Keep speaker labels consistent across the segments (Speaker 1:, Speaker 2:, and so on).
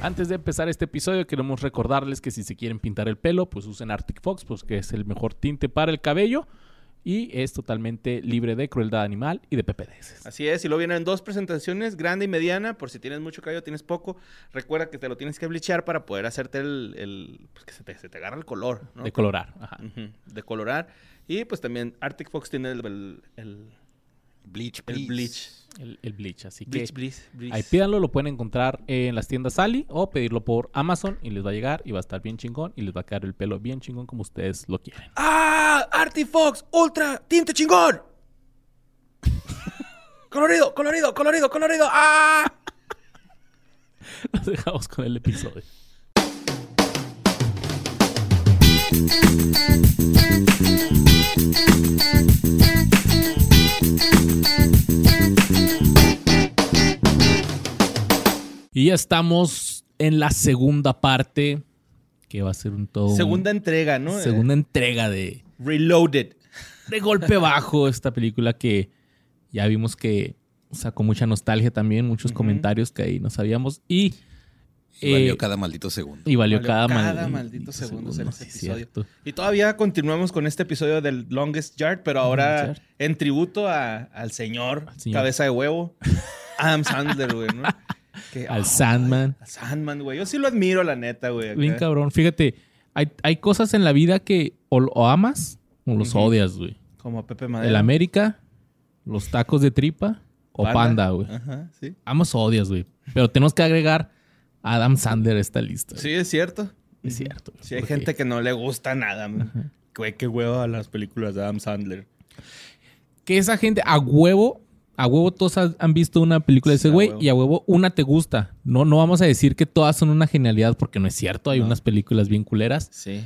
Speaker 1: Antes de empezar este episodio, queremos recordarles que si se quieren pintar el pelo, pues usen Arctic Fox, pues que es el mejor tinte para el cabello y es totalmente libre de crueldad animal y de PPDS.
Speaker 2: Así es, y luego vienen dos presentaciones, grande y mediana, por si tienes mucho cabello, tienes poco, recuerda que te lo tienes que blechear para poder hacerte el, el- pues que se te, se te agarra el color, ¿no? Mm.
Speaker 1: De colorar. Ajá.
Speaker 2: Ujú, de colorar. Y pues también Arctic Fox tiene el, el, el-
Speaker 3: Bleach,
Speaker 2: el
Speaker 3: please.
Speaker 2: bleach.
Speaker 1: El, el bleach. Así que
Speaker 2: Bleach, bleach, bleach.
Speaker 1: ahí pídanlo, lo pueden encontrar en las tiendas Sally o pedirlo por Amazon y les va a llegar y va a estar bien chingón y les va a quedar el pelo bien chingón como ustedes lo quieren.
Speaker 2: ¡Ah! Arctic Fox Ultra Tinte Chingón. colorido, colorido, colorido, colorido. ¡Ah!
Speaker 1: Nos dejamos con el episodio. Y ya estamos en la segunda parte, que va a ser un todo. un-
Speaker 2: Segunda entrega, ¿no?
Speaker 1: Oh. segunda entrega de,
Speaker 2: Eh, Reloaded.
Speaker 1: de Golpe Bajo, esta película que ya vimos que sacó mucha nostalgia también, muchos comentarios que ahí no sabíamos. Y.
Speaker 3: Y valió
Speaker 1: eh,
Speaker 3: cada maldito segundo.
Speaker 1: y valió,
Speaker 2: Valió
Speaker 1: cada,
Speaker 2: cada
Speaker 1: maldi-
Speaker 2: maldito segundo en ese
Speaker 1: sí,
Speaker 2: episodio.
Speaker 1: cierto.
Speaker 2: Y todavía continuamos con este episodio del Longest Yard, pero ahora
Speaker 1: Longest
Speaker 2: en tributo a- al, señor,
Speaker 1: Al señor.
Speaker 2: cabeza de huevo, Adam Sandler, güey, ¿no? Que,
Speaker 1: Al
Speaker 2: ay,
Speaker 1: Sandman.
Speaker 2: Al Sandman, güey. Yo sí lo admiro, la neta, güey. acá.
Speaker 1: Bien cabrón. Fíjate, hay, hay cosas en la vida que o, lo amas o los
Speaker 2: Ujú. Ah,
Speaker 1: odias, güey.
Speaker 2: Como Pepe
Speaker 1: El
Speaker 2: Madera.
Speaker 1: América, los tacos de tripa o panda, güey.
Speaker 2: Ajá, sí.
Speaker 1: Amas o odias, güey. Pero tenemos que agregar a Adam Sandler a esta lista. güey.
Speaker 2: Sí, es cierto.
Speaker 1: Es cierto. güey,
Speaker 2: Sí, hay
Speaker 1: porque-
Speaker 2: gente que no le gusta nada, man. Güey, qué hueva las películas de Adam Sandler.
Speaker 1: Que esa gente a huevo, a huevo todos han han visto una película de ese
Speaker 2: A
Speaker 1: güey
Speaker 2: huevo.
Speaker 1: y a huevo una te gusta. No, no vamos a decir que todas son una genialidad porque no es cierto. Hay
Speaker 2: No.
Speaker 1: unas películas bien culeras,
Speaker 2: Sí.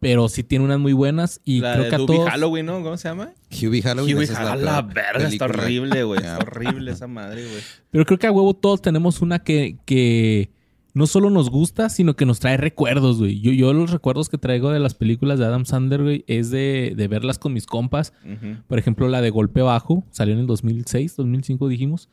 Speaker 1: pero sí tiene unas muy buenas y
Speaker 2: la
Speaker 1: creo
Speaker 2: de
Speaker 1: que a
Speaker 2: Doobie
Speaker 1: todos...
Speaker 2: Halloween, ¿no? ¿Cómo se llama?
Speaker 3: Hubie Halloween.
Speaker 2: Huey
Speaker 3: esa es la
Speaker 2: Hall-
Speaker 3: peor
Speaker 2: la verga, está
Speaker 3: película.
Speaker 2: horrible, güey.
Speaker 3: Ya.
Speaker 2: Está horrible esa madre, güey.
Speaker 1: Pero creo que a huevo todos tenemos una que, que no solo nos gusta, sino que nos trae recuerdos, güey. Yo, yo los recuerdos que traigo de las películas de Adam Sandler, güey, es de, de verlas con mis compas.
Speaker 2: Ujú.
Speaker 1: Por ejemplo, la de Golpe Bajo, salió en el 2006, 2005 dijimos.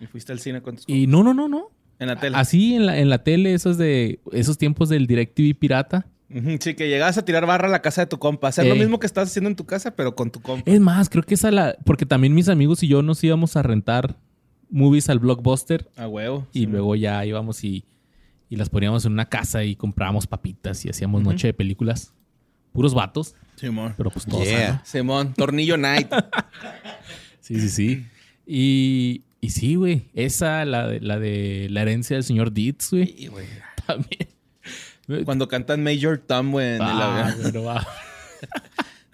Speaker 2: Y fuiste al cine con tus
Speaker 1: Y no, no, no, no.
Speaker 2: En la tele.
Speaker 1: Así en la, en la tele, esos de esos tiempos del DirecTV pirata.
Speaker 2: Ujú, Sí, que llegabas a tirar barra a la casa de tu compa. Hacer lo
Speaker 1: Ey.
Speaker 2: mismo que estás haciendo en tu casa, pero con tu compa.
Speaker 1: Es más, creo que esa la... Porque también mis amigos y yo nos íbamos a rentar movies al Blockbuster
Speaker 2: A huevo.
Speaker 1: Y
Speaker 2: Sí,
Speaker 1: luego ya íbamos y, y las poníamos en una casa y comprábamos papitas y hacíamos
Speaker 2: Ujú.
Speaker 1: noche de películas. Puros vatos,
Speaker 2: Simón.
Speaker 1: pero pues todos.
Speaker 3: Yeah.
Speaker 1: sano.
Speaker 2: Simón, Tornillo Night.
Speaker 1: Sí, sí, sí. Y, y sí, güey. Esa, la de, la de la herencia del señor Dietz, güey.
Speaker 2: Y, güey,
Speaker 1: También.
Speaker 2: Cuando cantan Major Tom, güey, en el
Speaker 1: Ah,
Speaker 2: avión.
Speaker 1: bueno, va.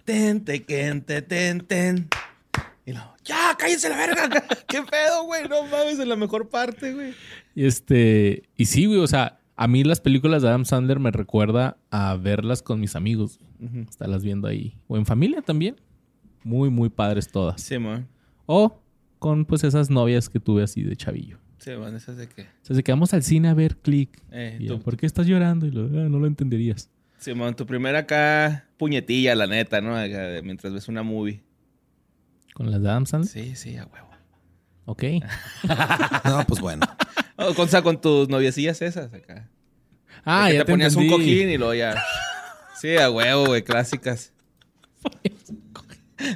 Speaker 2: Ten, te, quen, te, ten, ten. Y luego, ya, cállense la verga. ¿Qué pedo, güey? No mames, en la mejor parte, güey.
Speaker 1: Y este. Y sí, güey. O sea, a mí las películas de Adam Sandler me recuerda a verlas con mis amigos. Estarlas viendo ahí. O en familia también. Muy, muy padres todas.
Speaker 2: Simón.
Speaker 1: O con pues esas novias que tuve así de chavillo.
Speaker 2: Simón, esas de que.
Speaker 1: O sea, si quedamos al cine a ver click.
Speaker 2: Eh,
Speaker 1: Y ya,
Speaker 2: tu-
Speaker 1: ¿Por qué estás llorando? Y lo, "Ah, no lo entenderías.
Speaker 2: Simón, tu primera acá puñetilla, la neta, ¿no? Acá de- mientras ves una movie.
Speaker 1: Con las de Adam Sandler.
Speaker 2: Sí, sí, a huevo.
Speaker 1: Ok.
Speaker 3: No, pues bueno.
Speaker 2: O Oh, con, con tus noviecillas esas acá.
Speaker 1: Ah,
Speaker 2: De que
Speaker 1: ya
Speaker 2: te, ponías
Speaker 1: entendí.
Speaker 2: un cojín y luego ya. Sí, a huevo, güey, clásicas.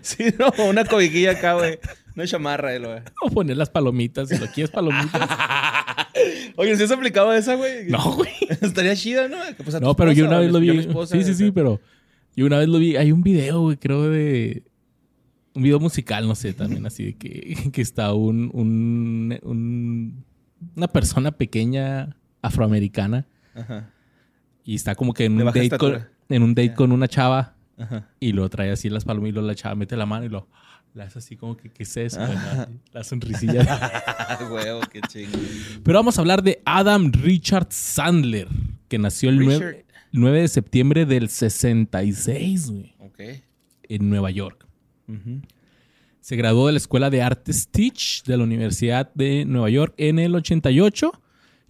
Speaker 2: Sí, no, una cobiquilla acá, güey. Una chamarra, eh, y luego.
Speaker 1: O poner las palomitas. Si lo quieres palomitas.
Speaker 2: Oye, ¿sí has aplicado esa, güey?
Speaker 1: no, güey.
Speaker 2: Estaría chido, ¿no? Que, pues, a tu
Speaker 1: No, pero yo
Speaker 2: esposa,
Speaker 1: una
Speaker 2: o
Speaker 1: vez
Speaker 2: mi-
Speaker 1: lo vi.
Speaker 2: yo a mi esposa,
Speaker 1: sí, sí,
Speaker 2: o
Speaker 1: sí,
Speaker 2: sea.
Speaker 1: pero... Yo una vez lo vi. Hay un video, güey, creo de... Un video musical, no sé, también así de que, que está un, un, un- Una persona pequeña afroamericana
Speaker 2: Ajá,
Speaker 1: y está como que en
Speaker 2: De
Speaker 1: un
Speaker 2: baja
Speaker 1: date, con,
Speaker 2: estatura.
Speaker 1: en un date con una chava
Speaker 2: ajá.
Speaker 1: Y lo trae así las palomitas y luego la chava mete la mano y lo... La hace así como que, ¿qué es eso? La sonrisilla.
Speaker 2: Ah, huevo, qué chingo.
Speaker 1: Pero vamos a hablar de Adam Richard Sandler, que nació el
Speaker 2: Richard.
Speaker 1: 9, 9 de septiembre del 66, güey,
Speaker 2: Ok.
Speaker 1: en Nueva York.
Speaker 2: Ujú.
Speaker 1: Se graduó de la Escuela de Artes Teach de la Universidad de Nueva York en el 88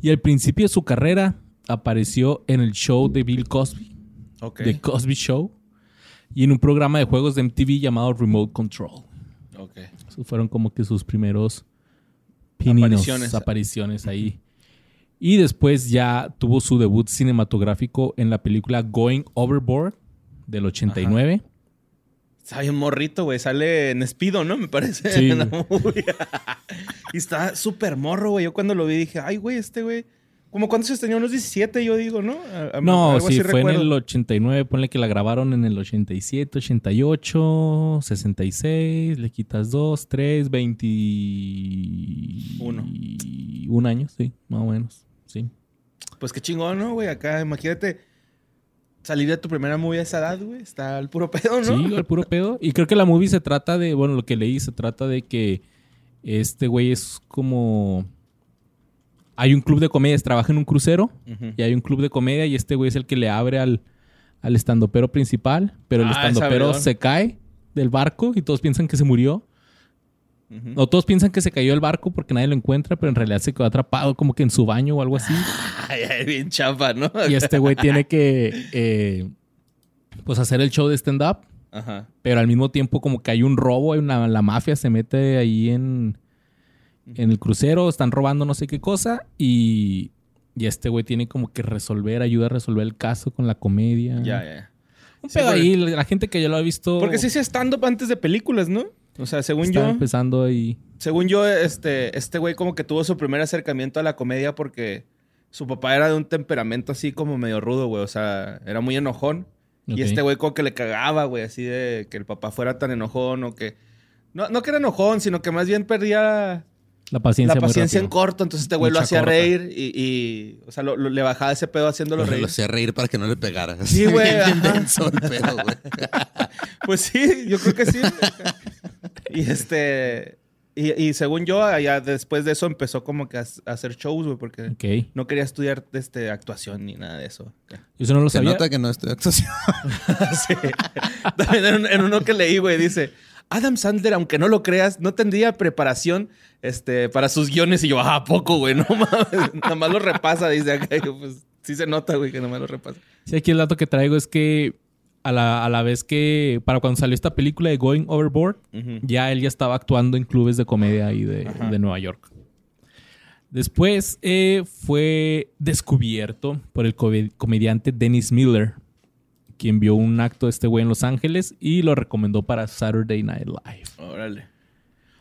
Speaker 1: y al principio de su carrera apareció en el show de Bill Cosby,
Speaker 2: Ok.
Speaker 1: The Cosby Show, y en un programa de juegos de MTV llamado Remote Control.
Speaker 2: Ok.
Speaker 1: Esos fueron como que sus primeros pininos,
Speaker 2: Apariciones.
Speaker 1: apariciones, ahí. Y después ya tuvo su debut cinematográfico en la película Going Overboard del 89.
Speaker 2: Sabe un morrito, güey. Sale en Espido, ¿no? Me parece.
Speaker 1: Sí,
Speaker 2: en la movie. y está súper morro, güey. Yo cuando lo vi dije, ay, güey, este güey. Como cuántos años tenía, unos 17, yo digo, ¿no? A- a-
Speaker 1: No,
Speaker 2: algo
Speaker 1: sí,
Speaker 2: así
Speaker 1: fue en
Speaker 2: recuerdo.
Speaker 1: el 89. Ponle que la grabaron en el 87, 88, 66. Le quitas 2, 3, 21 Un año, sí, más o menos. Sí.
Speaker 2: Pues qué chingón, ¿no, güey? Acá, imagínate salir de tu primera movie a esa edad, güey. Está el puro pedo, ¿no?
Speaker 1: Sí, al puro pedo. Y creo que la movie se trata de, bueno, lo que leí se trata de que este güey es como... Hay un club de comedias, trabaja en un crucero
Speaker 2: Ujú.
Speaker 1: y hay un club de comedia y este güey es el que le abre al, al estandopero principal, pero el
Speaker 2: Ah, es
Speaker 1: estandopero
Speaker 2: abridor.
Speaker 1: se cae del barco y todos piensan que se murió.
Speaker 2: Ujú.
Speaker 1: O todos piensan que se cayó el barco porque nadie lo encuentra, pero en realidad se quedó atrapado como que en su baño o algo así.
Speaker 2: Ay, ay, bien chapa, ¿no?
Speaker 1: Y este güey tiene que, eh, pues, hacer el show de stand-up
Speaker 2: Ajá.
Speaker 1: pero al mismo tiempo como que hay un robo, hay una, la mafia se mete ahí en, en el crucero, están robando no sé qué cosa y, y este güey tiene como que resolver, ayuda a resolver el caso con la comedia.
Speaker 2: Ya, ya.
Speaker 1: Un
Speaker 2: Sí,
Speaker 1: pedo
Speaker 2: porque-
Speaker 1: ahí, la gente que ya lo ha visto
Speaker 2: Porque sí se stand-up antes de películas, ¿no? O sea, según
Speaker 1: está
Speaker 2: yo.
Speaker 1: empezando ahí.
Speaker 2: Según yo, este, este güey como que tuvo su primer acercamiento a la comedia porque su papá era de un temperamento así como medio rudo, güey. O sea, era muy enojón.
Speaker 1: Ok.
Speaker 2: Y este güey como que le cagaba, güey, así de que el papá fuera tan enojón o que... No, no que era enojón, sino que más bien perdía
Speaker 1: La paciencia,
Speaker 2: la
Speaker 1: muy
Speaker 2: paciencia en
Speaker 1: rápido.
Speaker 2: corto. Entonces este güey lo
Speaker 3: Mucha
Speaker 2: hacía
Speaker 3: corta.
Speaker 2: reír y, y, O sea, lo- lo- le bajaba ese pedo haciéndolo
Speaker 3: Lo,
Speaker 2: reír.
Speaker 3: hacía reír para que no le pegara.
Speaker 2: Sí, güey,
Speaker 3: Bien
Speaker 2: ajá.
Speaker 3: denso el pedo, güey.
Speaker 2: Pues sí, yo creo que sí. y este... Y, y según yo, ya después de eso empezó como que a, a hacer shows, güey, porque...
Speaker 1: Ok.
Speaker 2: No quería estudiar este, actuación ni nada de eso.
Speaker 1: Eso no lo
Speaker 3: Se
Speaker 1: sabía.
Speaker 3: nota que no estoy actuación.
Speaker 2: Sí. También en, un- en uno que leí, güey, dice... Adam Sandler, aunque no lo creas, no tendría preparación este, para sus guiones. Y yo, ah, ¿a poco, güey, no mames. Nada más lo repasa, dice acá. Y yo, pues, sí se nota, güey, que nada más lo repasa.
Speaker 1: Sí, aquí el dato que traigo es que a la, a la vez que... Para cuando salió esta película de Going Overboard, ya él ya estaba actuando en clubes de comedia ahí de,
Speaker 2: Ajá.
Speaker 1: de Nueva York. Después eh, fue descubierto por el come- comediante Dennis Miller, quien vio un acto de este güey en Los Ángeles y lo recomendó para Saturday Night Live.
Speaker 2: Órale.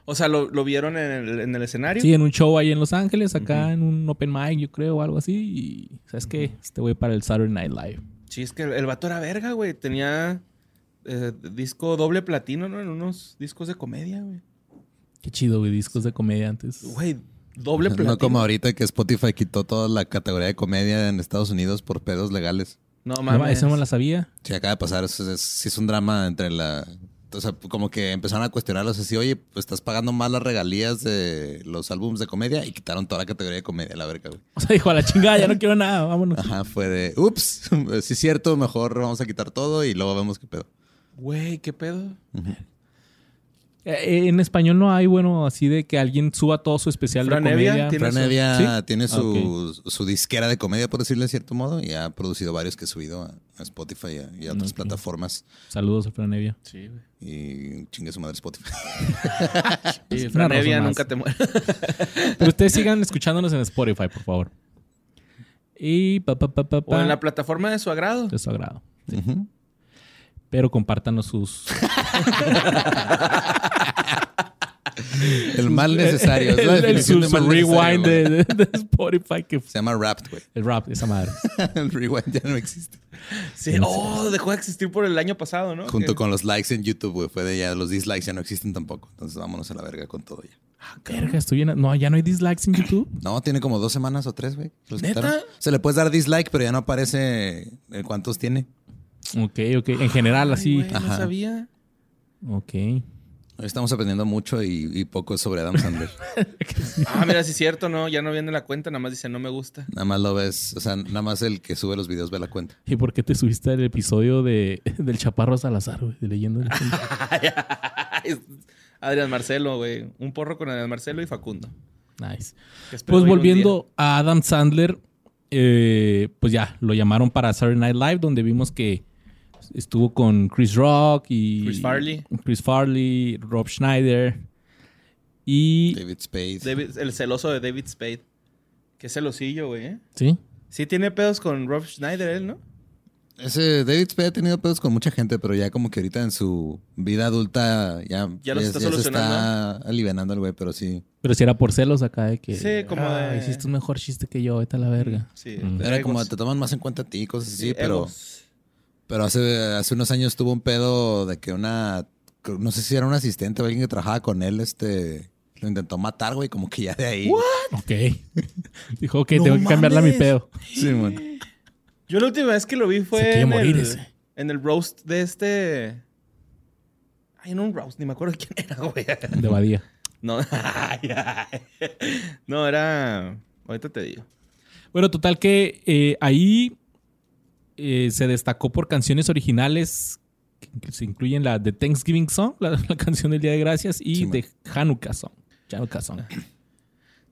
Speaker 2: O sea, ¿lo, lo vieron en el, en el escenario?
Speaker 1: Sí, en un show ahí en Los Ángeles, acá
Speaker 2: Ujú.
Speaker 1: en un open mic, yo creo, o algo así. Y, ¿Sabes qué? Este güey para el Saturday Night Live.
Speaker 2: Sí, es que el, el vato era verga, güey. Tenía eh, disco doble platino, ¿no? En unos discos de comedia, güey.
Speaker 1: Qué chido, güey, discos de comediantes.
Speaker 2: Güey, doble platino.
Speaker 3: No como ahorita que Spotify quitó toda la categoría de comedia en Estados Unidos por pedos legales.
Speaker 2: No
Speaker 1: No,
Speaker 2: mames.
Speaker 1: esa no me la sabía.
Speaker 3: Sí, acaba de pasar. Eso es, sí es un drama entre la... O sea, como que empezaron a cuestionarlos así, oye, pues estás pagando más las regalías de los álbumes de comedia y quitaron toda la categoría de comedia, la verga, güey.
Speaker 1: O sea, dijo a la chingada, ya no quiero nada, vámonos.
Speaker 3: Ajá, fue de, ups, sí es cierto, mejor vamos a quitar todo y luego vemos qué pedo.
Speaker 2: Güey, ¿qué pedo?
Speaker 1: Eh, eh, En español no hay, bueno, así de que alguien suba todo su especial
Speaker 2: Fran
Speaker 1: de
Speaker 2: Evia
Speaker 1: comedia.
Speaker 2: tiene-
Speaker 3: Fran
Speaker 2: su-
Speaker 3: Evia
Speaker 1: ¿Sí?
Speaker 3: tiene su,
Speaker 1: Ah,
Speaker 3: su disquera de comedia, por decirlo de cierto modo, y ha producido varios que ha subido a, a Spotify y a, y a otras
Speaker 1: Ok.
Speaker 3: plataformas.
Speaker 1: Saludos a Fran Evia.
Speaker 2: Sí, güey.
Speaker 3: Y chingue su madre Spotify.
Speaker 2: Sí,
Speaker 1: Una
Speaker 2: Fran
Speaker 1: razón
Speaker 2: Evia
Speaker 1: más.
Speaker 2: nunca te muere.
Speaker 1: Pero ustedes sigan escuchándonos en Spotify, por favor. Y pa pa pa pa
Speaker 2: O
Speaker 1: pa.
Speaker 2: en la plataforma de su agrado.
Speaker 1: de su agrado.
Speaker 3: Ujú.
Speaker 1: Pero compártanos sus
Speaker 3: El mal necesario. es la
Speaker 1: el, el-
Speaker 3: definición
Speaker 1: su,
Speaker 3: de
Speaker 1: su
Speaker 3: mal
Speaker 1: rewind
Speaker 3: necesario,
Speaker 1: de,
Speaker 3: güey.
Speaker 1: de- de Spotify que
Speaker 3: Se llama Wrapped, güey.
Speaker 1: el rap esa madre.
Speaker 3: El rewind ya no existe.
Speaker 2: Sí. Oh, dejó de existir por el año pasado, ¿no?
Speaker 3: Junto
Speaker 2: Que-
Speaker 3: con los likes en YouTube, güey. Fue de ya, los dislikes ya no existen tampoco. Entonces vámonos a la verga con todo ya.
Speaker 1: Verga, estoy bien. No, ya no hay dislikes en YouTube.
Speaker 3: No, tiene como dos semanas o tres, güey. Los
Speaker 2: ¿Neta?
Speaker 3: quitaron. Se le puedes dar dislike, pero ya no aparece eh, cuántos tiene.
Speaker 1: Ok, ok. En general,
Speaker 2: Ay,
Speaker 1: así.
Speaker 2: güey, No
Speaker 3: Ajá.
Speaker 2: sabía.
Speaker 1: Ok.
Speaker 3: Hoy estamos aprendiendo mucho y, y poco sobre Adam Sandler.
Speaker 2: Ah, mira, sí es cierto, no, ya no viene la cuenta, nada más dice no me gusta.
Speaker 3: Nada más lo ves, o sea, nada más el que sube los videos ve la cuenta.
Speaker 1: ¿Y por qué te subiste al episodio de, del Chaparro Salazar, güey? De leyendo el
Speaker 2: Adrián Marcelo, güey. Un porro con Adrián Marcelo y Facundo.
Speaker 1: Nice.
Speaker 2: Que espero
Speaker 1: Pues
Speaker 2: ir un
Speaker 1: volviendo a Adam Sandler, eh, pues ya, lo llamaron para Saturday Night Live, donde vimos que estuvo con Chris Rock y...
Speaker 2: Chris Farley.
Speaker 1: Chris Farley, Rob Schneider y...
Speaker 3: David Spade.
Speaker 2: día. David- el celoso de David Spade. Qué celosillo, güey. ¿eh?
Speaker 1: ¿Sí?
Speaker 2: Sí tiene pedos con Rob Schneider, él, ¿no?
Speaker 3: Ese David Spade ha tenido pedos con mucha gente, pero ya como que ahorita en su vida adulta ya,
Speaker 2: Ya los está
Speaker 3: se está alivianando el güey, pero sí.
Speaker 1: Pero si era por celos acá de que.
Speaker 2: Sí, como
Speaker 1: "Ah,
Speaker 2: de-
Speaker 1: Hiciste un mejor chiste que yo, vete a la verga.
Speaker 2: Sí.
Speaker 1: Mm.
Speaker 2: de
Speaker 3: Era
Speaker 2: egos.
Speaker 3: como te toman más en cuenta a ti, cosas así,
Speaker 2: Sí,
Speaker 3: pero,
Speaker 2: egos.
Speaker 3: pero hace, hace unos años tuvo un pedo de que una, no sé si era un asistente o alguien que trabajaba con él, este, lo intentó matar, güey, como que ya de ahí.
Speaker 1: Ok. Dijo, ok,
Speaker 3: No
Speaker 1: tengo que cambiarla a mi
Speaker 3: mames.
Speaker 1: pedo.
Speaker 3: Sí, bueno.
Speaker 2: Yo la última vez que lo vi
Speaker 1: Se
Speaker 2: fue
Speaker 1: quiere
Speaker 2: en,
Speaker 1: morir
Speaker 2: el,
Speaker 1: ese.
Speaker 2: en el roast de este... Ay, no un roast, ni me acuerdo quién era, güey.
Speaker 1: De Badía.
Speaker 2: No, ay, ay. no era... Ahorita te digo.
Speaker 1: Bueno, total que eh, ahí eh, se destacó por canciones originales que se incluyen la de Thanksgiving Song, la, la canción del Día de Gracias, y
Speaker 3: Sí, man.
Speaker 1: de Hanukkah Song. Hanukkah Song.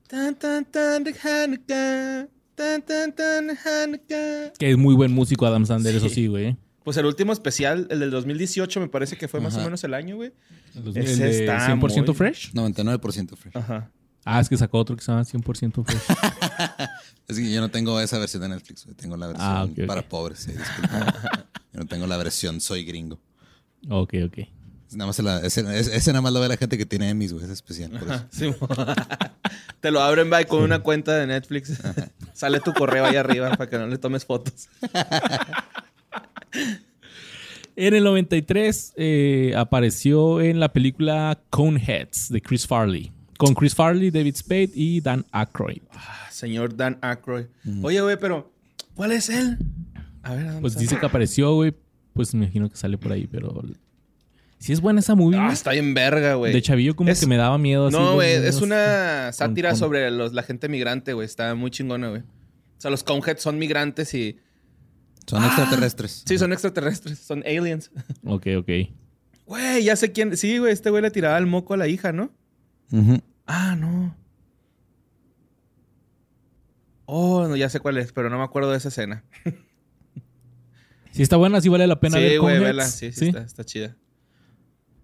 Speaker 2: Tan, tan, tan de Hanukkah. Tan, tan, tan de Hanukkah.
Speaker 1: Que es muy buen músico Adam Sandler, eso
Speaker 2: Sí.
Speaker 1: sí, güey.
Speaker 2: Pues el último especial, el del 2018, me parece que fue más o
Speaker 3: Ajá.
Speaker 2: menos el año, güey.
Speaker 1: El dos-
Speaker 2: Ese
Speaker 1: el de
Speaker 2: está
Speaker 1: 100%
Speaker 2: muy-
Speaker 1: Fresh.
Speaker 3: 99% fresh.
Speaker 2: Ajá.
Speaker 1: Ah, es que sacó otro que se llama 100% Fresh.
Speaker 3: Es que yo no tengo esa versión de Netflix, güey. tengo la versión
Speaker 1: Ah, ok, ok.
Speaker 3: para pobres, sí, disculpa. yo no tengo la versión soy gringo.
Speaker 1: ok, ok.
Speaker 3: Es Nada más se la- ese, ese- ese nada más lo ve la gente que tiene Emmys, güey, es especial. Por eso.
Speaker 2: Sí, mo- Te lo abren bye, con una cuenta de Netflix. Sale tu correo ahí arriba para que no le tomes fotos.
Speaker 1: En el 93 eh, apareció en la película Coneheads de Chris Farley. Con Chris Farley, David Spade y Dan Aykroyd.
Speaker 2: Ah, señor Dan Aykroyd. Oye, güey, pero ¿cuál es él? A ver, ¿a dónde
Speaker 1: Pues
Speaker 2: está?
Speaker 1: dice que apareció, güey. Pues me imagino que sale por ahí, pero... Si es buena esa movie,
Speaker 2: Ah,
Speaker 1: güey.
Speaker 2: está bien verga, güey.
Speaker 1: de chavillo como
Speaker 2: Es-
Speaker 1: que me daba miedo. así,
Speaker 2: No,
Speaker 1: los
Speaker 2: güey, es
Speaker 1: niños.
Speaker 2: una sátira
Speaker 1: con-
Speaker 2: sobre los, la gente migrante, güey. Está muy chingona, güey. O sea, los Coneheads son migrantes y...
Speaker 1: Ah,
Speaker 3: Son extraterrestres.
Speaker 2: Sí, son extraterrestres, son aliens.
Speaker 1: Ok, ok.
Speaker 2: Güey, ya sé quién... Sí, güey, este güey le tiraba el moco a la hija, ¿no?
Speaker 3: Ujú.
Speaker 2: Ah, no. Oh, no, ya sé cuál es, pero no me acuerdo de esa escena.
Speaker 1: Si está buena, sí vale la pena
Speaker 2: sí,
Speaker 1: ver
Speaker 2: güey,
Speaker 1: Coneheads.
Speaker 2: vela. Sí, sí, Está, está chida.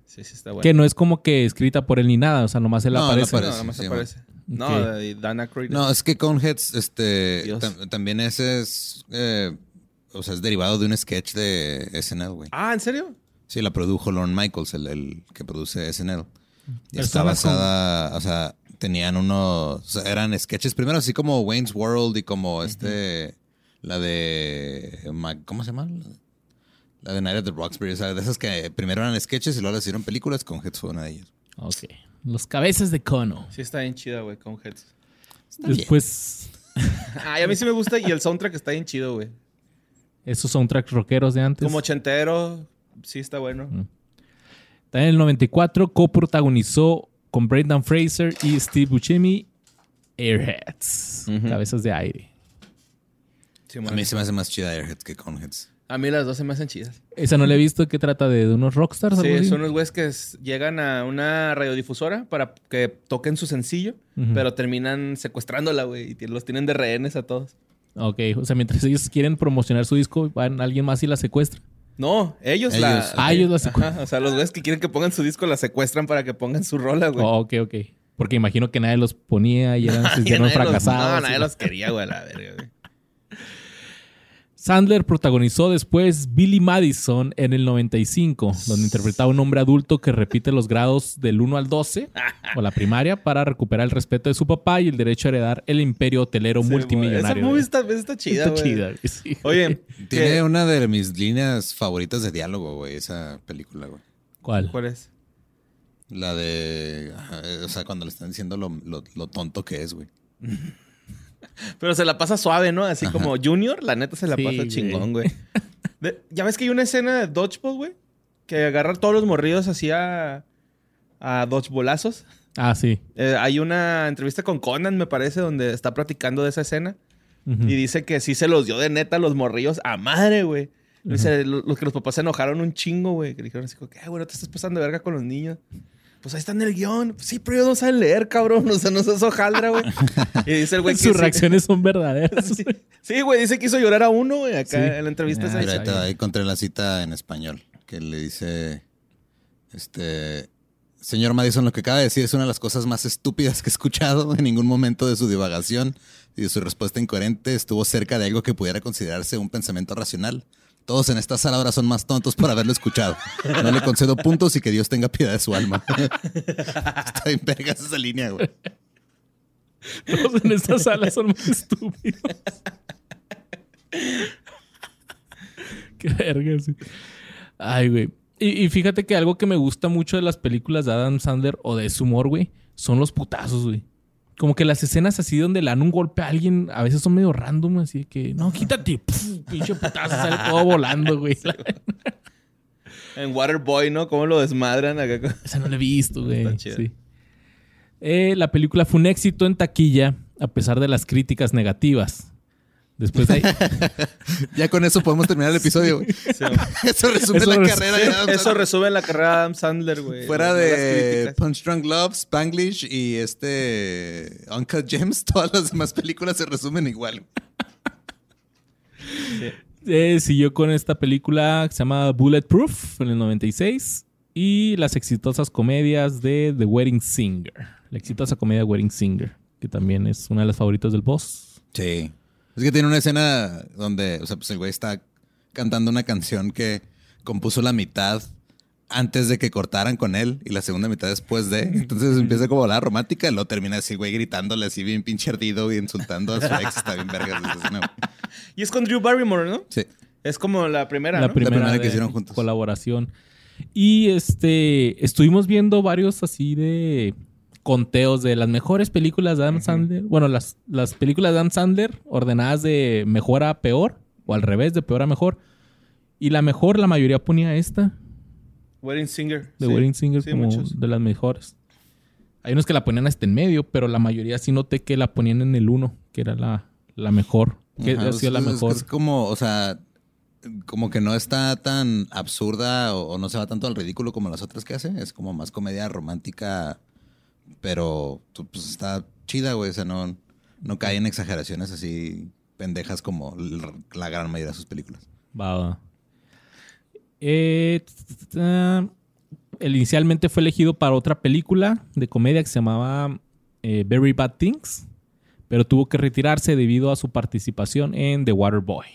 Speaker 2: Sí, sí, está buena.
Speaker 1: Que no es como que escrita por él ni nada. O sea, nomás él
Speaker 3: No, no
Speaker 1: aparece.
Speaker 2: No,
Speaker 3: parece,
Speaker 2: nada más
Speaker 3: sí,
Speaker 2: aparece. No,
Speaker 1: Ok.
Speaker 2: de Dana Creed.
Speaker 3: No, es que Coneheads, este,
Speaker 2: Dios.
Speaker 3: tam- también ese es, eh, o sea, es derivado de un sketch de SNL, güey.
Speaker 2: Ah, ¿en serio?
Speaker 3: Sí, la produjo Lorne Michaels, el, el que produce SNL. Y está
Speaker 1: Personas con-
Speaker 3: basada, o sea, tenían unos, o sea, eran sketches primero así como Wayne's World y como este, la de, Ma- ¿cómo se llama? La de Night at the Roxbury, o sea, de esas que primero eran sketches y luego las hicieron películas, Coneheads fue una de ellas.
Speaker 1: Ok. Los cabezas de cono.
Speaker 2: Sí, está bien chida, güey, con Heads.
Speaker 3: Está bien.
Speaker 1: Después,
Speaker 2: Ay, a mí sí me gusta y el soundtrack está bien chido, güey.
Speaker 1: esos soundtracks rockeros de antes.
Speaker 2: Como ochentero, sí está bueno.
Speaker 1: También en el 94 coprotagonizó con Brendan Fraser y Steve Buscemi Airheads,
Speaker 2: Ujú.
Speaker 1: Cabezas de Aire.
Speaker 2: Sí,
Speaker 3: A
Speaker 2: man.
Speaker 3: mí se me hace más chida Airheads que Coneheads.
Speaker 2: a mí las dos se me hacen chidas.
Speaker 1: Esa no la he visto, que trata de, de unos rockstars. algo
Speaker 2: Sí,
Speaker 1: así?
Speaker 2: son unos güeyes que s- llegan a una radiodifusora para que toquen su sencillo,
Speaker 1: Ujú.
Speaker 2: pero terminan secuestrándola, güey, y ti- los tienen de rehenes a todos.
Speaker 1: Ok, o sea, mientras ellos quieren promocionar su disco, van alguien más y la secuestra.
Speaker 2: No, ellos,
Speaker 3: Ellos.
Speaker 2: la...
Speaker 1: Ah, ellos la
Speaker 2: Ajá,
Speaker 1: secuestran.
Speaker 2: o sea, los güeyes que quieren que pongan su disco la secuestran para que pongan su rola, güey.
Speaker 1: Oh, ok, ok. Porque imagino que nadie los ponía y eran, se
Speaker 2: Ya
Speaker 1: hicieron
Speaker 2: nadie los-
Speaker 1: fracasados.
Speaker 2: no, nadie los quería, güey, a la verga, güey.
Speaker 1: Sandler protagonizó después Billy Madison en el 95, donde interpretaba a un hombre adulto que repite los grados del 1 al 12 o la primaria para recuperar el respeto de su papá y el derecho a heredar el imperio hotelero
Speaker 2: Sí, güey.
Speaker 1: multimillonario.
Speaker 2: Esa movie
Speaker 1: de-
Speaker 2: está, está chida,
Speaker 1: Está
Speaker 2: güey.
Speaker 1: chida, Eh, güey, sí, güey.
Speaker 2: Oye, eh,
Speaker 3: Tiene
Speaker 2: ¿qué-
Speaker 3: una de mis líneas favoritas de diálogo, güey, esa película, güey.
Speaker 1: ¿Cuál?
Speaker 2: ¿cuál es?
Speaker 3: La de, ajá, eh, o sea, cuando le están diciendo lo, lo- lo tonto que es, güey.
Speaker 2: Pero se la pasa suave, ¿no? Así como Junior, la neta se la
Speaker 1: Sí,
Speaker 2: pasa
Speaker 1: güey.
Speaker 2: chingón, güey. De- ya ves que hay una escena de Dodgeball, güey, que agarrar todos los morridos así a, a Dodgeballazos.
Speaker 1: Ah, sí.
Speaker 2: Eh, hay una entrevista con Conan, me parece, donde está platicando de esa escena
Speaker 1: Ujú.
Speaker 2: y dice que sí se los dio de neta a los morrillos a madre, güey. Dice, lo- los que los papás se enojaron un chingo, güey. Que le dijeron así, como que, "Ay, güey, no te estás pasando de verga con los niños. Pues ahí está en el guión. Pues sí, pero ellos no saben leer, cabrón. O sea, no seas hojaldra, güey. Y dice el güey que
Speaker 1: Sus
Speaker 2: sí-
Speaker 1: reacciones son verdaderas.
Speaker 2: Sí, Sí, güey, dice que hizo llorar a uno, güey, acá
Speaker 1: Sí.
Speaker 2: en la entrevista.
Speaker 1: Ah,
Speaker 2: esa.
Speaker 3: Mira, ahí, te-
Speaker 1: sabía.
Speaker 3: ahí encontré la cita en español que le dice, este, Señor Madison, lo que acaba de decir es una de las cosas más estúpidas que he escuchado en ningún momento de su divagación y de su respuesta incoherente estuvo cerca de algo que pudiera considerarse un pensamiento racional. Todos en esta sala ahora son más tontos por haberlo escuchado. No le concedo puntos y que Dios tenga piedad de su alma. Está bien vergas esa línea, güey.
Speaker 1: Todos en esta sala son más estúpidos. Qué verga, sí. Ay, güey. Y, y fíjate que algo que me gusta mucho de las películas de Adam Sandler o de su humor, güey, son los putazos, güey. Como que las escenas así donde le dan un golpe a alguien, a veces son medio random, así de que, no, quítate, puf, pinche putazo, sale todo volando, güey.
Speaker 2: En Waterboy, ¿no? ¿Cómo lo desmadran acá? con-
Speaker 1: Esa no la he visto, güey.
Speaker 2: Está chida.
Speaker 1: Sí. Eh, la película fue un éxito en taquilla, a pesar de las críticas negativas. Después de ahí,
Speaker 3: Ya con eso podemos terminar el episodio, güey.
Speaker 2: Sí.
Speaker 3: Eso resume
Speaker 1: Eso
Speaker 3: la
Speaker 1: resume-
Speaker 3: carrera de Adam
Speaker 2: Eso
Speaker 3: Sandler.
Speaker 2: resume la carrera de Adam Sandler, güey.
Speaker 3: Fuera
Speaker 2: Eh, Las
Speaker 3: de
Speaker 2: críticas.
Speaker 3: Punch Drunk Love, Spanglish y este Uncut James, todas las demás películas se resumen igual.
Speaker 1: eh, siguió con esta película que se llama Bulletproof en el 96 y las exitosas comedias de The Wedding Singer. La exitosa comedia Wedding Singer, que también es una de las favoritas del boss.
Speaker 3: Sí. Es que tiene una escena donde, o sea, pues el güey está cantando una canción que compuso la mitad antes de que cortaran con él y la segunda mitad después de. Entonces empieza como la romántica y lo termina así, güey, gritándole así bien pinche ardido y insultando a su ex. Está bien vergas esa escena, güey.
Speaker 2: Y es con Drew Barrymore, ¿no?
Speaker 3: Sí.
Speaker 2: Es como la primera,
Speaker 1: la
Speaker 2: ¿no?
Speaker 1: primera,
Speaker 3: primera que
Speaker 1: de
Speaker 3: hicieron juntos.
Speaker 1: Colaboración. Y este estuvimos viendo varios así de conteos de las mejores películas de Adam Sandler. Bueno, las, las películas de Adam Sandler ordenadas de mejor a peor, o al revés, de peor a mejor. Y la mejor, la mayoría ponía esta,
Speaker 2: Wedding Singer.
Speaker 1: de
Speaker 2: sí.
Speaker 1: Wedding Singer,
Speaker 2: Sí,
Speaker 1: como
Speaker 2: muchos.
Speaker 1: de las mejores. Hay unos que la ponían hasta en medio, pero la mayoría sí noté que la ponían en el uno, que era la, la mejor. Que
Speaker 3: Ajá,
Speaker 1: ha sido la
Speaker 3: es- es-
Speaker 1: mejor.
Speaker 3: Es, como, o sea, como que no está tan absurda o, o no se va tanto al ridículo como las otras que hace. Es como más comedia romántica, pero tú, pues, está chida, güey. O sea, no, no cae en exageraciones así pendejas como l- la gran mayoría de sus películas.
Speaker 1: Va, va. Eh, t- t- t- ah, él inicialmente fue elegido para otra película de comedia que se llamaba eh, Very Bad Things, pero tuvo que retirarse debido a su participación en The Waterboy.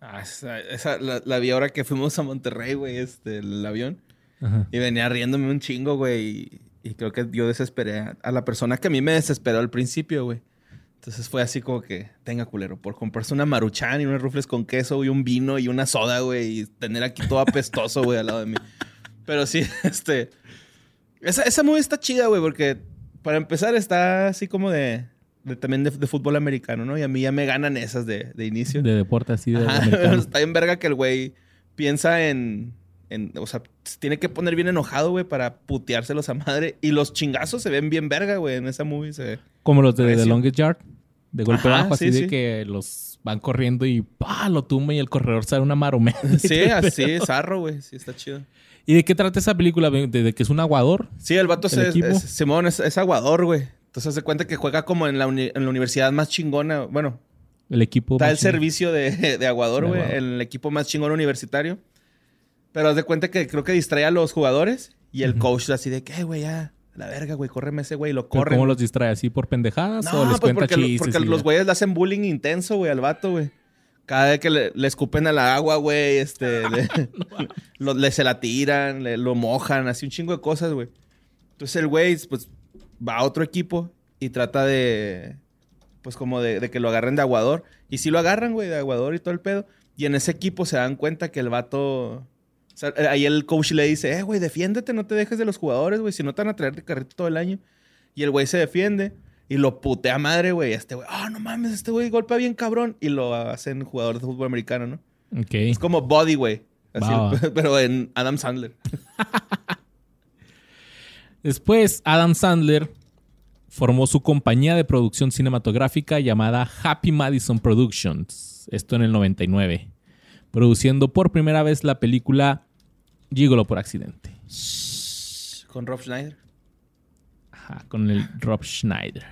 Speaker 2: Ah, esa, esa la, la vi ahora que fuimos a Monterrey, güey, este, el avión.
Speaker 1: Ajá.
Speaker 2: Y venía riéndome un chingo, güey. Y, y creo que yo desesperé a, a la persona que a mí me desesperó al principio, güey. Entonces fue así como que, tenga culero, por comprarse una maruchan y unos rufles con queso y un vino y una soda, güey. Y tener aquí todo apestoso, güey, al lado de mí. Pero sí, este... Esa, esa movie está chida, güey, porque para empezar está así como de... de- también de, de fútbol americano, ¿no? Y a mí ya me ganan esas de, de inicio.
Speaker 1: De deporte así de
Speaker 2: Ajá,
Speaker 1: americano.
Speaker 2: está bien verga que el güey piensa en, en- O sea, se tiene que poner bien enojado, güey, para puteárselos a madre. Y los chingazos se ven bien verga, güey, en esa movie. Se...
Speaker 1: Como los de The
Speaker 2: Recio.
Speaker 1: Longest Yard. De golpe
Speaker 2: Ajá,
Speaker 1: bajo, así
Speaker 2: sí,
Speaker 1: de
Speaker 2: sí.
Speaker 1: que los van corriendo y ¡pa! lo tumba y el corredor sale una marometa.
Speaker 2: Sí, así, zarro, güey. Sí, está chido.
Speaker 1: ¿Y de qué trata esa película? ¿De, de que es un aguador?
Speaker 2: Sí, el vato
Speaker 1: ¿El
Speaker 2: se,
Speaker 1: equipo?
Speaker 2: es, Simón es, es aguador, güey. Entonces se cuenta que juega como en la, uni- en la universidad más chingona. Bueno,
Speaker 1: El equipo.
Speaker 2: Está el
Speaker 1: machín.
Speaker 2: servicio de, de Aguador,
Speaker 1: De
Speaker 2: güey.
Speaker 1: Aguador.
Speaker 2: El equipo más chingón universitario. Pero haz de cuenta que creo que distrae a los jugadores. Y el
Speaker 1: Ujú.
Speaker 2: coach así de que, "Eh, güey, ya. La verga, güey. Córreme ese, güey. y Lo
Speaker 1: ¿Pero
Speaker 2: corre.
Speaker 1: ¿Cómo los distrae? ¿Así por pendejadas o
Speaker 2: No,
Speaker 1: les
Speaker 2: pues
Speaker 1: cuenta
Speaker 2: porque,
Speaker 1: chistes?
Speaker 2: porque
Speaker 1: y
Speaker 2: los
Speaker 1: ya?
Speaker 2: güeyes le hacen bullying intenso, güey, al vato, güey. Cada vez que le, le escupen a la agua, güey, este, le, lo- le- se la tiran, le- lo mojan, así un chingo de cosas, güey. Entonces el güey, pues, va a otro equipo y trata de, pues, como de, de que lo agarren de aguador. Y sí lo agarran, güey, de aguador y todo el pedo. Y en ese equipo se dan cuenta que el vato... o sea, ahí el coach le dice, eh, güey, defiéndete, no te dejes de los jugadores, güey, si no te van a traer de carrito todo el año. Y el güey se defiende y lo putea madre, güey. Este güey, ah, no mames, este güey golpea bien cabrón. Y lo hacen jugador de fútbol americano, ¿no? Es
Speaker 1: Ok.
Speaker 2: como Body, güey. Así,
Speaker 1: Va, va.
Speaker 2: pero en Adam Sandler.
Speaker 1: Después, Adam Sandler formó su compañía de producción cinematográfica llamada Happy Madison Productions. Esto en el 99. Produciendo por primera vez la película Gigolo por accidente.
Speaker 2: Con Rob Schneider.
Speaker 1: Ajá, con el Rob Schneider.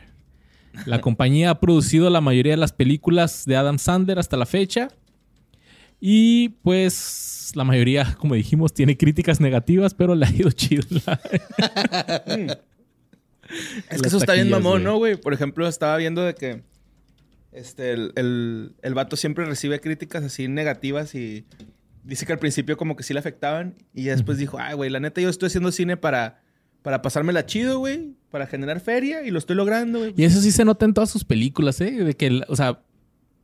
Speaker 1: La compañía ha producido la mayoría de las películas de Adam Sandler hasta la fecha. Y pues la mayoría, como dijimos, tiene críticas negativas, pero le ha ido chido. la-
Speaker 2: Es que
Speaker 1: las
Speaker 2: eso está bien
Speaker 1: taquillas,
Speaker 2: mamón,
Speaker 1: güey.
Speaker 2: ¿no, güey? Por ejemplo, estaba viendo de que este, el, el, el vato siempre recibe críticas así negativas y dice que al principio como que sí le afectaban y ya después dijo, ay, güey, la neta yo estoy haciendo cine para, para pasármela chido, güey, para generar feria y lo estoy logrando, güey.
Speaker 1: Y eso sí se nota en todas sus películas, ¿eh? De que, el- o sea,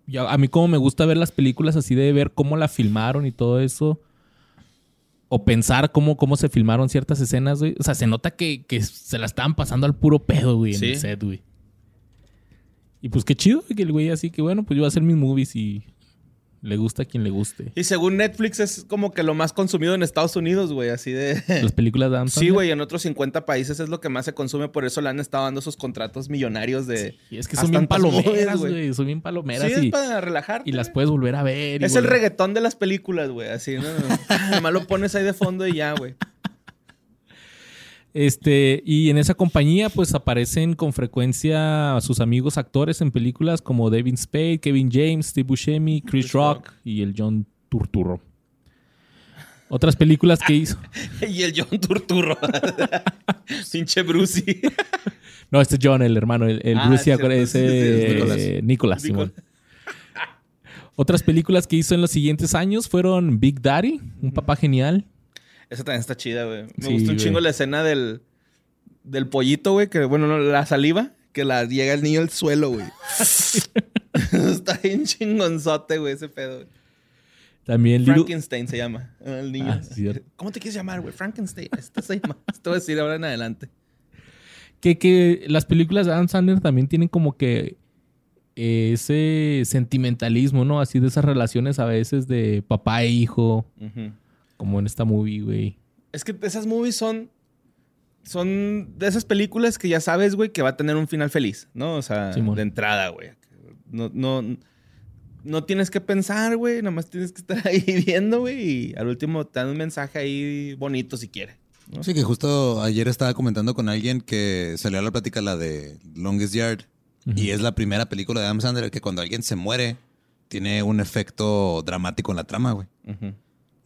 Speaker 1: yo- a mí como me gusta ver las películas así de ver cómo la filmaron y todo eso. O pensar cómo, cómo se filmaron ciertas escenas, güey. O sea, se nota que, que se la estaban pasando al puro pedo, güey, en
Speaker 2: Sí.
Speaker 1: el set, güey. Y pues qué chido güey, que el güey así que, bueno, pues yo voy a hacer mis movies y le gusta a quien le guste.
Speaker 2: Y según Netflix es como que lo más consumido en Estados Unidos, güey, así de...
Speaker 1: Las películas de Adam
Speaker 2: Sí,
Speaker 1: Sandler.
Speaker 2: güey, en otros 50 países es lo que más se consume, por eso le han estado dando esos contratos millonarios de...
Speaker 1: Y es que
Speaker 2: Haz
Speaker 1: son bien
Speaker 2: tantas
Speaker 1: palomeras,
Speaker 2: movies, güey.
Speaker 1: güey. Son bien palomeras
Speaker 2: sí,
Speaker 1: y,
Speaker 2: es para relajarte.
Speaker 1: y las
Speaker 2: güey.
Speaker 1: puedes volver a ver. y
Speaker 2: Es el
Speaker 1: volver-
Speaker 2: reggaetón de las películas, güey. Así, ¿no? Nomás lo pones ahí de fondo y ya, güey.
Speaker 1: Este, y en esa compañía, pues aparecen con frecuencia sus amigos actores en películas como David Spade, Kevin James, Steve Buscemi, Chris,
Speaker 2: Chris
Speaker 1: Rock,
Speaker 2: Rock.
Speaker 1: y el John Turturro. Otras películas que hizo.
Speaker 2: Y el John Turturro. Pinche Brucey.
Speaker 1: No, este es John, el hermano, el, el
Speaker 2: Ah,
Speaker 1: Bruce,
Speaker 2: cierto,
Speaker 1: ese
Speaker 2: sí,
Speaker 3: sí, es Nicolás.
Speaker 1: eh, Nicolás,
Speaker 2: Nicol-
Speaker 1: Simón. Otras películas que hizo en los siguientes años fueron Big Daddy, un papá genial.
Speaker 2: Esa también está chida, güey. Me
Speaker 1: Sí,
Speaker 2: gusta un
Speaker 1: güey.
Speaker 2: chingo la escena del, del pollito, güey. Que, bueno, no, la saliva. Que la llega el niño al suelo, güey. está bien chingonzote, güey, ese pedo. güey.
Speaker 1: También Little,
Speaker 2: Frankenstein se llama. eh, El niño.
Speaker 1: Ah, sí, cierto.
Speaker 2: ¿Cómo te quieres llamar, güey? Frankenstein. Esto se llama. Esto voy a decir ahora en adelante.
Speaker 1: que, que las películas de Adam Sandler también tienen como que eh, ese sentimentalismo, ¿no? Así de esas relaciones a veces de papá e hijo,
Speaker 2: Ujú.
Speaker 1: como en esta movie, güey.
Speaker 2: Es que esas movies son. Son de esas películas que ya sabes, güey, que va a tener un final feliz, ¿no? O sea,
Speaker 1: Simón.
Speaker 2: de entrada, güey. No, no, no tienes que pensar, güey. Nada más tienes que estar ahí viendo, güey. Y al último te dan un mensaje ahí bonito si quiere. ¿no?
Speaker 3: Sí, que justo ayer estaba comentando con alguien que salió a la plática la de Longest Yard. Y es la primera película de Adam Sandler que cuando alguien se muere, tiene un efecto dramático en la trama, güey.
Speaker 2: Ujú.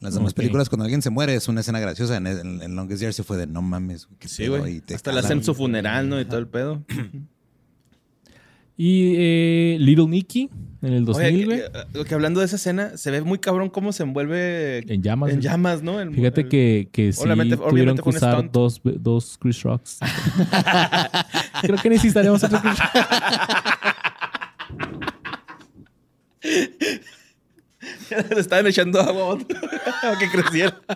Speaker 3: Las demás
Speaker 1: Ok.
Speaker 3: películas, cuando alguien se muere, es una escena graciosa. En, en- en Longest Yard se fue de no mames, güey. qué
Speaker 2: Sí,
Speaker 3: pedo",
Speaker 2: güey.
Speaker 3: y te
Speaker 2: Hasta le
Speaker 3: cala,
Speaker 2: hacen
Speaker 3: güey.
Speaker 2: su funeral, ¿no? Y todo el pedo.
Speaker 1: Y eh, Little Nicky en el 2000,
Speaker 2: Oye, eh,
Speaker 1: güey.
Speaker 2: que- que, que hablando de esa escena, se ve muy cabrón cómo se envuelve
Speaker 1: En llamas.
Speaker 2: en
Speaker 1: güey.
Speaker 2: llamas, ¿no? El-
Speaker 1: Fíjate
Speaker 2: el-
Speaker 1: que, que sí
Speaker 2: eh, Obviamente-
Speaker 1: tuvieron
Speaker 2: obviamente
Speaker 1: que
Speaker 2: fue un
Speaker 1: usar
Speaker 2: stunt.
Speaker 1: dos, dos Chris Rocks. Creo que necesitaríamos otro Chris Rock.
Speaker 2: le estaban echando agua a otro para que creciera.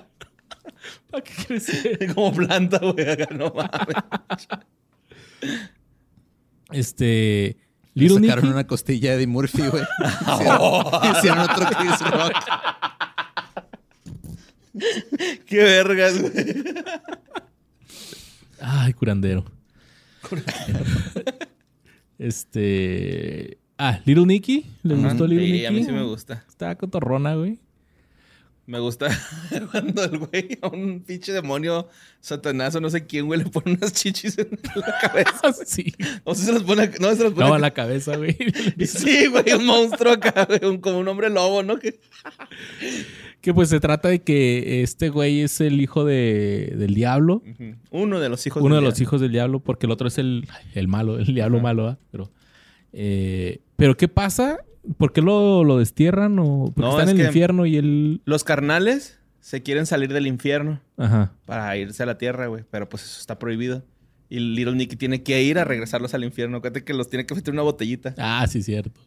Speaker 1: ¿Para qué crecer?
Speaker 2: Como planta, güey. acá, No mames.
Speaker 1: Este.
Speaker 3: Le
Speaker 1: Little
Speaker 3: sacaron
Speaker 1: Nicky.
Speaker 3: una costilla de Eddie Murphy, güey. Hicieron, hicieron otro Chris Rock.
Speaker 2: Qué vergas, güey.
Speaker 1: Ay, curandero. este. Ah, Little Nicky. ¿Le gustó Little Nicky?
Speaker 2: Sí, a mí sí me gusta.
Speaker 1: Estaba cotorrona, güey.
Speaker 2: Me gusta cuando el güey a un pinche demonio satanazo, no sé quién, güey, le pone unas chichis en la cabeza.
Speaker 1: sí.
Speaker 2: O sea, se las pone. ac- No, se las pone.
Speaker 1: No,
Speaker 2: ac-
Speaker 1: en la cabeza, güey.
Speaker 2: Sí, güey, un monstruo acá, güey, un- como un hombre lobo, ¿no? Que-
Speaker 1: que pues se trata de que este güey es el hijo de, del diablo.
Speaker 2: Ujú. Uno de los hijos
Speaker 1: Uno de
Speaker 2: Lea.
Speaker 1: los hijos del diablo, porque el otro es el, el malo, el diablo
Speaker 2: Ajá.
Speaker 1: malo, ¿ah? Pero, eh, pero ¿qué pasa? ¿Por qué lo, lo destierran? O, porque
Speaker 2: No,
Speaker 1: está en
Speaker 2: es
Speaker 1: el
Speaker 2: que-
Speaker 1: infierno y él.
Speaker 2: Los carnales se quieren salir del infierno
Speaker 1: Ajá.
Speaker 2: para irse a la tierra, güey, pero pues eso está prohibido. Y Little Nicky tiene que ir a regresarlos al infierno. Acuérdate que los tiene que meter en una botellita.
Speaker 1: Ah, sí, cierto.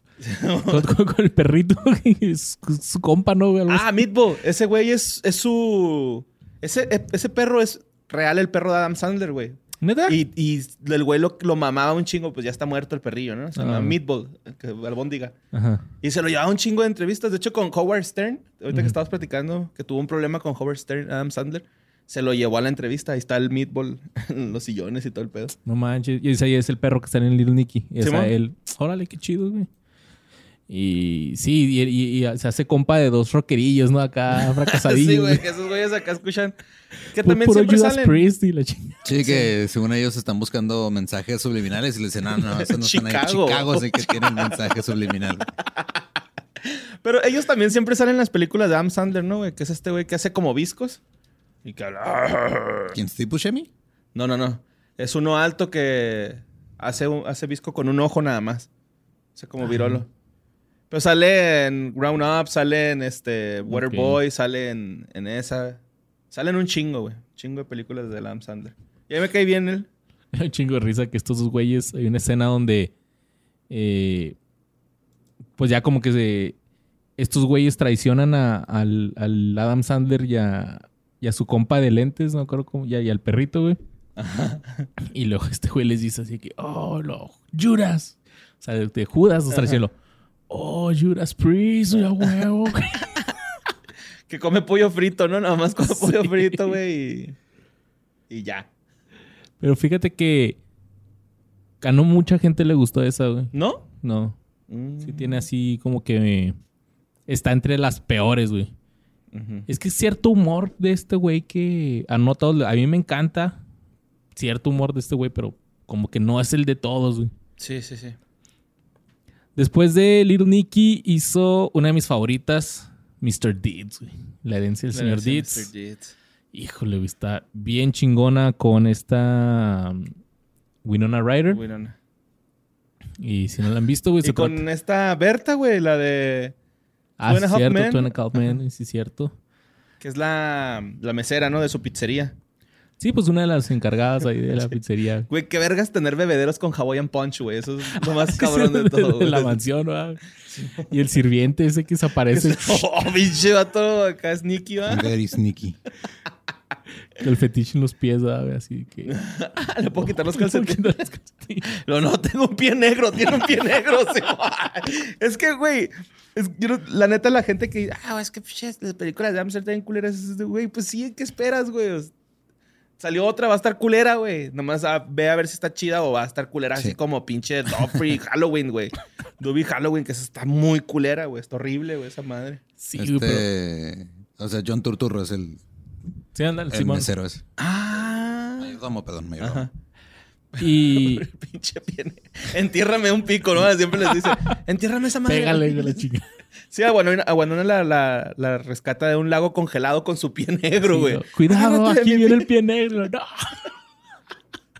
Speaker 1: con, con- con el perrito, güey, es su, su compa, ¿no? güey? Algo así.
Speaker 2: Ah, Meatball. Ese güey es, es su. Ese, e, ese perro es real, el perro de Adam Sandler, güey.
Speaker 1: ¿Neta?
Speaker 2: Y, y el güey lo, lo mamaba un chingo, pues ya está muerto el perrillo, ¿no? Se llama
Speaker 1: Ah.
Speaker 2: Meatball, que- albóndiga.
Speaker 1: Ajá.
Speaker 2: Y se lo llevaba un chingo de entrevistas. De hecho, con Howard Stern, ahorita
Speaker 1: Ujú.
Speaker 2: que estabas platicando, que tuvo un problema con Howard Stern, Adam Sandler, se lo llevó a la entrevista. Ahí está el Meatball, en los sillones y todo el pedo.
Speaker 1: No manches. Y ese ahí es el perro que está en Little Nicky. Y es
Speaker 2: Simón.
Speaker 1: a él. Órale, qué chido, güey. Y sí, y, y- y se hace compa de dos rockerillos, ¿no? Acá fracasadillos.
Speaker 2: Sí, güey,
Speaker 1: güey.
Speaker 2: que esos güeyes acá escuchan. Que
Speaker 1: Pu-
Speaker 2: también
Speaker 1: puro
Speaker 2: siempre
Speaker 1: Judas
Speaker 2: salen.
Speaker 1: Priest y la chingada.
Speaker 3: Sí, que según ellos están buscando mensajes subliminales y le dicen, no, no, esos no están ahí.
Speaker 2: Chicago.
Speaker 3: Chicago, sí que tienen mensajes subliminales.
Speaker 2: Pero ellos también siempre salen en las películas de Adam Sandler, ¿no, güey? Que es este güey que hace como viscos. Y que habla.
Speaker 3: ¿Quién? ¿Steve Buscemi?
Speaker 2: No, no, no. Es uno alto que hace, un- hace visco con un ojo nada más. Hace como
Speaker 1: Ah.
Speaker 2: virolo. Pero sale en Ground Up, sale en este Waterboy, sale en, en esa. Sale en un chingo, güey. Chingo de películas de Adam Sandler. Y ahí me cae bien él.
Speaker 1: Me da un chingo de risa que estos dos güeyes. Hay una escena donde. eh, pues ya como que se. Estos güeyes traicionan a, al, al Adam Sandler y a, y a su compa de lentes, no creo cómo, y, a- y al perrito, güey. Y luego este güey les dice así que, oh, lo, Judas. O sea, de, de Judas los traicionó. Oh, Judas Priest, ya huevo.
Speaker 2: Que come pollo frito, ¿no? Nada más come pollo frito, güey. Y, y ya.
Speaker 1: Pero fíjate que. A no mucha gente le gustó esa, güey.
Speaker 2: ¿No?
Speaker 1: No.
Speaker 2: Mm.
Speaker 1: Sí tiene así como que... Está entre las peores, güey.
Speaker 2: Ujú.
Speaker 1: Es que cierto humor de este güey que... A, no todos, le- a mí me encanta cierto humor de este güey, pero como que no es el de todos, güey.
Speaker 2: Sí, sí, sí.
Speaker 1: Después de Little Nicky hizo una de mis favoritas, Mr. Deeds, güey. La herencia del señor
Speaker 2: Versión
Speaker 1: Deeds.
Speaker 2: Mr. Deeds.
Speaker 1: Híjole, güey, está bien chingona con esta um, Winona Ryder.
Speaker 2: Winona.
Speaker 1: Y si no la han visto, güey,
Speaker 2: Y
Speaker 1: se trata-
Speaker 2: con esta Berta, güey, la de.
Speaker 1: Ah,
Speaker 2: Two and a
Speaker 1: sí,
Speaker 2: Half
Speaker 1: cierto,
Speaker 2: Men.
Speaker 1: Two and a Half Men, sí, cierto.
Speaker 2: que es la, la mesera, ¿no? De su pizzería.
Speaker 1: Sí, pues una de las encargadas ahí de la pizzería.
Speaker 2: Güey, qué vergas tener bebederos con Hawaiian Punch, güey. Eso es lo más cabrón de
Speaker 1: De-
Speaker 2: todo,
Speaker 1: de
Speaker 2: güey.
Speaker 1: la mansión, ¿verdad? Y el sirviente ese que desaparece,
Speaker 2: Oh, pinche vato, acá es Nicky, ¿va?
Speaker 3: Very sneaky.
Speaker 1: el fetiche en los pies, ¿verdad? Así que.
Speaker 2: Le puedo quitar los
Speaker 1: Un
Speaker 2: calcetines.
Speaker 1: poquito las calcetines.
Speaker 2: No, no, tengo un pie negro, tiene un pie negro. sí. Es que, güey, es- yo no- la neta, la gente que dice, ah, es que pinche, las películas de Amsterdam están culeras, es de, güey, pues sí, ¿qué esperas, güey? O sea, Salió otra, va a estar culera, güey. Nomás ah, ve a ver si está chida o va a estar culera, así
Speaker 3: Sí.
Speaker 2: como pinche Dobby Halloween, güey. Dobby Halloween, que esa está muy culera, güey. Está horrible, güey, esa madre.
Speaker 1: Sí,
Speaker 3: este,
Speaker 1: güey, pero.
Speaker 3: O sea, John Turturro es el,
Speaker 1: Sí, ándale,
Speaker 3: el
Speaker 1: Simón.
Speaker 3: mesero ese.
Speaker 2: Ah.
Speaker 3: Mayordomo, perdón, mayordomo.
Speaker 2: Ajá.
Speaker 1: Y
Speaker 2: Pinche pie negro. Entiérrame un pico, ¿no? Siempre les dice, entiérrame esa madre.
Speaker 1: pégale güey, la chica.
Speaker 2: Sí, a Guanona, a Guanona la, la- la rescata de un lago congelado con su pie negro, güey.
Speaker 1: Cuidado,
Speaker 2: Agárrate de
Speaker 1: aquí
Speaker 2: mi
Speaker 1: viene
Speaker 2: pie.
Speaker 1: el pie negro. No.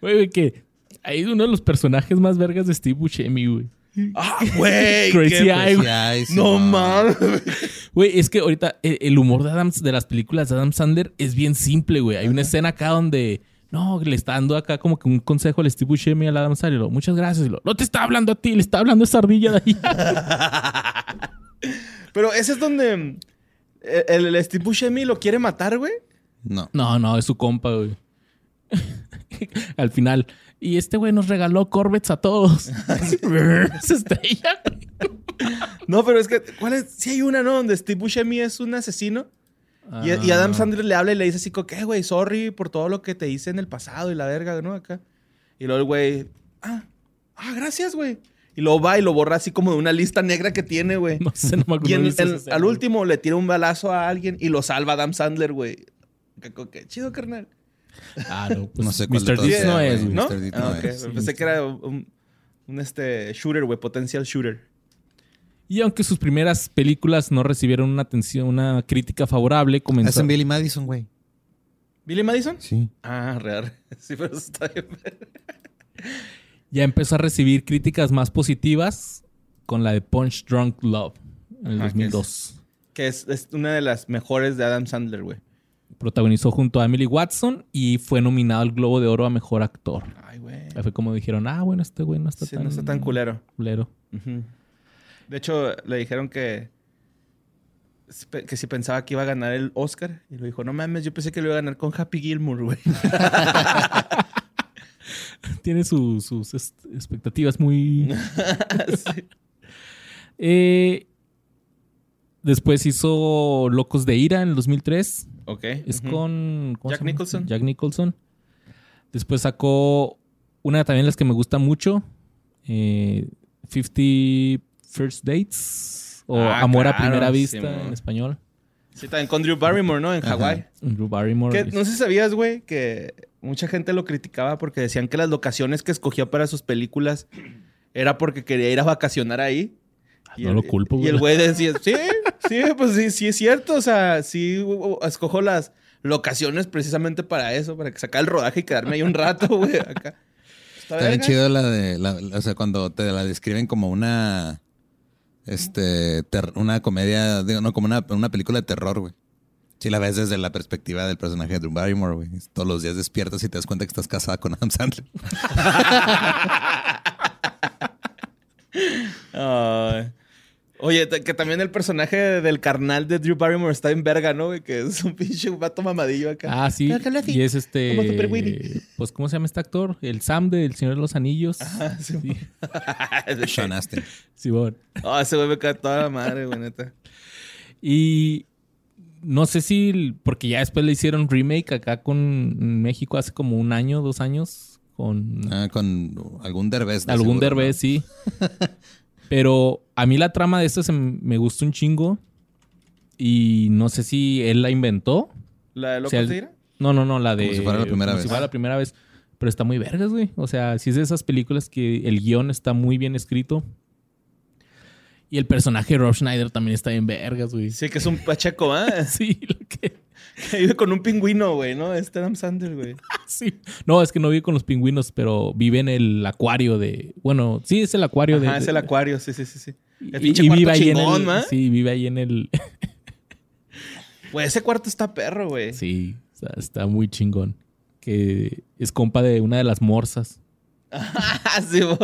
Speaker 1: Güey, güey, que. Ahí es uno de los personajes más vergas de Steve Buscemi, güey.
Speaker 2: ¡Ah, güey!
Speaker 1: Crazy
Speaker 2: qué-
Speaker 1: Eye, güey.
Speaker 3: Sí, ay,
Speaker 2: ¡No
Speaker 3: Simón.
Speaker 2: mames!
Speaker 1: Güey, es que ahorita el, el humor de, Adam, de las películas de Adam Sandler es bien simple, güey. Hay una escena acá donde, no, le está dando acá como que un consejo al Steve Buscemi al Adam Sandler. y lo, Muchas gracias. y lo, no te está hablando a ti, le está hablando a esa ardilla de ahí.
Speaker 2: Pero ese es donde mm, el, el Steve Buscemi lo quiere matar, güey.
Speaker 3: No.
Speaker 1: no, no, es su compa, güey. al final. Y este güey nos regaló Corvettes a todos. Se estrella. güey.
Speaker 2: No, pero es que, ¿cuál es? Sí hay una, ¿no? Donde Steve Buscemi es un asesino. Y, y
Speaker 1: Ah.
Speaker 2: Adam Sandler le habla y le dice así, como, ¿qué, güey? Sorry por todo lo que te hice en el pasado y la verga, ¿no? Acá. Y luego el güey, ah, ah, gracias, güey. Y lo va y lo borra así como de una lista negra que tiene, güey.
Speaker 1: No sé, no me acuerdo.
Speaker 2: Y en-
Speaker 1: de esa
Speaker 2: en-
Speaker 1: escena,
Speaker 2: al
Speaker 1: güey.
Speaker 2: último le tira un balazo a alguien y lo salva Adam Sandler, güey. Qué, qué chido, carnal.
Speaker 1: Ah, no, pues,
Speaker 3: No sé cuál de
Speaker 1: Mr.
Speaker 3: todos
Speaker 1: Deeds
Speaker 3: sea,
Speaker 1: no es,
Speaker 3: güey.
Speaker 1: güey.
Speaker 2: ¿No?
Speaker 3: Mr. Deeds
Speaker 2: Ah,
Speaker 3: no
Speaker 2: ok.
Speaker 3: es.
Speaker 2: Pensé que era un, un, este shooter, güey, potencial shooter.
Speaker 1: Y aunque sus primeras películas no recibieron una atención, una crítica favorable,
Speaker 3: Es
Speaker 1: comenzó.
Speaker 3: en Billy Madison, güey.
Speaker 2: ¿Billy Madison?
Speaker 3: Sí.
Speaker 2: Ah, real. Sí, pero está bien.
Speaker 1: ya empezó a recibir críticas más positivas con la de Punch Drunk Love en el
Speaker 2: Ah, ¿qué es?
Speaker 1: 2002.
Speaker 2: Que es, es una de las mejores de Adam Sandler, güey.
Speaker 1: Protagonizó junto a Emily Watson y fue nominado al Globo de Oro a Mejor Actor.
Speaker 2: Ay, güey.
Speaker 1: Ahí fue como dijeron, ah, bueno, este güey no está,
Speaker 2: Sí,
Speaker 1: tan,
Speaker 2: no está tan culero.
Speaker 1: culero.
Speaker 2: De hecho, le dijeron que que si pensaba que iba a ganar el Oscar y lo dijo, no mames, yo pensé que lo iba a ganar con Happy Gilmore, güey.
Speaker 1: Tiene su- sus est- expectativas muy...
Speaker 2: Sí.
Speaker 1: Eh, después hizo Locos de Ira en el 2003.
Speaker 2: Ok.
Speaker 1: Es
Speaker 2: ujú.
Speaker 1: con... ¿cómo se
Speaker 2: Jack
Speaker 1: llama?
Speaker 2: Nicholson.
Speaker 1: Jack Nicholson. Después sacó una también de las que me gusta mucho. eh, 50 First Dates. O
Speaker 2: Ah,
Speaker 1: Amor a
Speaker 2: claro,
Speaker 1: Primera Vista
Speaker 2: Simón.
Speaker 1: en español.
Speaker 2: Sí, también con Drew Barrymore, ¿no? En
Speaker 3: Ajá.
Speaker 2: Hawái.
Speaker 1: Drew Barrymore.
Speaker 2: Que no sé si sabías, güey, que mucha gente lo criticaba porque decían que las locaciones que escogía para sus películas era porque quería ir a vacacionar ahí.
Speaker 1: Ah,
Speaker 2: Y
Speaker 1: No
Speaker 2: el-
Speaker 1: lo culpo,
Speaker 2: Y
Speaker 1: güey.
Speaker 2: el güey decía, sí, sí, pues sí, sí es cierto. O sea, sí u- u- escojo las locaciones precisamente para eso, para que sacar el rodaje y quedarme ahí un rato, güey, acá. Está
Speaker 3: Está bien
Speaker 2: verga.
Speaker 3: chido la de. la- la- o sea, cuando te la describen como una. Este. ter- una comedia. Digo, no, como una, una película de terror, güey. Si la ves desde la perspectiva del personaje de Drew Barrymore, güey. Todos los días despiertas y te das cuenta que estás casada con Adam Sandler.
Speaker 2: Ay. Oye, t- que también el personaje del carnal de Drew Barrymore está en verga, ¿no? güey? Que es un pinche vato mamadillo acá.
Speaker 1: Ah, sí.
Speaker 2: Pero que habla así,
Speaker 1: Y es este.
Speaker 2: como Super Willy.
Speaker 1: Pues, ¿cómo se llama este actor? El Sam del Señor de los Anillos.
Speaker 2: Ah, sí.
Speaker 1: Sí,
Speaker 3: Sean Astin.
Speaker 1: Simón.
Speaker 2: Ah, ese güey me cae toda la madre, güey, neta.
Speaker 1: Y no sé si, porque ya después le hicieron remake acá con México hace como un año, dos años, con
Speaker 3: Ah, con algún derbez. de
Speaker 1: algún
Speaker 3: seguro, ¿no?
Speaker 1: derbez, sí. Pero a mí la trama de esta se m- me gusta un chingo y no sé si él la inventó.
Speaker 2: ¿La de Loco
Speaker 1: O sea, el-
Speaker 2: Tigre?
Speaker 1: No, no, no, la de...
Speaker 3: Como si fuera la primera
Speaker 1: como
Speaker 3: vez.
Speaker 1: si fuera la primera vez. Pero está muy vergas, güey. O sea, sí es de esas películas que el guión está muy bien escrito. Y el personaje de Rob Schneider también está bien vergas, güey.
Speaker 2: Sí, que es un pacheco, ¿ah?
Speaker 1: Sí, lo que...
Speaker 2: Que vive con un pingüino, güey, ¿no? Este Adam Sandler, güey.
Speaker 1: Sí. No, es que no vive con los pingüinos, pero vive en el acuario de... Bueno, sí, es el acuario de...
Speaker 2: Ajá, es el
Speaker 1: de-
Speaker 2: acuario, sí, sí, sí, sí.
Speaker 1: Y,
Speaker 2: El pinche
Speaker 1: y
Speaker 2: cuarto
Speaker 1: vive ahí
Speaker 2: chingón,
Speaker 1: en
Speaker 2: ¿ma?
Speaker 1: el... Sí, vive ahí en el...
Speaker 2: Güey, ese cuarto está perro, güey.
Speaker 1: Sí, está, está muy chingón. Que es compa de una de las morsas.
Speaker 2: Ah, sí, vos.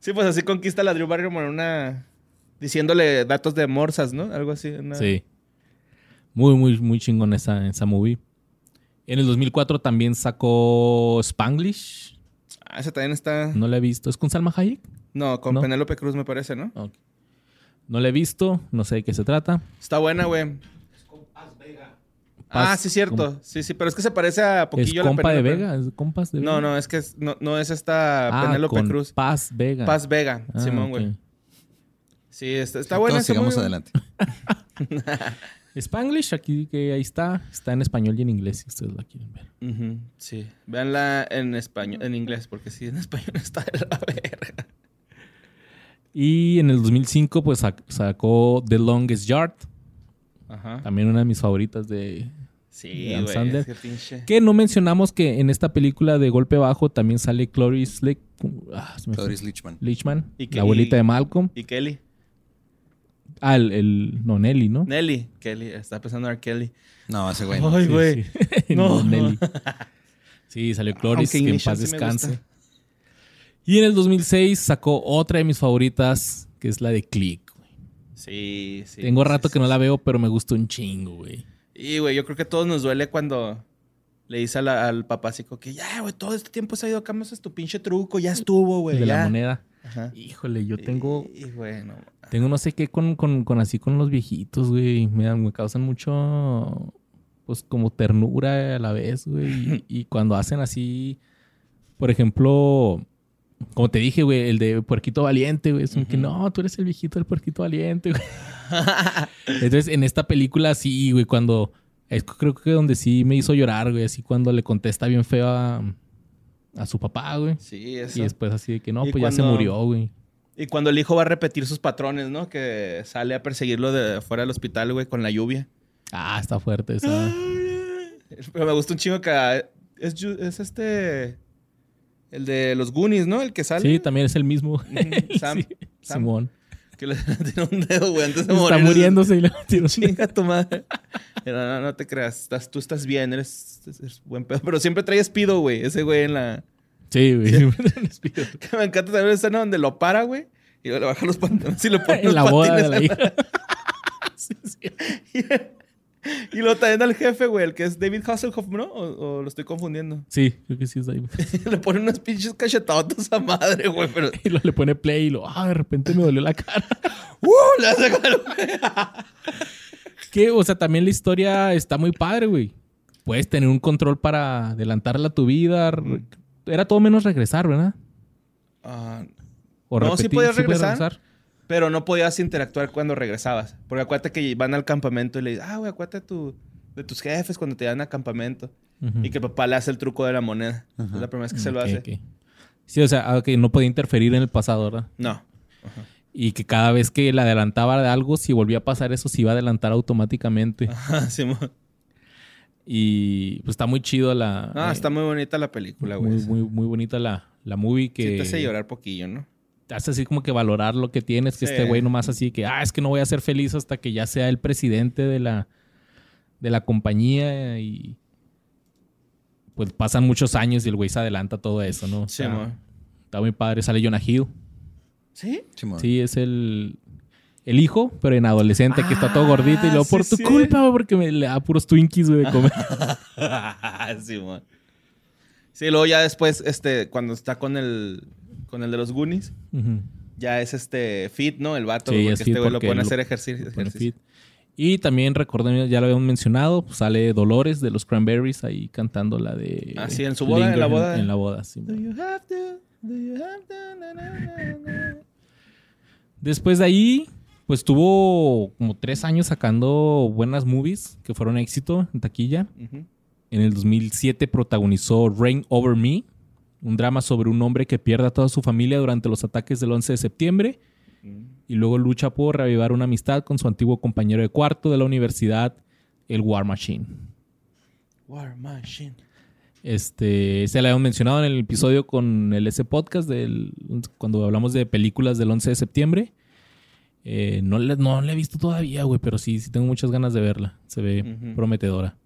Speaker 2: sí, pues así conquista la Drew Barrymore una... Diciéndole datos de morsas, ¿no? Algo así. una-
Speaker 1: Sí. Muy, muy, muy chingón esa, esa movie. En el 2004 también sacó Spanglish.
Speaker 2: Ah, esa también está... No,
Speaker 1: No la he visto. ¿Es con Salma Hayek?
Speaker 2: con
Speaker 1: No.
Speaker 2: Penélope Cruz me parece, ¿no?
Speaker 1: Ok. No la he visto. No sé de qué se trata.
Speaker 2: Está buena, güey. Ah,
Speaker 1: Paz-
Speaker 2: sí, cierto.
Speaker 1: com-
Speaker 2: Sí, sí, pero es que se parece a
Speaker 1: ¿Es
Speaker 2: poquillo a la
Speaker 1: compa de
Speaker 2: Penélope.
Speaker 1: Vega? ¿Es compas de Vega?
Speaker 2: No, no, es que es- no, no es esta
Speaker 1: Ah,
Speaker 2: Penélope
Speaker 1: con
Speaker 2: Cruz.
Speaker 1: Paz Vega.
Speaker 2: Paz Vega,
Speaker 1: Ah,
Speaker 2: Simón, güey.
Speaker 1: ok.
Speaker 2: Sí, está, está
Speaker 3: Todos
Speaker 2: buena. está muy
Speaker 3: sigamos
Speaker 2: buena.
Speaker 3: adelante.
Speaker 1: Spanglish, aquí que ahí está. Está en español y en inglés, si ustedes la quieren ver.
Speaker 2: Ujú, Sí, véanla en español, en inglés, porque sí, en español está de la verga.
Speaker 1: Y en el 2005, pues sac- sacó The Longest Yard.
Speaker 2: Ajá.
Speaker 1: También una de mis favoritas de,
Speaker 2: Sí,
Speaker 1: Adam
Speaker 2: güey.
Speaker 1: Sandler.
Speaker 2: es que pinche-
Speaker 1: Que no mencionamos que en esta película de Golpe Bajo también sale Cloris Lick, ah, se me fue.
Speaker 3: Doris Lichman.
Speaker 1: Lichman,
Speaker 2: Y que-
Speaker 1: la abuelita
Speaker 2: y-
Speaker 1: de Malcolm.
Speaker 2: Y Kelly.
Speaker 1: Ah, el, el- no, Nelly, ¿no?
Speaker 2: Nelly. Kelly. Está pensando en Kelly.
Speaker 3: No, ese güey. no.
Speaker 2: Ay,
Speaker 1: Sí,
Speaker 2: güey.
Speaker 1: sí. no,
Speaker 2: No.
Speaker 1: Nelly. Sí, salió Cloris, que
Speaker 2: Aunque
Speaker 1: en
Speaker 2: Ignition
Speaker 1: paz
Speaker 2: sí me
Speaker 1: descanse.
Speaker 2: gusta.
Speaker 1: Y en el 2006 sacó otra de mis favoritas, que es la de Click. güey.
Speaker 2: Sí, sí.
Speaker 1: Tengo
Speaker 2: sí,
Speaker 1: rato
Speaker 2: sí,
Speaker 1: que no la veo, pero me gustó un chingo, güey.
Speaker 2: Y, güey, yo creo que a todos nos duele cuando le dice a la- al papacico que ya, güey, todo este tiempo se ha ido acá, más es tu pinche truco, ya estuvo, güey.
Speaker 1: El de
Speaker 2: ya.
Speaker 1: la moneda.
Speaker 2: Ajá.
Speaker 1: Híjole, yo tengo...
Speaker 2: Y, güey, no.
Speaker 1: Tengo no sé qué con, con, con así con los viejitos, güey. Me, dan- me causan mucho, pues como ternura a la vez, güey. Y, y cuando hacen así, por ejemplo, como te dije, güey, el de Puerquito Valiente, güey. Es como que
Speaker 2: Ujú.
Speaker 1: no, tú eres el viejito del Puerquito Valiente, güey. Entonces, en esta película sí, güey, cuando... Es, que creo que donde sí me hizo llorar, güey. Así cuando le contesta bien feo a, a su papá, güey.
Speaker 2: Sí, eso.
Speaker 1: Y después así de que no,
Speaker 2: Y
Speaker 1: pues ya se
Speaker 2: cuando-
Speaker 1: murió, güey.
Speaker 2: Y cuando el hijo va a repetir sus patrones, ¿no? Que sale a perseguirlo de fuera del hospital, güey, con la lluvia.
Speaker 1: Ah, está fuerte esa.
Speaker 2: Pero me gusta un chingo que ah, es, Ju- es este el de los Goonies, ¿no? El que sale.
Speaker 1: Sí, también es el mismo.
Speaker 2: Ujú, Sam,
Speaker 1: Sí,
Speaker 2: Sam.
Speaker 1: Simón.
Speaker 2: Que le tiene un dedo, güey, antes de morir.
Speaker 1: Está muriéndose y le tiro
Speaker 2: Chinga tu madre. Pero no, no te creas. estás- tú estás bien, eres, eres buen pedo. Pero siempre traes pido, güey. Ese güey en la.
Speaker 1: Sí, güey.
Speaker 2: Que me encanta también la escena donde lo para, güey. Y le baja los pantalones y le pone
Speaker 1: en la
Speaker 2: los
Speaker 1: boda de
Speaker 2: patines
Speaker 1: la
Speaker 2: en-
Speaker 1: hija. Sí, sí.
Speaker 2: Y luego también al jefe, güey, el que es David Hasselhoff, ¿no? O, o lo estoy confundiendo.
Speaker 1: Sí, creo que sí es ahí.
Speaker 2: Le pone unos pinches cachetadotas a madre, güey, pero...
Speaker 1: Y lo, le pone play y lo, ah, de repente me dolió la cara.
Speaker 2: ¡Uh! Le hace calor.
Speaker 1: Que, o sea, también la historia está muy padre, güey. Puedes tener un control para adelantarla a tu vida. Re- Era todo menos regresar, ¿verdad?
Speaker 2: Ah,
Speaker 1: O
Speaker 2: No, sí podías regresar.
Speaker 1: regresar.
Speaker 2: pero no podías interactuar cuando regresabas. Porque acuérdate que van al campamento y le dicen, ah, güey, acuérdate de tu- de tus jefes cuando te dan a campamento.
Speaker 1: Ujú.
Speaker 2: Y que el papá le hace el truco de la moneda.
Speaker 3: Ajá.
Speaker 2: Es la primera vez que se lo
Speaker 1: Mm. Ok,
Speaker 2: hace.
Speaker 1: ok. Sí, o sea, ah, ok, no podía interferir en el pasado, ¿verdad?
Speaker 2: No.
Speaker 1: Y que cada vez que le adelantaba de algo, si volvía a pasar eso, se iba a adelantar automáticamente.
Speaker 2: Ajá, Simón.
Speaker 1: Y pues está muy chido la.
Speaker 2: Ah,
Speaker 1: eh,
Speaker 2: está muy bonita la película, güey.
Speaker 1: muy, muy, muy bonita la, la movie que.
Speaker 2: Sí te hace llorar poquillo, ¿no?
Speaker 1: te hace así como que valorar lo que tienes, que
Speaker 2: Sí.
Speaker 1: este güey nomás así que, ah, es que no voy a ser feliz hasta que ya sea el presidente de la, de la compañía y pues pasan muchos años y el güey se adelanta todo eso, ¿no? O
Speaker 2: Sí,
Speaker 1: sea,
Speaker 2: mo.
Speaker 1: está muy padre, sale Jonah Hill.
Speaker 2: ¿Sí?
Speaker 3: Simón.
Speaker 1: Sí, es el, el hijo, pero en adolescente, que está todo gordito y
Speaker 2: Ah,
Speaker 1: luego, por
Speaker 2: sí,
Speaker 1: tu
Speaker 2: sí.
Speaker 1: culpa, güey, porque me le da puros Twinkies, güey, de comer.
Speaker 2: Simón. Sí, luego ya después, este, cuando está con el, con el de los Goonies,
Speaker 1: Ujú.
Speaker 2: ya es este fit, ¿no? El vato,
Speaker 1: Sí,
Speaker 2: porque
Speaker 1: es
Speaker 2: este
Speaker 1: fit
Speaker 2: güey lo
Speaker 1: porque
Speaker 2: pone a
Speaker 1: lo-
Speaker 2: hacer ejercicio.
Speaker 1: Bueno,
Speaker 2: ejercicio.
Speaker 1: fit. Y también recordé, ya lo habíamos mencionado, pues, sale Dolores de los Cranberries ahí cantando la de.
Speaker 2: Ah, sí, en su boda, en la boda.
Speaker 1: En, la boda, sí.
Speaker 2: Do you have to? Do you have to? Na, na, na, na.
Speaker 1: Después de ahí, pues tuvo como tres años sacando buenas movies que fueron éxito en taquilla.
Speaker 2: Ujú.
Speaker 1: En el 2007 protagonizó Rain Over Me, un drama sobre un hombre que pierde a toda su familia durante los ataques del 11 de septiembre y luego lucha por reavivar una amistad con su antiguo compañero de cuarto de la universidad, el War Machine.
Speaker 2: War Machine.
Speaker 1: Este, se la habíamos mencionado en el episodio con el ese podcast del, cuando hablamos de películas del 11 de septiembre. Eh, no, le- no la he visto todavía, güey, pero sí, sí tengo muchas ganas de verla. Se ve
Speaker 2: Ujú.
Speaker 1: prometedora.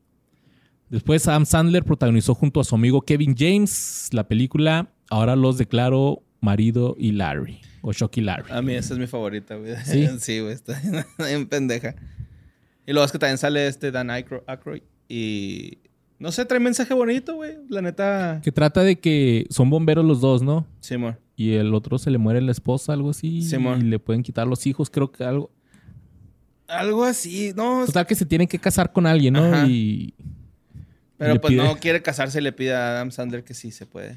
Speaker 1: Después Adam Sandler protagonizó junto a su amigo Kevin James la película Ahora los declaro marido y Larry o Shock y Larry.
Speaker 2: A mí esa es mi favorita, güey.
Speaker 1: ¿Sí?
Speaker 2: Sí, güey, está en pendeja. Y luego es que también sale este Dan Aykro- Aykroyd y... No sé, trae mensaje bonito, güey. La neta...
Speaker 1: Que trata de que son bomberos los dos, ¿no?
Speaker 2: Simón.
Speaker 1: Y el otro se le muere la esposa, algo así.
Speaker 2: Simón.
Speaker 1: y le pueden quitar los hijos, creo que algo.
Speaker 2: Algo así, no.
Speaker 1: Total que se tienen que casar con alguien, ¿no?
Speaker 2: Ajá.
Speaker 1: Y
Speaker 2: Pero
Speaker 1: le
Speaker 2: pues
Speaker 1: pide-
Speaker 2: no quiere casarse y le pide a Adam Sandler que sí se puede.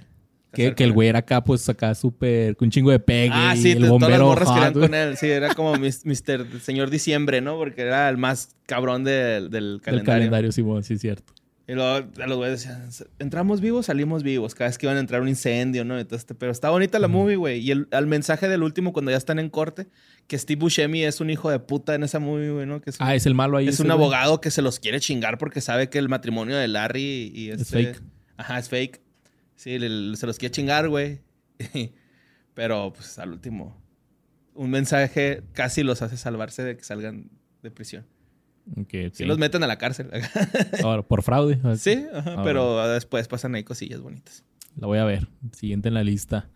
Speaker 1: que,
Speaker 2: casar
Speaker 1: que el
Speaker 2: con
Speaker 1: güey era acá, pues acá súper, con un chingo de
Speaker 2: él.
Speaker 1: pegue.
Speaker 2: Ah,
Speaker 1: y
Speaker 2: sí,
Speaker 1: el
Speaker 2: de todas las
Speaker 1: bombero.
Speaker 2: morras que
Speaker 1: hot,
Speaker 2: eran
Speaker 1: güey,
Speaker 2: con él. Sí, era como mis- Mr. Señor Diciembre, ¿no? Porque era el más cabrón del, del
Speaker 1: del
Speaker 2: calendario.
Speaker 1: calendario, Simón, sí, es cierto.
Speaker 2: Y luego a los güeyes decían, entramos vivos, salimos vivos. Cada vez que iban a entrar un incendio, ¿no? Entonces, pero está bonita la movie, güey. Y el, al mensaje del último, cuando ya están en corte, que Steve Buscemi es un hijo de puta en esa movie, güey, ¿no? Que es un,
Speaker 1: Ah, es el malo ahí.
Speaker 2: es
Speaker 1: ese
Speaker 2: un
Speaker 1: güey.
Speaker 2: abogado que se los quiere chingar porque sabe que el matrimonio de Larry y
Speaker 1: Es
Speaker 2: este-
Speaker 1: fake.
Speaker 2: Ajá, es fake. Sí, le- le- se los quiere chingar, güey. Pero pues al último, un mensaje casi los hace salvarse de que salgan de prisión.
Speaker 1: Ok, ok.
Speaker 2: Sí, los meten a la cárcel.
Speaker 1: Ahora, por fraude. a ver,
Speaker 2: sí, ajá,
Speaker 1: Ah,
Speaker 2: pero después pasan ahí cosillas bonitas.
Speaker 1: La voy a ver. Siguiente en la lista.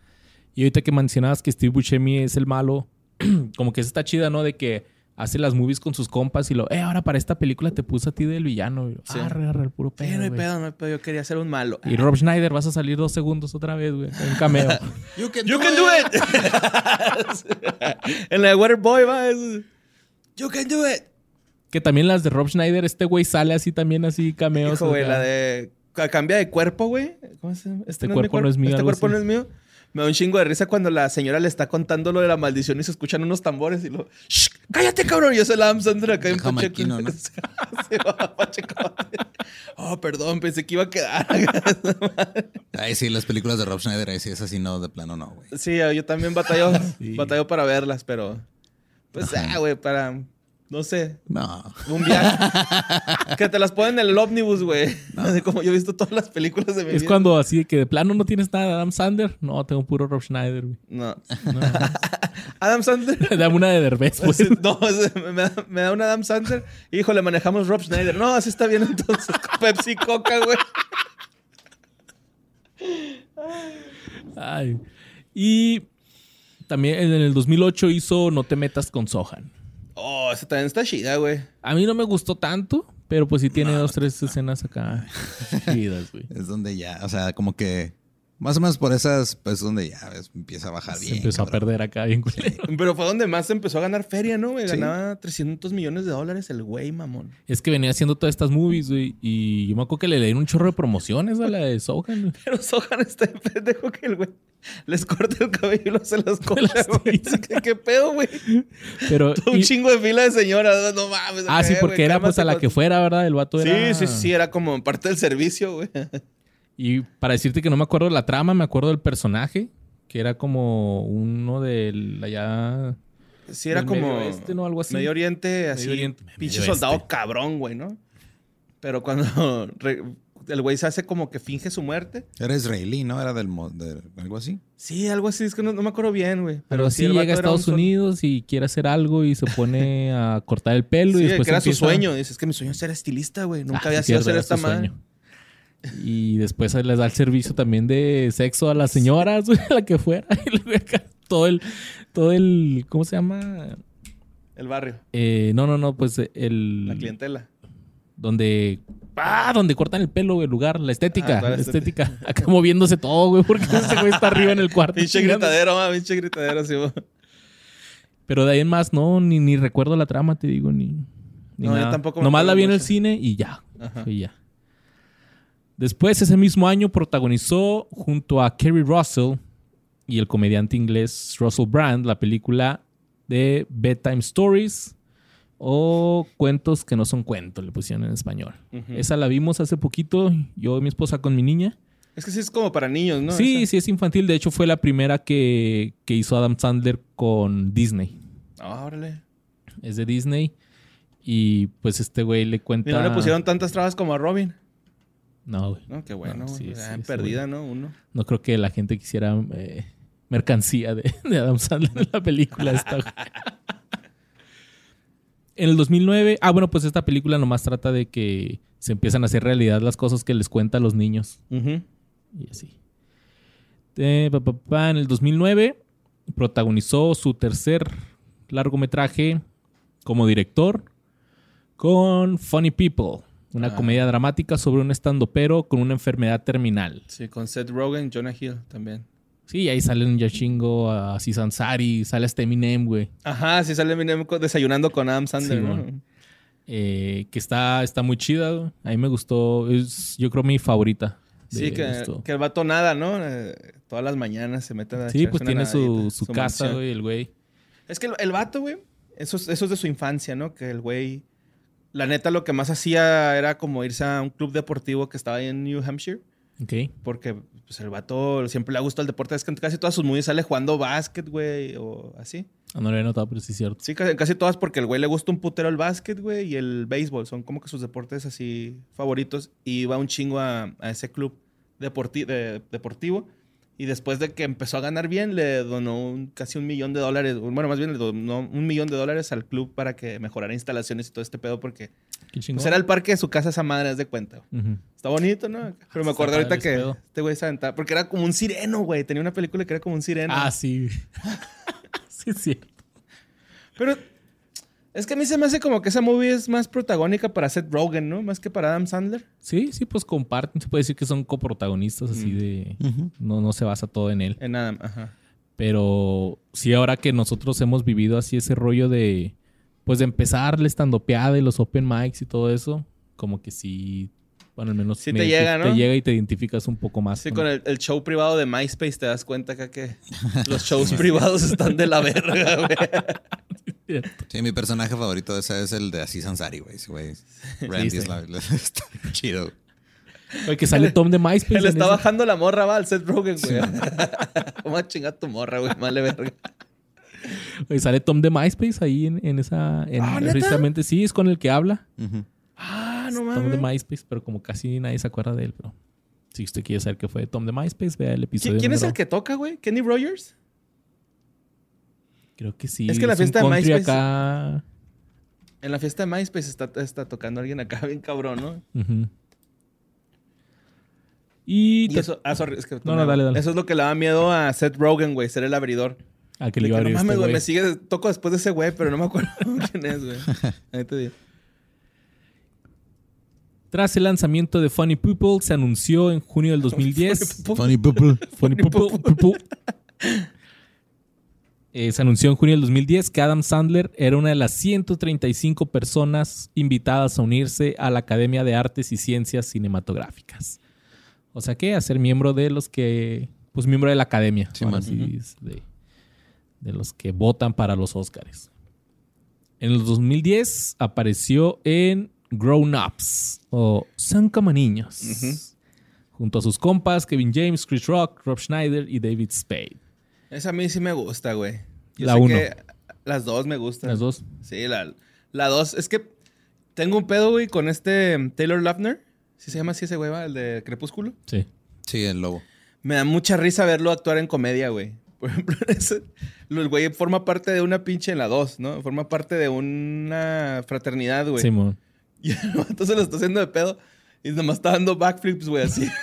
Speaker 1: Y ahorita que mencionabas que Steve Buscemi es el malo, como que eso está chida, ¿no? De que hace las movies con sus compas y lo, eh, ahora para esta película te puse a ti del villano. Y yo,
Speaker 2: Sí.
Speaker 1: Arre, arre, el puro pedo.
Speaker 2: Pero no hay
Speaker 1: güey".
Speaker 2: pedo, no hay pedo. Yo quería ser un malo.
Speaker 1: Y Rob Schneider, vas a salir dos segundos otra vez, güey. Un cameo.
Speaker 3: You can
Speaker 2: You can do it. en la de Waterboy va. es- You can do it.
Speaker 1: que también las de Rob Schneider, este güey sale así también, así cameos.
Speaker 2: Hijo, güey,
Speaker 1: acá.
Speaker 2: la de. ca- Cambia de cuerpo, güey. ¿Cómo se llama?
Speaker 1: Este cuerpo no es mío,
Speaker 2: Este
Speaker 1: algo
Speaker 2: cuerpo
Speaker 1: así.
Speaker 2: no es mío. Me da un chingo de risa cuando la señora le está contando lo de la maldición y se escuchan unos tambores y lo. "Shh, ¡Cállate, cabrón! Y yo soy la Adam Sandler acá en
Speaker 3: El
Speaker 2: Pacheco.
Speaker 3: jamaiquino, ¿no?
Speaker 2: Se va Pacheco. Oh, perdón, pensé que iba a quedar.
Speaker 3: Ay, sí, las películas de Rob Schneider, ahí sí, esas sí no, de plano no, güey.
Speaker 2: sí, yo también batallo,
Speaker 1: Sí.
Speaker 2: batallo para verlas, pero. Pues,
Speaker 3: Ajá.
Speaker 2: ah, güey, para. No sé,
Speaker 3: No.
Speaker 2: un viaje. que te las ponen en el ómnibus, güey. Así como yo he visto todas las películas de mi
Speaker 1: Es
Speaker 2: vida.
Speaker 1: cuando así de que de plano no tienes nada de Adam Sander. No, tengo puro Rob Schneider, güey.
Speaker 2: No.
Speaker 1: No.
Speaker 2: Adam Sandler.
Speaker 1: Dame una de Derbez, pues.
Speaker 2: Sí, No, es- me da, me da un Adam Sandler. Hijo, le manejamos Rob Schneider. No, así está bien entonces. con Pepsi y Coca, güey.
Speaker 1: Ay. Y también en el 2008 hizo No te metas con Sohan.
Speaker 2: Oh, esa también está chida, güey.
Speaker 1: A mí no me gustó tanto, pero pues sí tiene dos, tres escenas acá chidas, güey.
Speaker 3: Es donde ya, o sea, como que más o menos por esas, pues donde ya ves, empieza a bajar
Speaker 1: Se
Speaker 3: bien.
Speaker 1: empezó a
Speaker 3: cabrón.
Speaker 1: perder acá bien culero.
Speaker 2: Pero fue donde más empezó a ganar feria, ¿no? güey?
Speaker 3: Sí.
Speaker 2: Ganaba 300 millones de dólares el güey, mamón.
Speaker 1: Es que venía haciendo todas estas movies, güey. Y yo me acuerdo que le dieron un chorro de promociones a la de Sohan, güey.
Speaker 2: Pero Sohan está de pendejo que el güey les corta el cabello y luego se las corta,
Speaker 1: las
Speaker 2: güey. ¿Qué, qué pedo, güey?
Speaker 1: Pero.
Speaker 2: Un
Speaker 1: y-
Speaker 2: chingo de fila de señoras. No mames.
Speaker 1: ah, sí,
Speaker 2: Eh, güey,
Speaker 1: porque era pues
Speaker 2: cálmate
Speaker 1: a la
Speaker 2: con-
Speaker 1: que fuera, ¿verdad? El vato era.
Speaker 2: Sí, sí, sí, era como parte del servicio, güey.
Speaker 1: Y para decirte que no me acuerdo de la trama, me acuerdo del personaje, que era como uno del allá
Speaker 2: Sí, era
Speaker 1: Del
Speaker 2: como.
Speaker 1: Medio Oeste, ¿no? Algo así.
Speaker 2: Medio Oriente, así.
Speaker 1: Oriente.
Speaker 2: Pinche
Speaker 1: Medio
Speaker 2: soldado
Speaker 1: Oeste.
Speaker 2: cabrón, güey, ¿no? Pero cuando re- el güey se hace como que finge su muerte.
Speaker 3: Era israelí, ¿no? Era del, mo- de- algo así.
Speaker 2: Sí, algo así, es que no, no me acuerdo bien, güey.
Speaker 1: Pero
Speaker 2: sí,
Speaker 1: sí
Speaker 2: el vato
Speaker 1: llega a
Speaker 2: era un
Speaker 1: Estados
Speaker 2: sol-
Speaker 1: Unidos y quiere hacer algo y se pone a cortar el pelo
Speaker 2: Sí,
Speaker 1: y después
Speaker 2: que era su
Speaker 1: empieza-
Speaker 2: sueño. Dices es que mi sueño es ser estilista, güey. Nunca
Speaker 1: Ah,
Speaker 2: había
Speaker 1: sí,
Speaker 2: sido
Speaker 1: cierto,
Speaker 2: ser
Speaker 1: era
Speaker 2: esta
Speaker 1: su
Speaker 2: madre.
Speaker 1: sueño. Y después les da el servicio también de sexo a las señoras, güey, a la que fuera. Y luego acá todo el, todo el, ¿cómo se llama?
Speaker 2: El barrio,
Speaker 1: Eh, no, no, no, pues el...
Speaker 2: la clientela.
Speaker 1: Donde. Ah, donde cortan el pelo, güey, el lugar, la estética,
Speaker 2: Ah, toda
Speaker 1: la
Speaker 2: la
Speaker 1: estética. Acá moviéndose todo, güey, porque ese güey está arriba en el cuarto.
Speaker 2: Pinche
Speaker 1: chingando.
Speaker 2: gritadero, ma, pinche gritadero, sí, güey.
Speaker 1: Pero de ahí en más, no, ni, ni recuerdo la trama, te digo, ni. ni
Speaker 2: No, yo
Speaker 1: nada.
Speaker 2: tampoco me
Speaker 1: Nomás
Speaker 2: acuerdo
Speaker 1: la vi en el
Speaker 2: mucho. Ah.
Speaker 1: cine y ya.
Speaker 2: Ajá.
Speaker 1: Y ya. Después, ese mismo año, protagonizó junto a Kerry Russell y el comediante inglés Russell Brand la película de Bedtime Stories o Cuentos que no son cuentos, le pusieron en español.
Speaker 2: Ujú.
Speaker 1: Esa la vimos hace poquito, yo y mi esposa con mi niña.
Speaker 2: Es que sí es como para niños, ¿no?
Speaker 1: sí,
Speaker 2: Esa-
Speaker 1: sí, es infantil. De hecho, fue la primera que, que hizo Adam Sandler con Disney.
Speaker 2: Ah, órale.
Speaker 1: Es de Disney. Y pues este güey le cuenta.
Speaker 2: Y no le pusieron tantas trabas como a Robin.
Speaker 1: No, güey.
Speaker 2: No, qué bueno.
Speaker 1: No, sí,
Speaker 2: güey.
Speaker 1: sí,
Speaker 2: Ah,
Speaker 1: es
Speaker 2: perdida, ¿no? Uno.
Speaker 1: No creo que la gente quisiera eh, mercancía de, de Adam Sandler en la película esta. güey. en el 2009, ah bueno, pues esta película nomás trata de que se empiezan a hacer realidad las cosas que les cuenta a los niños y así. Eh, pa, pa, pa, en el 2009 protagonizó su tercer largometraje como director con Funny People, una
Speaker 2: Ah.
Speaker 1: comedia dramática sobre un estandopero con una enfermedad terminal.
Speaker 2: Sí, con Seth Rogen, Jonah Hill también.
Speaker 1: Sí, ahí salen Yachingo, a Sansari, sale este Eminem, güey.
Speaker 2: Ajá, sí sale Eminem co- desayunando con Adam Sandler,
Speaker 1: Sí,
Speaker 2: ¿no?
Speaker 1: bueno. eh, que está, está muy chida, güey. A mí me gustó, es yo creo mi favorita. de
Speaker 2: Sí, que,
Speaker 1: esto.
Speaker 2: que el vato nada, ¿no? Eh, todas las mañanas se meten a
Speaker 1: Sí,
Speaker 2: echarse
Speaker 1: pues
Speaker 2: una
Speaker 1: tiene su,
Speaker 2: nadadita,
Speaker 1: su casa,
Speaker 2: mansión.
Speaker 1: güey, el güey.
Speaker 2: Es que el, el vato, güey, eso, es- eso es de su infancia, ¿no? Que el güey, la neta, lo que más hacía era como irse a un club deportivo que estaba ahí en New Hampshire.
Speaker 1: Ok.
Speaker 2: Porque pues, el vato siempre le ha gustado el deporte. Es que en casi todas sus movies sale jugando básquet, güey, o así.
Speaker 1: Ah, No lo había notado, pero sí es cierto.
Speaker 2: Sí, ca- casi, todas porque el güey le gusta un putero el básquet, güey, y el béisbol. Son como que sus deportes así favoritos. Y va un chingo a, a ese club deporti- de- deportivo. Y después de que empezó a ganar bien, le donó un- casi un millón de dólares. Bueno, más bien le donó un millón de dólares al club para que mejorara instalaciones y todo este pedo. Porque
Speaker 1: Qué chingón.
Speaker 2: pues, era el parque de su casa esa madre, haz de cuenta. güey.
Speaker 1: Ujú.
Speaker 2: Está bonito, ¿no? Pero me
Speaker 1: Ah, Está
Speaker 2: acordé ahorita
Speaker 1: padre ese
Speaker 2: que
Speaker 1: pedo.
Speaker 2: este güey se aventaba. Porque era como un sireno, güey. Tenía una película que era como un sireno.
Speaker 1: Ah, sí. sí, es cierto.
Speaker 2: Pero es que a mí se me hace como que esa movie es más protagónica para Seth Rogen, ¿no? Más que para Adam Sandler.
Speaker 1: Sí, sí, pues comparten. Se puede decir que son coprotagonistas así
Speaker 2: Mm.
Speaker 1: de... No, no se basa todo en él.
Speaker 2: En Adam, ajá.
Speaker 1: Pero sí, ahora que nosotros hemos vivido así ese rollo de, pues de empezar la estandopeada y los open mics y todo eso, como que sí, bueno, al menos
Speaker 2: Sí
Speaker 1: medio
Speaker 2: te
Speaker 1: que
Speaker 2: llega, ¿no?
Speaker 1: te llega y te identificas un poco más.
Speaker 2: Así
Speaker 1: con-
Speaker 2: con el, el show privado de MySpace te das cuenta acá que los shows privados están de la verga, güey.
Speaker 3: Sí, mi personaje favorito de esa es el de Aziz Ansari, güey. Ese güey. Randy
Speaker 1: Sí,
Speaker 3: es la- está chido.
Speaker 1: Oye, que sale Tom de MySpace.
Speaker 2: Le
Speaker 1: Pues en
Speaker 2: está
Speaker 1: ese-
Speaker 2: bajando la morra, va, al Seth Rogen, güey. ¿Cómo a chingar tu morra, güey? Male verga.
Speaker 1: Oye, sale Tom de MySpace ahí en, en esa... en-
Speaker 2: Ah, ¿neta?
Speaker 1: precisamente, sí, es con el que habla.
Speaker 3: Ujú.
Speaker 2: Ah, no
Speaker 1: Tom de
Speaker 2: mames.
Speaker 1: MySpace, pero como casi nadie se acuerda de él, pero... Si usted quiere saber qué fue de Tom de MySpace, vea el
Speaker 2: ¿Qui-
Speaker 1: episodio.
Speaker 2: ¿Quién es el
Speaker 1: número-
Speaker 2: que toca, güey? ¿Kenny Rogers?
Speaker 1: Creo que sí.
Speaker 2: Es que la
Speaker 1: un
Speaker 2: fiesta de
Speaker 1: country
Speaker 2: MySpace-
Speaker 1: acá.
Speaker 2: En la fiesta de MySpace está, está tocando alguien acá bien cabrón, ¿no?
Speaker 1: Ujú. Y,
Speaker 2: Y
Speaker 1: te-
Speaker 2: eso, ah, sorry, es que
Speaker 1: No, no, dale, dale.
Speaker 2: Eso es lo que le da miedo a Seth Rogen, güey, ser el abridor.
Speaker 1: Ah, que
Speaker 2: De
Speaker 1: le iba a
Speaker 2: que,
Speaker 1: abrir
Speaker 2: no
Speaker 1: este
Speaker 2: mames, güey,
Speaker 1: güey.
Speaker 2: me sigue, toco después de ese güey, pero no me acuerdo quién es, güey. Ahí te digo.
Speaker 1: Tras el lanzamiento de Funny People, se anunció en junio del 2010.
Speaker 3: Funny people.
Speaker 1: Funny People. People. Eh, se anunció en junio del 2010 que Adam Sandler era una de las 135 personas invitadas a unirse a la Academia de Artes y Ciencias Cinematográficas. O sea que a ser miembro de los que, pues miembro de la Academia,
Speaker 3: Sí,
Speaker 1: ahora
Speaker 3: man.
Speaker 1: sí, es de, de los que votan para los Óscares. En el 2010 apareció en Grown Ups o Son como niños. Junto a sus compas Kevin James, Chris Rock, Rob Schneider y David Spade.
Speaker 2: Esa a mí sí me gusta, güey. Yo
Speaker 1: La
Speaker 2: sé
Speaker 1: uno.
Speaker 2: que Las dos me gustan.
Speaker 1: Las dos.
Speaker 2: Sí, la, la dos. Es que tengo un pedo, güey, con este mm, Taylor Lautner. ¿Sí se llama así ese güey, va? El de Crepúsculo.
Speaker 1: Sí.
Speaker 3: Sí, el lobo.
Speaker 2: Me da mucha risa verlo actuar en comedia, güey. Por ejemplo, ese- el güey forma parte de una pinche en la dos, ¿no? Forma parte de una fraternidad, güey.
Speaker 1: Simón.
Speaker 2: Y el vato se lo está haciendo de pedo. Y nomás está dando backflips, güey, así.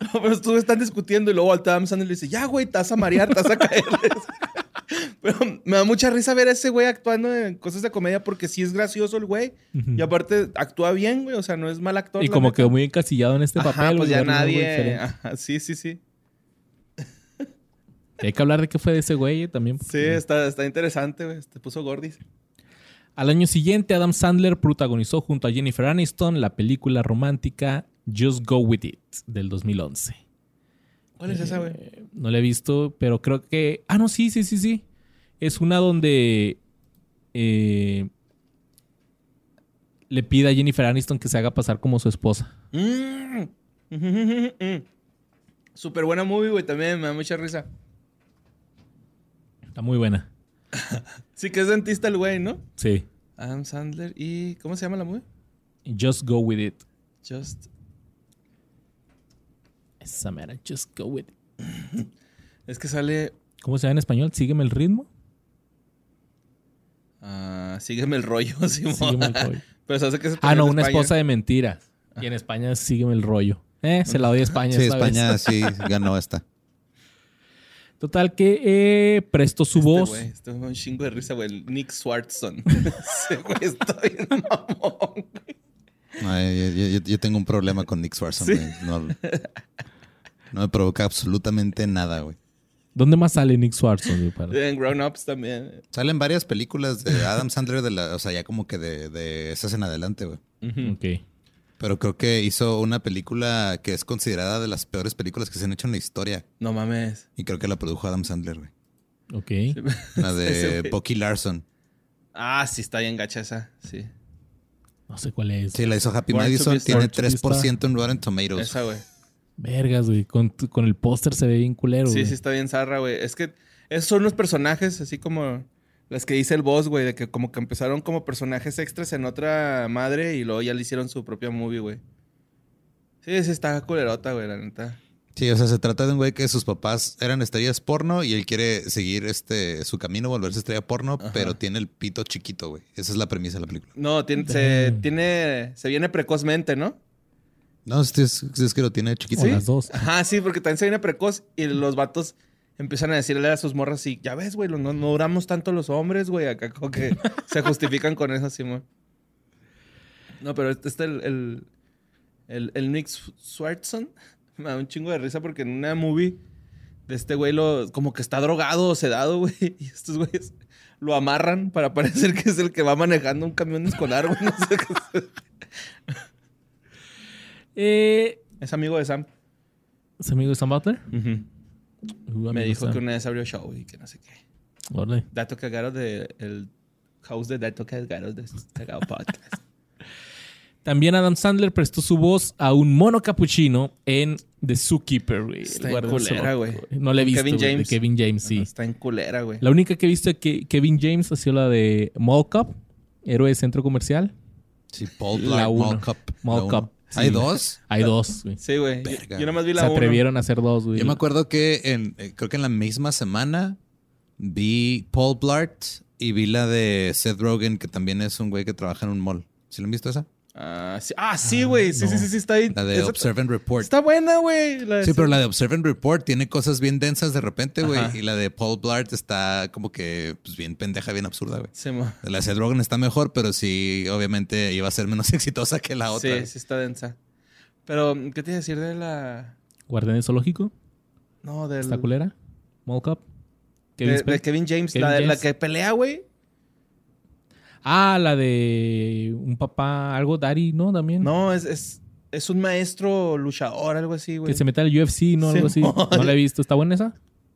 Speaker 2: No, Pero ustedes están discutiendo y luego al Adam Sandler le dice, ya, güey, te vas a marear, te vas a caer. Pero me da mucha risa ver a ese güey actuando en cosas de comedia porque sí es gracioso el güey.
Speaker 1: Ujú.
Speaker 2: Y aparte actúa bien, güey, o sea, no es mal actor.
Speaker 1: Y
Speaker 2: la
Speaker 1: como
Speaker 2: neta.
Speaker 1: quedó muy encasillado en este
Speaker 2: Ajá,
Speaker 1: papel.
Speaker 2: pues
Speaker 1: güey,
Speaker 2: ya
Speaker 1: era algo
Speaker 2: nadie...
Speaker 1: diferente.
Speaker 2: Ajá, sí, sí, sí.
Speaker 1: Hay que hablar de qué fue de ese güey eh, también.
Speaker 2: Sí,
Speaker 1: porque-
Speaker 2: está, está interesante, güey. Te puso gordis.
Speaker 1: Al año siguiente, Adam Sandler protagonizó junto a Jennifer Aniston la película romántica Just Go With It del 2011.
Speaker 2: ¿Cuál es esa, güey?
Speaker 1: Eh, no la he visto, pero creo que. Ah, no, sí, sí, sí, sí. Es una donde. eh, le pide a Jennifer Aniston que se haga pasar como su esposa. Eh.
Speaker 2: Mm. Súper buena movie, güey. También me da mucha risa.
Speaker 1: Está muy buena.
Speaker 2: Sí que es dentista el güey, ¿no?
Speaker 1: Sí.
Speaker 2: Adam Sandler y... ¿Cómo se llama la movie?
Speaker 1: Just go with it.
Speaker 2: Just...
Speaker 1: Esa mera, just go with it.
Speaker 2: Es que sale...
Speaker 1: ¿Cómo se llama en español? Sígueme el ritmo.
Speaker 2: ah, sígueme el rollo, Simón.
Speaker 1: Sígueme el rollo.
Speaker 2: Pero se hace que se
Speaker 1: Ah, no, una
Speaker 2: España.
Speaker 1: esposa de mentiras. Y en España es sígueme el rollo. Eh, se la doy a España.
Speaker 3: Sí,
Speaker 1: esta vez.
Speaker 3: España sí ganó esta.
Speaker 1: Total que eh, prestó su
Speaker 2: Este
Speaker 1: voz.
Speaker 2: güey, Este me da un chingo de risa, güey. El Nick Swartzson. Ese güey está bien mamón.
Speaker 3: Ay, eh, yo, yo- yo tengo un problema con Nick Swarson.
Speaker 2: Sí.
Speaker 3: güey. No, no me provoca absolutamente nada, güey.
Speaker 1: ¿Dónde más sale Nick Swartzen? güey, para-
Speaker 2: En Grown Ups también.
Speaker 3: Salen varias películas de Adam Sandler, de la, o sea, ya como que de, de esas en adelante, güey.
Speaker 2: Ujú.
Speaker 1: Ok.
Speaker 3: Pero creo que hizo una película que es considerada de las peores películas que se han hecho en la historia.
Speaker 2: No mames.
Speaker 3: Y creo que la produjo Adam Sandler, güey.
Speaker 1: Ok.
Speaker 3: La
Speaker 2: Ese
Speaker 3: de
Speaker 2: güey.
Speaker 3: Bucky Larson.
Speaker 2: Ah, sí, está bien gacha esa. Sí.
Speaker 1: No sé cuál es.
Speaker 3: Sí, la hizo Happy
Speaker 2: Born to
Speaker 3: Madison.
Speaker 2: be
Speaker 3: Tiene
Speaker 1: Born to be
Speaker 3: 3% en Rotten Tomatoes.
Speaker 2: Esa, güey.
Speaker 1: Vergas, güey. Con, tu- con el póster se ve bien culero,
Speaker 2: Sí,
Speaker 1: güey.
Speaker 2: sí, está bien zarra, güey. Es que esos son los personajes, así como las que dice el boss, güey, de que como que empezaron como personajes extras en otra madre y luego ya le hicieron su propia movie, güey. Sí, sí, está culerota, güey, la neta.
Speaker 3: Sí, o sea, se trata de un güey que sus papás eran estrellas porno y él quiere seguir este su camino, volverse estrella porno,
Speaker 2: Ajá.
Speaker 3: pero tiene el pito chiquito, güey. Esa es la premisa de la película.
Speaker 2: No, tiene, se,
Speaker 1: Damn.
Speaker 2: tiene, se viene precozmente, ¿no?
Speaker 3: No, es, es- es que lo tiene
Speaker 1: O
Speaker 3: chiquito.
Speaker 1: las dos.
Speaker 2: Ajá, sí, porque también se viene precoz y los vatos empiezan a decirle a sus morras, sí, ya ves, güey, lo- no, no duramos tanto los hombres, güey, acá como que se justifican con eso, Simón. No, pero este, este el, el, el, el Nick Sw- Swartzson me da un chingo de risa porque en una movie de este güey lo, como que está drogado o sedado, güey, y estos güeyes lo amarran para parecer que es el que va manejando un camión escolar, güey. no sé qué-
Speaker 1: Eh,
Speaker 2: es amigo de Sam.
Speaker 1: ¿Es amigo de Sam Butler? Uh,
Speaker 2: Me
Speaker 1: amigo
Speaker 2: dijo
Speaker 1: Sam.
Speaker 2: que una vez abrió show y que no sé qué.
Speaker 1: Órale.
Speaker 2: Dato Cagados de el house de Dato Cagados de este Cagado Podcast.
Speaker 1: También Adam Sandler prestó su voz a un mono capuchino en The Zookeeper, güey. El
Speaker 2: Está bien
Speaker 1: guardia
Speaker 2: culera,
Speaker 1: del
Speaker 2: güey.
Speaker 1: zoológico, No la he
Speaker 2: Con
Speaker 1: visto. Kevin
Speaker 2: Kevin
Speaker 1: James.
Speaker 2: James.
Speaker 1: De Kevin James, sí.
Speaker 2: Está en culera, güey.
Speaker 1: La única que he visto que Kevin James ha sido la de Mall Cop, héroe de centro comercial.
Speaker 3: Sí, Paul
Speaker 1: La
Speaker 3: Blart,
Speaker 1: uno.
Speaker 3: Mall Cop.
Speaker 1: Mall
Speaker 3: La uno.
Speaker 1: Cop, sí.
Speaker 3: Hay dos.
Speaker 1: Hay dos, güey.
Speaker 2: Sí, güey. Yo,
Speaker 3: Verga.
Speaker 2: yo nomás vi
Speaker 1: Se
Speaker 2: la uno.
Speaker 1: atrevieron a hacer dos, güey.
Speaker 3: Yo me acuerdo que en, eh, creo que en la misma semana vi Paul Blart y vi la de Seth Rogen, que también es un güey que trabaja en un mall. ¿Sí lo han visto esa?
Speaker 2: Ah, sí, ah, sí, güey. Sí,
Speaker 1: no.
Speaker 2: sí, sí, sí, está ahí.
Speaker 3: La de
Speaker 2: Esa-
Speaker 3: Observe and Report.
Speaker 2: Está buena, güey. La de-
Speaker 3: Sí, pero la de Observe and Report tiene cosas bien densas de repente, güey.
Speaker 2: Ajá.
Speaker 3: Y la de Paul Blart está como que pues, bien pendeja, bien absurda, güey.
Speaker 2: Sí, mo-
Speaker 3: La de Seth Rogen está mejor, pero sí, obviamente iba a ser menos exitosa que la otra.
Speaker 2: sí, sí está densa. Pero, ¿qué te iba a decir de la...
Speaker 1: Guardián del Zoológico,
Speaker 2: No, del...
Speaker 1: esta culera. Mall Cop.
Speaker 2: de,
Speaker 1: Kevin
Speaker 2: de
Speaker 1: Spacey.
Speaker 2: Kevin James.
Speaker 1: Kevin
Speaker 2: la, de- la
Speaker 1: James.
Speaker 2: que pelea, güey.
Speaker 1: Ah, la de un papá, algo Daddy, ¿no? También.
Speaker 2: No, es, es, es un maestro luchador, algo así,
Speaker 1: Que
Speaker 2: güey.
Speaker 1: se meta al UFC, ¿no? Algo así.
Speaker 2: Simón.
Speaker 1: No la he visto. ¿Está buena esa?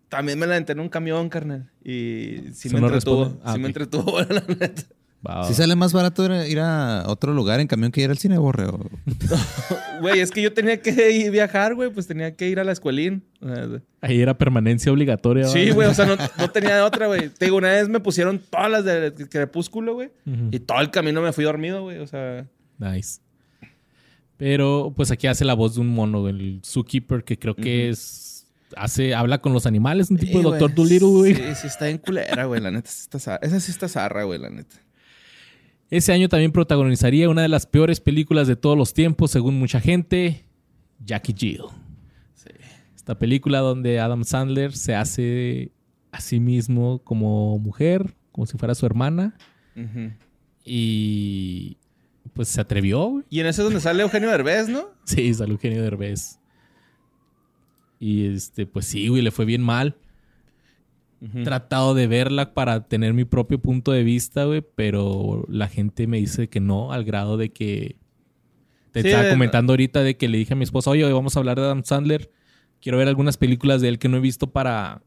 Speaker 2: También me la aventé en un camión, carnal. Y sí
Speaker 1: Se
Speaker 2: me
Speaker 1: no
Speaker 2: entretuvo.
Speaker 1: responde. Ah,
Speaker 2: sí me
Speaker 1: ok.
Speaker 2: entretuvo, la neta.
Speaker 1: Va,
Speaker 3: Si sale más barato ir a- ir a otro lugar en camión que ir al cine, borreo.
Speaker 2: Güey, es que yo tenía que ir viajar, güey, pues tenía que ir a la escuelín. O sea,
Speaker 1: Ahí era permanencia obligatoria.
Speaker 2: Sí,
Speaker 1: ¿va?
Speaker 2: güey, o sea, no, no tenía otra, güey. Te digo, una vez me pusieron todas las de Crepúsculo, güey,
Speaker 1: Ujú.
Speaker 2: y todo el camino me fui dormido, güey, o sea.
Speaker 1: Nice. Pero pues aquí hace la voz de un mono, el zookeeper, que creo que es. Hace, habla con los animales, un tipo
Speaker 2: Sí,
Speaker 1: de
Speaker 2: güey.
Speaker 1: doctor Dolittle, güey.
Speaker 2: Sí, sí, está en culera, güey, la neta. sí está zarra. Esa sí está zarra, güey, la neta.
Speaker 1: Ese año también protagonizaría una de las peores películas de todos los tiempos, según mucha gente, Jackie Jill. Esta película donde Adam Sandler se hace a sí mismo como mujer, como si fuera su hermana,
Speaker 2: Ujú.
Speaker 1: y pues se atrevió, güey.
Speaker 2: Y en eso es donde sale Eugenio Derbez, ¿no?
Speaker 1: Sí, salió Eugenio Derbez. Y este, pues sí, güey, le fue bien mal. He tratado de verla para tener mi propio punto de vista, güey, pero la gente me dice que no, al grado de que te
Speaker 2: Sí, eh,
Speaker 1: estaba
Speaker 2: de-
Speaker 1: comentando ahorita de que le dije a mi esposa, oye, hoy vamos a hablar de Adam Sandler. Quiero ver algunas películas de él que no he visto para,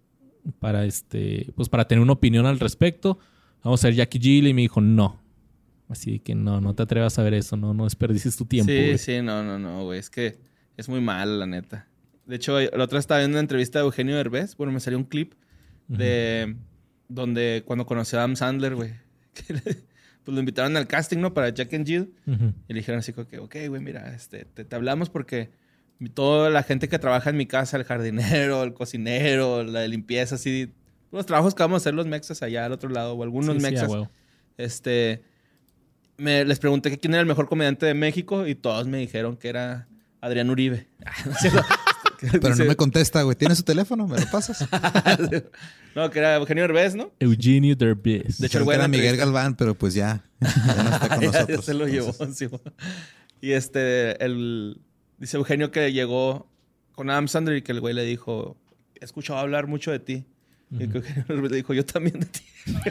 Speaker 1: para este, pues para tener una opinión al respecto. Vamos a ver Jackie Jill y me dijo, no. Así que no, no te atrevas a ver eso, no, no desperdices tu tiempo.
Speaker 2: sí,
Speaker 1: güey.
Speaker 2: sí, no, no, no, güey. Es que es muy mal, la neta. De hecho, la otra estaba viendo una entrevista de Eugenio Derbez. Bueno, me salió un clip de donde cuando conoció a Adam Sandler, güey. que le- Pues lo invitaron al casting, ¿no? Para Jack and Jill.
Speaker 1: Ujú.
Speaker 2: Y le dijeron así como que, ok, güey, mira, este, te, te hablamos porque mi- toda la gente que trabaja en mi casa, el jardinero, el cocinero, la de limpieza, así, los trabajos que vamos a hacer los mexas allá al otro lado, o algunos
Speaker 1: Sí, sí, a
Speaker 2: mexas,
Speaker 1: huevo.
Speaker 2: este, me, les pregunté que quién era el mejor comediante de México y todos me dijeron que era Adrián Uribe.
Speaker 3: Pero no me contesta, güey. ¿Tienes su teléfono? ¿Me lo pasas?
Speaker 2: No, que era Eugenio Herbes, ¿no?
Speaker 1: Eugenio Derbez.
Speaker 2: De hecho,
Speaker 3: Creo
Speaker 2: el
Speaker 3: que
Speaker 2: güey
Speaker 3: era
Speaker 2: en la
Speaker 3: Miguel
Speaker 2: entrevista-
Speaker 3: Galván, pero pues ya. Ya no está con
Speaker 2: Ah, Ya- ya
Speaker 3: nosotros.
Speaker 2: se lo llevó.
Speaker 3: Entonces,
Speaker 2: sí, güey. y este, el, dice Eugenio que llegó con Adam Sandler y que el güey le dijo, he escuchado hablar mucho de ti. Y que Eugenio le dijo, yo también de ti.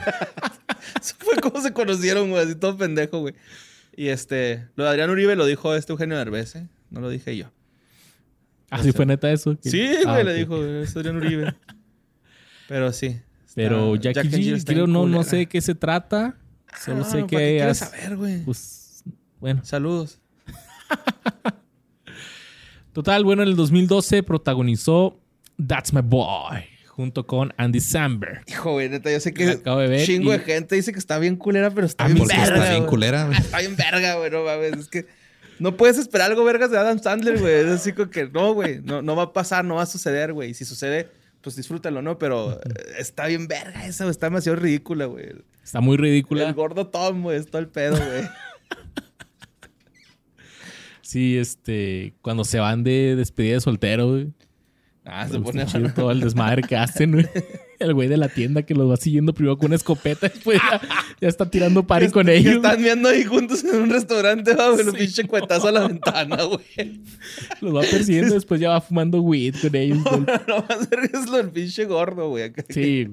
Speaker 2: Eso fue como se conocieron, güey, así todo pendejo, güey. Y este, lo de Adrián Uribe lo dijo este Eugenio Derbez, ¿eh? No lo dije yo.
Speaker 1: Ah, sí fue neta eso.
Speaker 2: Sí, güey,
Speaker 1: Ah,
Speaker 2: le
Speaker 1: ok.
Speaker 2: dijo, es Adrián Uribe. Pero sí. está-
Speaker 1: Pero Jackie
Speaker 2: Jack and Jill
Speaker 1: G,
Speaker 2: está
Speaker 1: creo,
Speaker 2: bien
Speaker 1: no, no
Speaker 2: culera.
Speaker 1: sé de qué se trata. Solo
Speaker 2: Ah,
Speaker 1: sé
Speaker 2: ¿para
Speaker 1: que...
Speaker 2: qué quieres
Speaker 1: has-
Speaker 2: saber, güey?
Speaker 1: Pues, bueno.
Speaker 2: Saludos.
Speaker 1: Total, bueno, en el 2012 protagonizó That's My Boy junto con Andy Samberg.
Speaker 2: Hijo, güey, neta, yo sé que
Speaker 1: La acabo de ver
Speaker 2: chingo
Speaker 1: y-
Speaker 2: de gente dice que está bien culera, pero está
Speaker 1: A
Speaker 2: bien
Speaker 1: mí
Speaker 3: Porque
Speaker 2: verga,
Speaker 3: está bien
Speaker 2: güey.
Speaker 3: culera, güey.
Speaker 2: Está bien verga, güey, no mames, es que no puedes esperar algo vergas de Adam Sandler, güey, es así como que no, güey, no, no va a pasar, no va a suceder, güey, y si sucede, pues disfrútalo, ¿no? Pero eh, está bien verga esa, güey, está demasiado ridícula, güey.
Speaker 1: Está muy ridícula.
Speaker 2: El gordo Tom, güey, es todo el pedo, güey.
Speaker 1: Sí, este... Cuando se van de despedida de soltero, güey.
Speaker 2: Ah,
Speaker 1: Me
Speaker 2: se
Speaker 1: gusta
Speaker 2: pone
Speaker 1: chido todo el desmadre que hacen, güey. El güey de la tienda que los va siguiendo primero con una escopeta. Después ya, ya está tirando pari con
Speaker 2: Que
Speaker 1: ellos.
Speaker 2: Están viendo ahí juntos en un restaurante, va, güey, un
Speaker 1: Sí,
Speaker 2: pinche cuetazo a la ventana, güey.
Speaker 1: Los va persiguiendo. Después ya va fumando weed con ellos. güey.
Speaker 2: No va a ser eso el pinche gordo, güey. acá.
Speaker 1: Sí.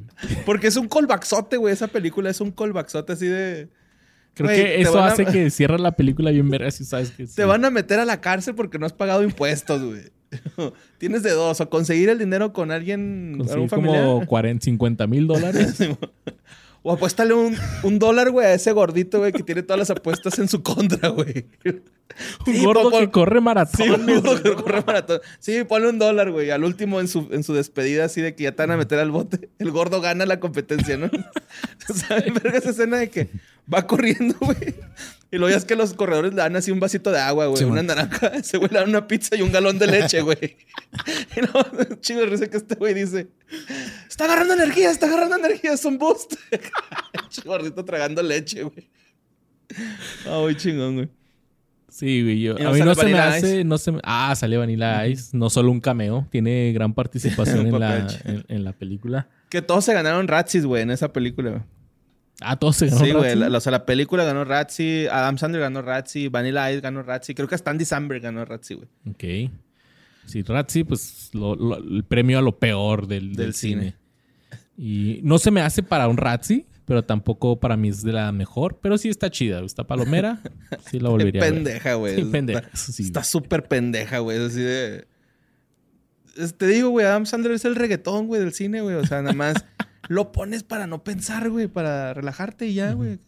Speaker 2: Porque es un callbacksote, güey. Esa película es un callbacksote así de...
Speaker 1: Creo
Speaker 2: Güey,
Speaker 1: que
Speaker 2: te
Speaker 1: eso
Speaker 2: van a-
Speaker 1: hace que cierra la película bien verga si sabes que sí.
Speaker 2: Te van a meter a la cárcel porque no has pagado impuestos, güey. Tienes de dos. O conseguir el dinero con alguien, algún
Speaker 1: conseguir
Speaker 2: familiar.
Speaker 1: como 40, 50 mil dólares.
Speaker 2: O apuéstale un, un dólar, güey, a ese gordito, güey, que tiene todas las apuestas en su contra, güey.
Speaker 1: Un
Speaker 2: Sí,
Speaker 1: gordo
Speaker 2: po-
Speaker 1: que corre maratón.
Speaker 2: Sí, güey, gordo que corre maratón. Sí, ponle un dólar, güey. Al último, en su, en su despedida, así de que ya te van a meter al bote. El gordo gana la competencia, ¿no? ¿Saben, verga, esa escena de que va corriendo, güey? Y lo veas que los corredores le dan así un vasito de agua, güey.
Speaker 3: Sí,
Speaker 2: una
Speaker 3: man.
Speaker 2: naranja. Se güey le dan una pizza y un galón de leche, güey. Y no, chido de risa que este güey dice... Está agarrando energía, está agarrando energía. Es un boost. Chido gordito tragando leche, güey. Ah, muy chingón, güey.
Speaker 1: Sí, güey. yo-
Speaker 2: Y no
Speaker 1: a mí
Speaker 2: sale
Speaker 1: no se me
Speaker 2: Vanilla
Speaker 1: hace. No se me- ah, sale Vanilla Ice. No solo un cameo. Tiene gran participación
Speaker 2: Un
Speaker 1: en, la,
Speaker 2: papel chido.
Speaker 1: en, en la película.
Speaker 2: Que todos se ganaron Ratsis, güey, en esa película, güey.
Speaker 1: Ah, todos se ganaron.
Speaker 2: Sí, güey.
Speaker 1: Razzie.
Speaker 2: la- la- O sea, la película ganó Razzie, Adam Sandler ganó Razzie, Vanilla Ice ganó Razzie. Creo que hasta Andy Samberg ganó Razzie, güey.
Speaker 1: Ok. Sí, Ratzi, pues lo- lo- el premio a lo peor del, del
Speaker 2: Del
Speaker 1: cine.
Speaker 2: cine.
Speaker 1: Y no se me hace para un Ratzi, pero tampoco para mí es de la mejor. Pero sí está chida. güey. Está palomera. Sí la
Speaker 2: Qué
Speaker 1: volvería a ver.
Speaker 2: pendeja, güey.
Speaker 1: Sí,
Speaker 2: Está-
Speaker 1: pendeja, Pues, sí,
Speaker 2: Está súper pendeja, güey. es Así de... Es- Te digo, güey, Adam Sandler es el reggaetón, güey, del cine, güey. O sea, nada más lo pones para no pensar, güey, para relajarte y ya, güey.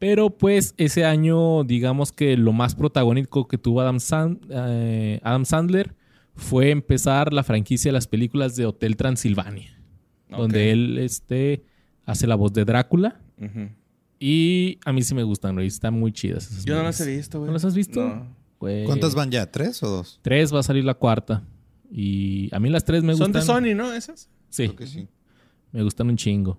Speaker 1: Pero pues ese año, digamos que lo más protagónico que tuvo Adam, Sand- eh, Adam Sandler fue empezar la franquicia de las películas de Hotel Transilvania, donde él este, hace la voz de Drácula.
Speaker 2: Ujú.
Speaker 1: Y a mí sí me gustan, güey. Están muy chidas. esas
Speaker 2: Yo no
Speaker 1: movies.
Speaker 2: las he visto, güey.
Speaker 1: ¿No las has visto?
Speaker 2: No.
Speaker 1: Güey.
Speaker 3: ¿Cuántas van ya? ¿Tres o dos?
Speaker 1: Tres va a salir la cuarta. Y a mí las tres me
Speaker 2: Son de
Speaker 1: gustan.
Speaker 2: Sony, ¿no? Esas.
Speaker 1: Sí,
Speaker 3: Creo que sí.
Speaker 1: me gustan un chingo.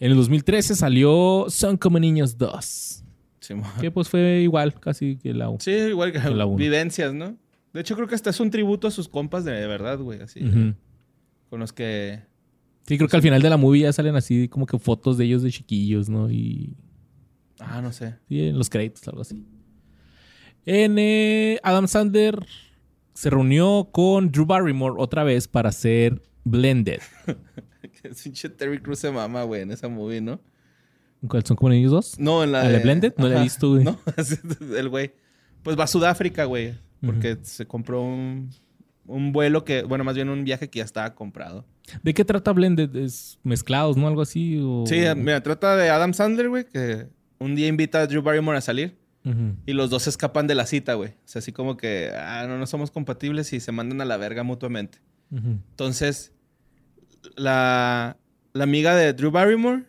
Speaker 1: En el 2013 salió Son como niños 2.
Speaker 2: Sí, mo-
Speaker 1: Que pues fue igual, casi que la
Speaker 2: sí, igual que
Speaker 1: la uno.
Speaker 2: vivencias, ¿no? De hecho, creo que hasta es un tributo a sus compas de verdad, güey. Así.
Speaker 1: Ujú.
Speaker 2: Con los que.
Speaker 1: Sí, creo que al final de la movie ya salen así como que fotos de ellos de chiquillos, ¿no? Y
Speaker 2: Ah, no sé.
Speaker 1: sí, en los créditos, algo así. En eh, Adam Sandler se reunió con Drew Barrymore otra vez para hacer Blended.
Speaker 2: Es pinche Terry Crews se mama, güey, en esa movie, ¿no?
Speaker 1: ¿Cuáles son como ellos dos?
Speaker 2: No, en la.
Speaker 1: ¿A la Blended? No la he
Speaker 2: Ajá.
Speaker 1: visto, güey.
Speaker 2: No, así es el güey. Pues va a Sudáfrica, güey. Porque se compró un, un vuelo que. Bueno, más bien un viaje que ya estaba comprado.
Speaker 1: ¿De qué trata Blended? ¿Es mezclados, no? Algo así. o-
Speaker 2: Sí, eh, mira, trata de Adam Sandler, güey, que un día invita a Drew Barrymore a salir.
Speaker 1: Ujú.
Speaker 2: Y los dos se escapan de la cita, güey. O sea, así como que, ah, no, no somos compatibles y se mandan a la verga mutuamente.
Speaker 1: Ujú.
Speaker 2: Entonces, la, la amiga de Drew Barrymore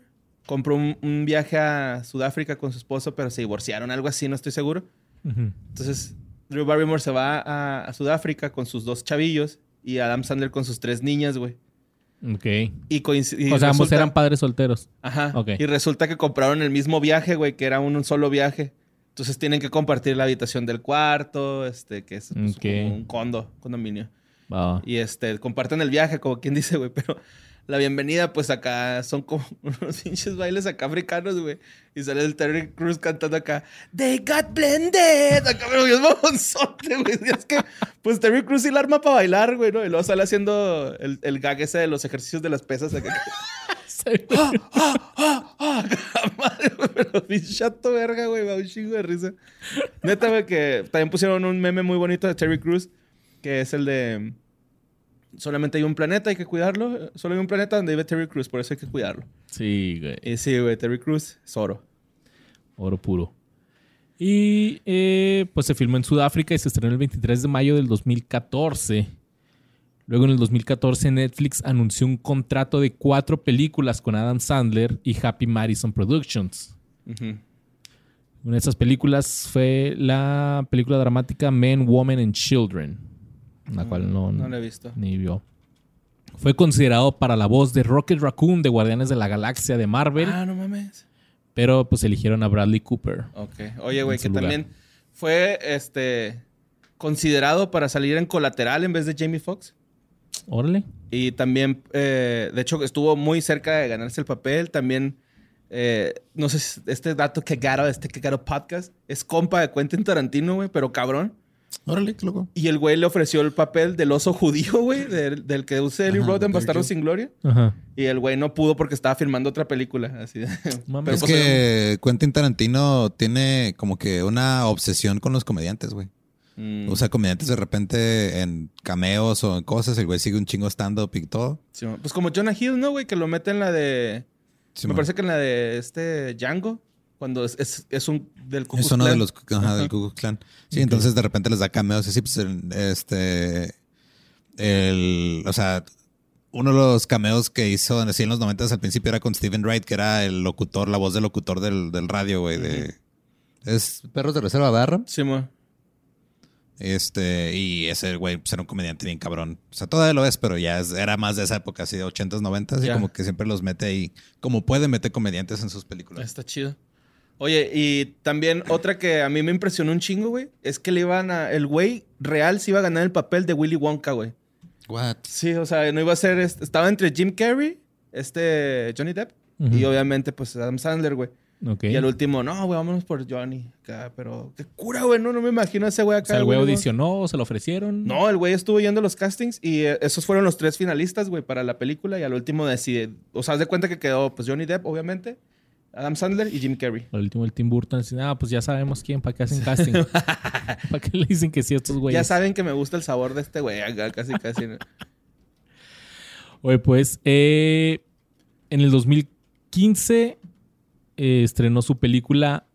Speaker 2: compró un, un viaje a Sudáfrica con su esposo, pero se divorciaron, algo así, no estoy seguro.
Speaker 1: Ujú.
Speaker 2: Entonces, Drew Barrymore se va a, a Sudáfrica con sus dos chavillos y Adam Sandler con sus tres niñas, güey.
Speaker 1: Ok.
Speaker 2: Y coinciden.
Speaker 1: o sea, ambos eran padres solteros.
Speaker 2: Ajá.
Speaker 1: Ok.
Speaker 2: Y resulta que compraron el mismo viaje, güey, que era un, un solo viaje. Entonces tienen que compartir la habitación del cuarto, este, que es pues,
Speaker 1: Ok.
Speaker 2: como un condo, condominio.
Speaker 1: Va.
Speaker 2: Y este, comparten el viaje, como quien dice, güey, pero la bienvenida, pues acá son como unos pinches bailes acá africanos, güey. Y sale el Terry Cruz cantando acá, They got blended. Acá, pero es babonzote, güey. Y es que, pues Terry Cruz sí la arma para bailar, güey, ¿no? Y luego sale haciendo el, el gag ese de los ejercicios de las pesas acá. Madre, güey, pero mi chato verga, güey, me da un chingo de risa. Neta, güey, que también pusieron un meme muy bonito de Terry Crews, que es el de... mm, Solamente hay un planeta, hay que cuidarlo. Solo hay un planeta donde vive Terry Crews, por eso hay que cuidarlo.
Speaker 1: Sí, güey.
Speaker 2: Y sí, güey, Terry Crews es oro.
Speaker 1: Oro puro. Y eh, pues se filmó en Sudáfrica y se estrenó el 23 de mayo del 2014. Luego en el 2014 Netflix anunció un contrato de cuatro películas con Adam Sandler y Happy Madison Productions.
Speaker 2: Ujú.
Speaker 1: Una de esas películas fue la película dramática Men, Women and Children, la cual no,
Speaker 2: No lo he visto.
Speaker 1: ni vio. Fue considerado para la voz de Rocket Raccoon de Guardianes de la Galaxia de Marvel,
Speaker 2: Ah, no mames.
Speaker 1: pero pues eligieron a Bradley Cooper.
Speaker 2: Ok. Oye, güey,
Speaker 1: En su
Speaker 2: que
Speaker 1: lugar.
Speaker 2: también fue, este... Considerado para salir en colateral en vez de Jamie Foxx.
Speaker 1: Órale.
Speaker 2: Y también, eh, de hecho, estuvo muy cerca de ganarse el papel. También, eh, no sé, si este dato que caro, este que caro podcast, es compa de Quentin Tarantino, güey, pero cabrón.
Speaker 3: Órale, qué loco.
Speaker 2: Y el güey le ofreció el papel del oso judío, güey, del, del que usa Eli
Speaker 3: Ajá,
Speaker 2: Roth en
Speaker 3: de
Speaker 2: Bastardos
Speaker 3: Virgil.
Speaker 2: sin Gloria.
Speaker 1: Ajá.
Speaker 2: Y el güey no pudo porque estaba filmando otra película. Así de-
Speaker 1: Mames.
Speaker 2: Pero
Speaker 3: es
Speaker 2: pues,
Speaker 3: que Quentin Tarantino tiene como que una obsesión con los comediantes, güey.
Speaker 2: mm,
Speaker 3: O sea, comediantes de repente en cameos o en cosas, el güey sigue un chingo stand-up y todo.
Speaker 2: sí, pues como Jonah Hill, ¿no, güey? Que lo mete en la de...
Speaker 3: Sí,
Speaker 2: me
Speaker 3: man.
Speaker 2: parece que en la de este Django. Cuando es, es, es un... Del Ku
Speaker 3: es
Speaker 2: Klux
Speaker 3: uno de
Speaker 2: Klan.
Speaker 3: los ajá, del Ku Klux Klan. Sí,
Speaker 1: Ok.
Speaker 3: entonces de repente les da cameos y así, pues el- este. El, o sea, uno de los cameos que hizo en, así en los 90 al principio era con Steven Wright, que era el locutor, la voz del locutor del, del radio, güey. de- Es Perros de Reserva, ¿verdad?
Speaker 2: Sí, mo.
Speaker 3: Este, y ese güey pues, era un comediante bien cabrón. O sea, todavía lo es, pero ya es- era más de esa época, así de 80s, 90s,
Speaker 2: Ya.
Speaker 3: y como que siempre los mete ahí. Como puede, mete comediantes en sus películas.
Speaker 2: Está chido. Oye, y también otra que a mí me impresionó un chingo, güey, es que le iban a. El güey real se iba a ganar el papel de Willy Wonka, güey.
Speaker 3: What?
Speaker 2: Sí, o sea, no iba a ser. est- Estaba entre Jim Carrey, este Johnny Depp,
Speaker 1: Ujú.
Speaker 2: y obviamente, pues Adam Sandler, güey.
Speaker 1: Ok.
Speaker 2: Y al último, no, güey, vámonos por Johnny. acá, pero qué cura, güey, no, no me imagino a ese güey
Speaker 1: O
Speaker 2: acá.
Speaker 1: sea, el güey
Speaker 2: Willy Wonka.
Speaker 1: audicionó, se lo ofrecieron.
Speaker 2: No, el güey estuvo yendo a los castings y eh, esos fueron los tres finalistas, güey, para la película. Y al último decide. O sea, haz de cuenta que quedó, pues Johnny Depp, obviamente, Adam Sandler y Jim Carrey.
Speaker 1: Al último el Tim Burton dice, ah, pues ya sabemos quién, ¿para qué hacen casting? ¿Para qué le dicen que sí a estos
Speaker 2: Ya
Speaker 1: güeyes?
Speaker 2: saben que me gusta el sabor de este güey acá, casi, casi. ¿no?
Speaker 1: Oye, pues, eh, en el 2015 eh, estrenó su película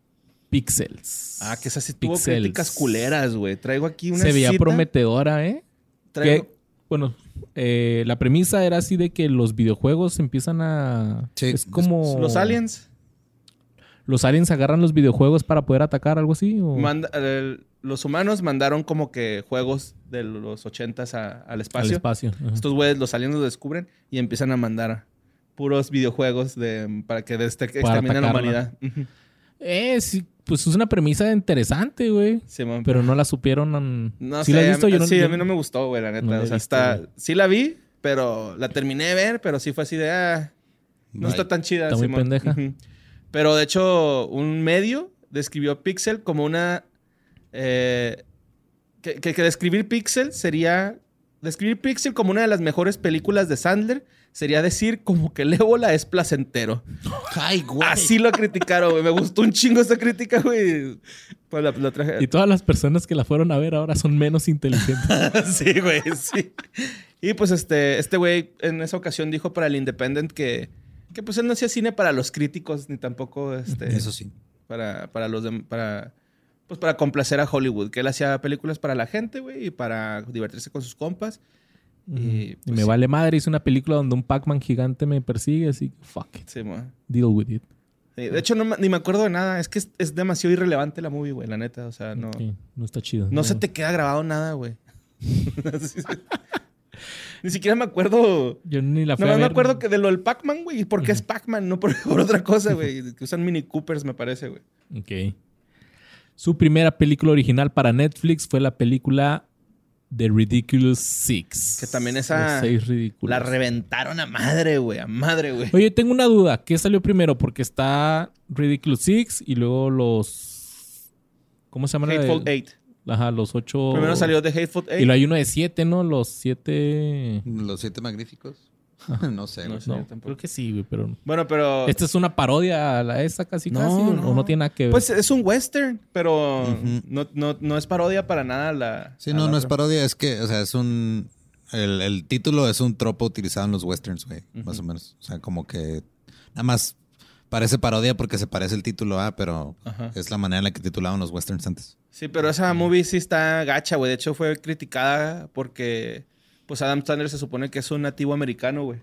Speaker 1: Pixels.
Speaker 2: Ah, que esas sí tuvo
Speaker 1: Pixels.
Speaker 2: críticas culeras, güey. Traigo aquí una
Speaker 1: Se veía
Speaker 2: cita,
Speaker 1: prometedora, ¿eh?
Speaker 2: traigo-
Speaker 1: Que, bueno, eh, la premisa era así de que los videojuegos empiezan a...
Speaker 3: Sí,
Speaker 1: es como...
Speaker 2: Los aliens
Speaker 1: Los aliens agarran los videojuegos para poder atacar, algo así. o-
Speaker 2: manda- el- los humanos mandaron como que juegos de los ochentas a- al
Speaker 1: al
Speaker 2: espacio.
Speaker 1: espacio. ajá.
Speaker 2: Estos güeyes, los aliens los descubren y empiezan a mandar puros videojuegos de, para que deste- exterminen la
Speaker 1: atacarla.
Speaker 2: humanidad. Ujú.
Speaker 1: Eh, sí, pues es una premisa interesante, güey.
Speaker 2: Simón.
Speaker 1: Pero no la supieron... an-
Speaker 2: No
Speaker 1: ¿Sí
Speaker 2: sé,
Speaker 1: la has
Speaker 2: a
Speaker 1: visto?
Speaker 2: mí-
Speaker 1: Yo
Speaker 2: sí,
Speaker 1: yo-
Speaker 2: a mí no me gustó, güey, la neta.
Speaker 1: no la he
Speaker 2: o sea,
Speaker 1: visto,
Speaker 2: está,
Speaker 1: güey.
Speaker 2: sí la vi, pero la terminé de ver, pero sí fue así de, ah, no
Speaker 3: Bye.
Speaker 2: está tan chida.
Speaker 1: Está muy
Speaker 2: Simón.
Speaker 1: pendeja.
Speaker 2: Ujú. Pero de hecho, un medio describió a Pixel como una... eh, que, que- que describir Pixel sería... Describir Pixel como una de las mejores películas de Sandler sería decir como que Lévola es placentero.
Speaker 3: Ay, güey.
Speaker 2: Así lo criticaron, güey. Me gustó un chingo esta crítica, güey. Pues la, la traje.
Speaker 1: Y todas las personas que la fueron a ver ahora son menos inteligentes.
Speaker 2: sí, güey, sí. Y pues este, este güey en esa ocasión dijo para el Independent que, que pues él no hacía cine para los críticos, ni tampoco este,
Speaker 3: Eso sí.
Speaker 2: para, para los dem- para pues para complacer a Hollywood, que él hacía películas para la gente, güey, y para divertirse con sus compas. Y,
Speaker 1: y
Speaker 2: pues,
Speaker 1: me
Speaker 2: sí.
Speaker 1: vale madre. Hice una película donde un Pac-Man gigante me persigue, así que fuck it.
Speaker 2: Sí, mo.
Speaker 1: Deal with it.
Speaker 2: Sí, De hecho, no me- ni me acuerdo de nada. Es que es, es demasiado irrelevante la movie, güey, la neta. O sea, Ah, no,
Speaker 1: Ok, no está chido.
Speaker 2: no se te queda grabado nada, güey. Así es. ni siquiera me acuerdo.
Speaker 1: Yo ni la fui
Speaker 2: No
Speaker 1: a
Speaker 2: me
Speaker 1: ver.
Speaker 2: acuerdo que de lo del Pac-Man, güey. ¿Por qué es Pac-Man? No por, por otra cosa, güey. Que usan Mini Coopers, me parece, güey.
Speaker 1: Ok. Su primera película original para Netflix fue la película The Ridiculous Six.
Speaker 2: Que también esa-
Speaker 1: Los seis ridículos.
Speaker 2: La reventaron a madre, güey. A madre, güey.
Speaker 1: Oye, tengo una duda. ¿Qué salió primero? Porque está Ridiculous Six y luego los. ¿Cómo se llama? la de-
Speaker 2: Hateful Eight.
Speaker 1: Ajá, los ocho.
Speaker 2: Primero salió de Hateful
Speaker 1: Y
Speaker 2: Eight.
Speaker 1: lo hay uno de siete, ¿no? Los siete.
Speaker 3: Los siete magníficos. no sé.
Speaker 2: No
Speaker 3: güey.
Speaker 2: sé.
Speaker 1: No,
Speaker 2: yo tampoco.
Speaker 1: creo que sí, güey, pero.
Speaker 2: Bueno, pero.
Speaker 1: Esta es una parodia a la esa casi
Speaker 2: No,
Speaker 1: casi. ¿o-
Speaker 2: no.
Speaker 1: O no tiene nada que ver.
Speaker 2: Pues es un western, pero
Speaker 3: Ujú.
Speaker 2: no, no, no es parodia para nada la.
Speaker 3: Sí,
Speaker 2: a
Speaker 3: no,
Speaker 2: la
Speaker 3: no es
Speaker 2: otra.
Speaker 3: parodia. Es que, o sea, es un... El, el título es un tropo utilizado en los westerns, güey.
Speaker 2: Ujú.
Speaker 3: Más o menos. O sea, como que... Nada más parece parodia porque se parece el título A, pero
Speaker 2: Ajá.
Speaker 3: es la manera en la que titulaban los westerns antes.
Speaker 2: Sí, pero esa movie sí está gacha, güey. De hecho, fue criticada porque, pues, Adam Sandler se supone que es un nativo americano, güey.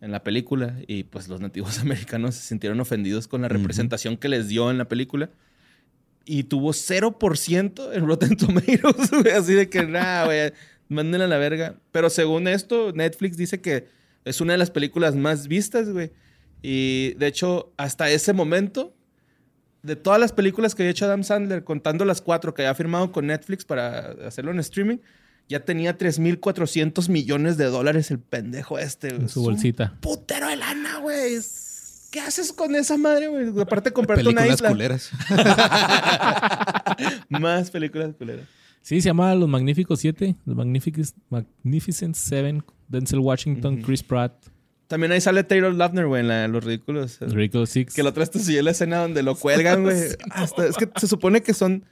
Speaker 2: En la película. Y, pues, los nativos americanos se sintieron ofendidos con la
Speaker 3: Ujú.
Speaker 2: representación que les dio en la película. Y tuvo 0% en Rotten Tomatoes, güey. Así de que, nada, güey. Mándenla a la verga. Pero según esto, Netflix dice que es una de las películas más vistas, güey. Y, de hecho, hasta ese momento, de todas las películas que había hecho Adam Sandler, contando las cuatro que había firmado con Netflix para hacerlo en streaming, ya tenía 3.400 millones de dólares el pendejo este. güey.
Speaker 1: en
Speaker 2: Es
Speaker 1: su
Speaker 2: un
Speaker 1: bolsita.
Speaker 2: putero de lana, güey. Es- ¿Qué haces con esa madre, güey? Aparte de comprarte una
Speaker 3: Películas
Speaker 2: isla.
Speaker 3: culeras.
Speaker 2: Más películas culeras.
Speaker 1: Sí, se llama Los Magníficos Siete. Los Magnific- Magnificent Seven. Denzel Washington, Chris Pratt,
Speaker 2: También ahí sale Taylor Lautner, güey, en la de Los Ridículos.
Speaker 1: The Ridiculous Six.
Speaker 2: Que la otra vez te enseñé la escena donde lo cuelgan, güey. Hasta- Es que se supone que son...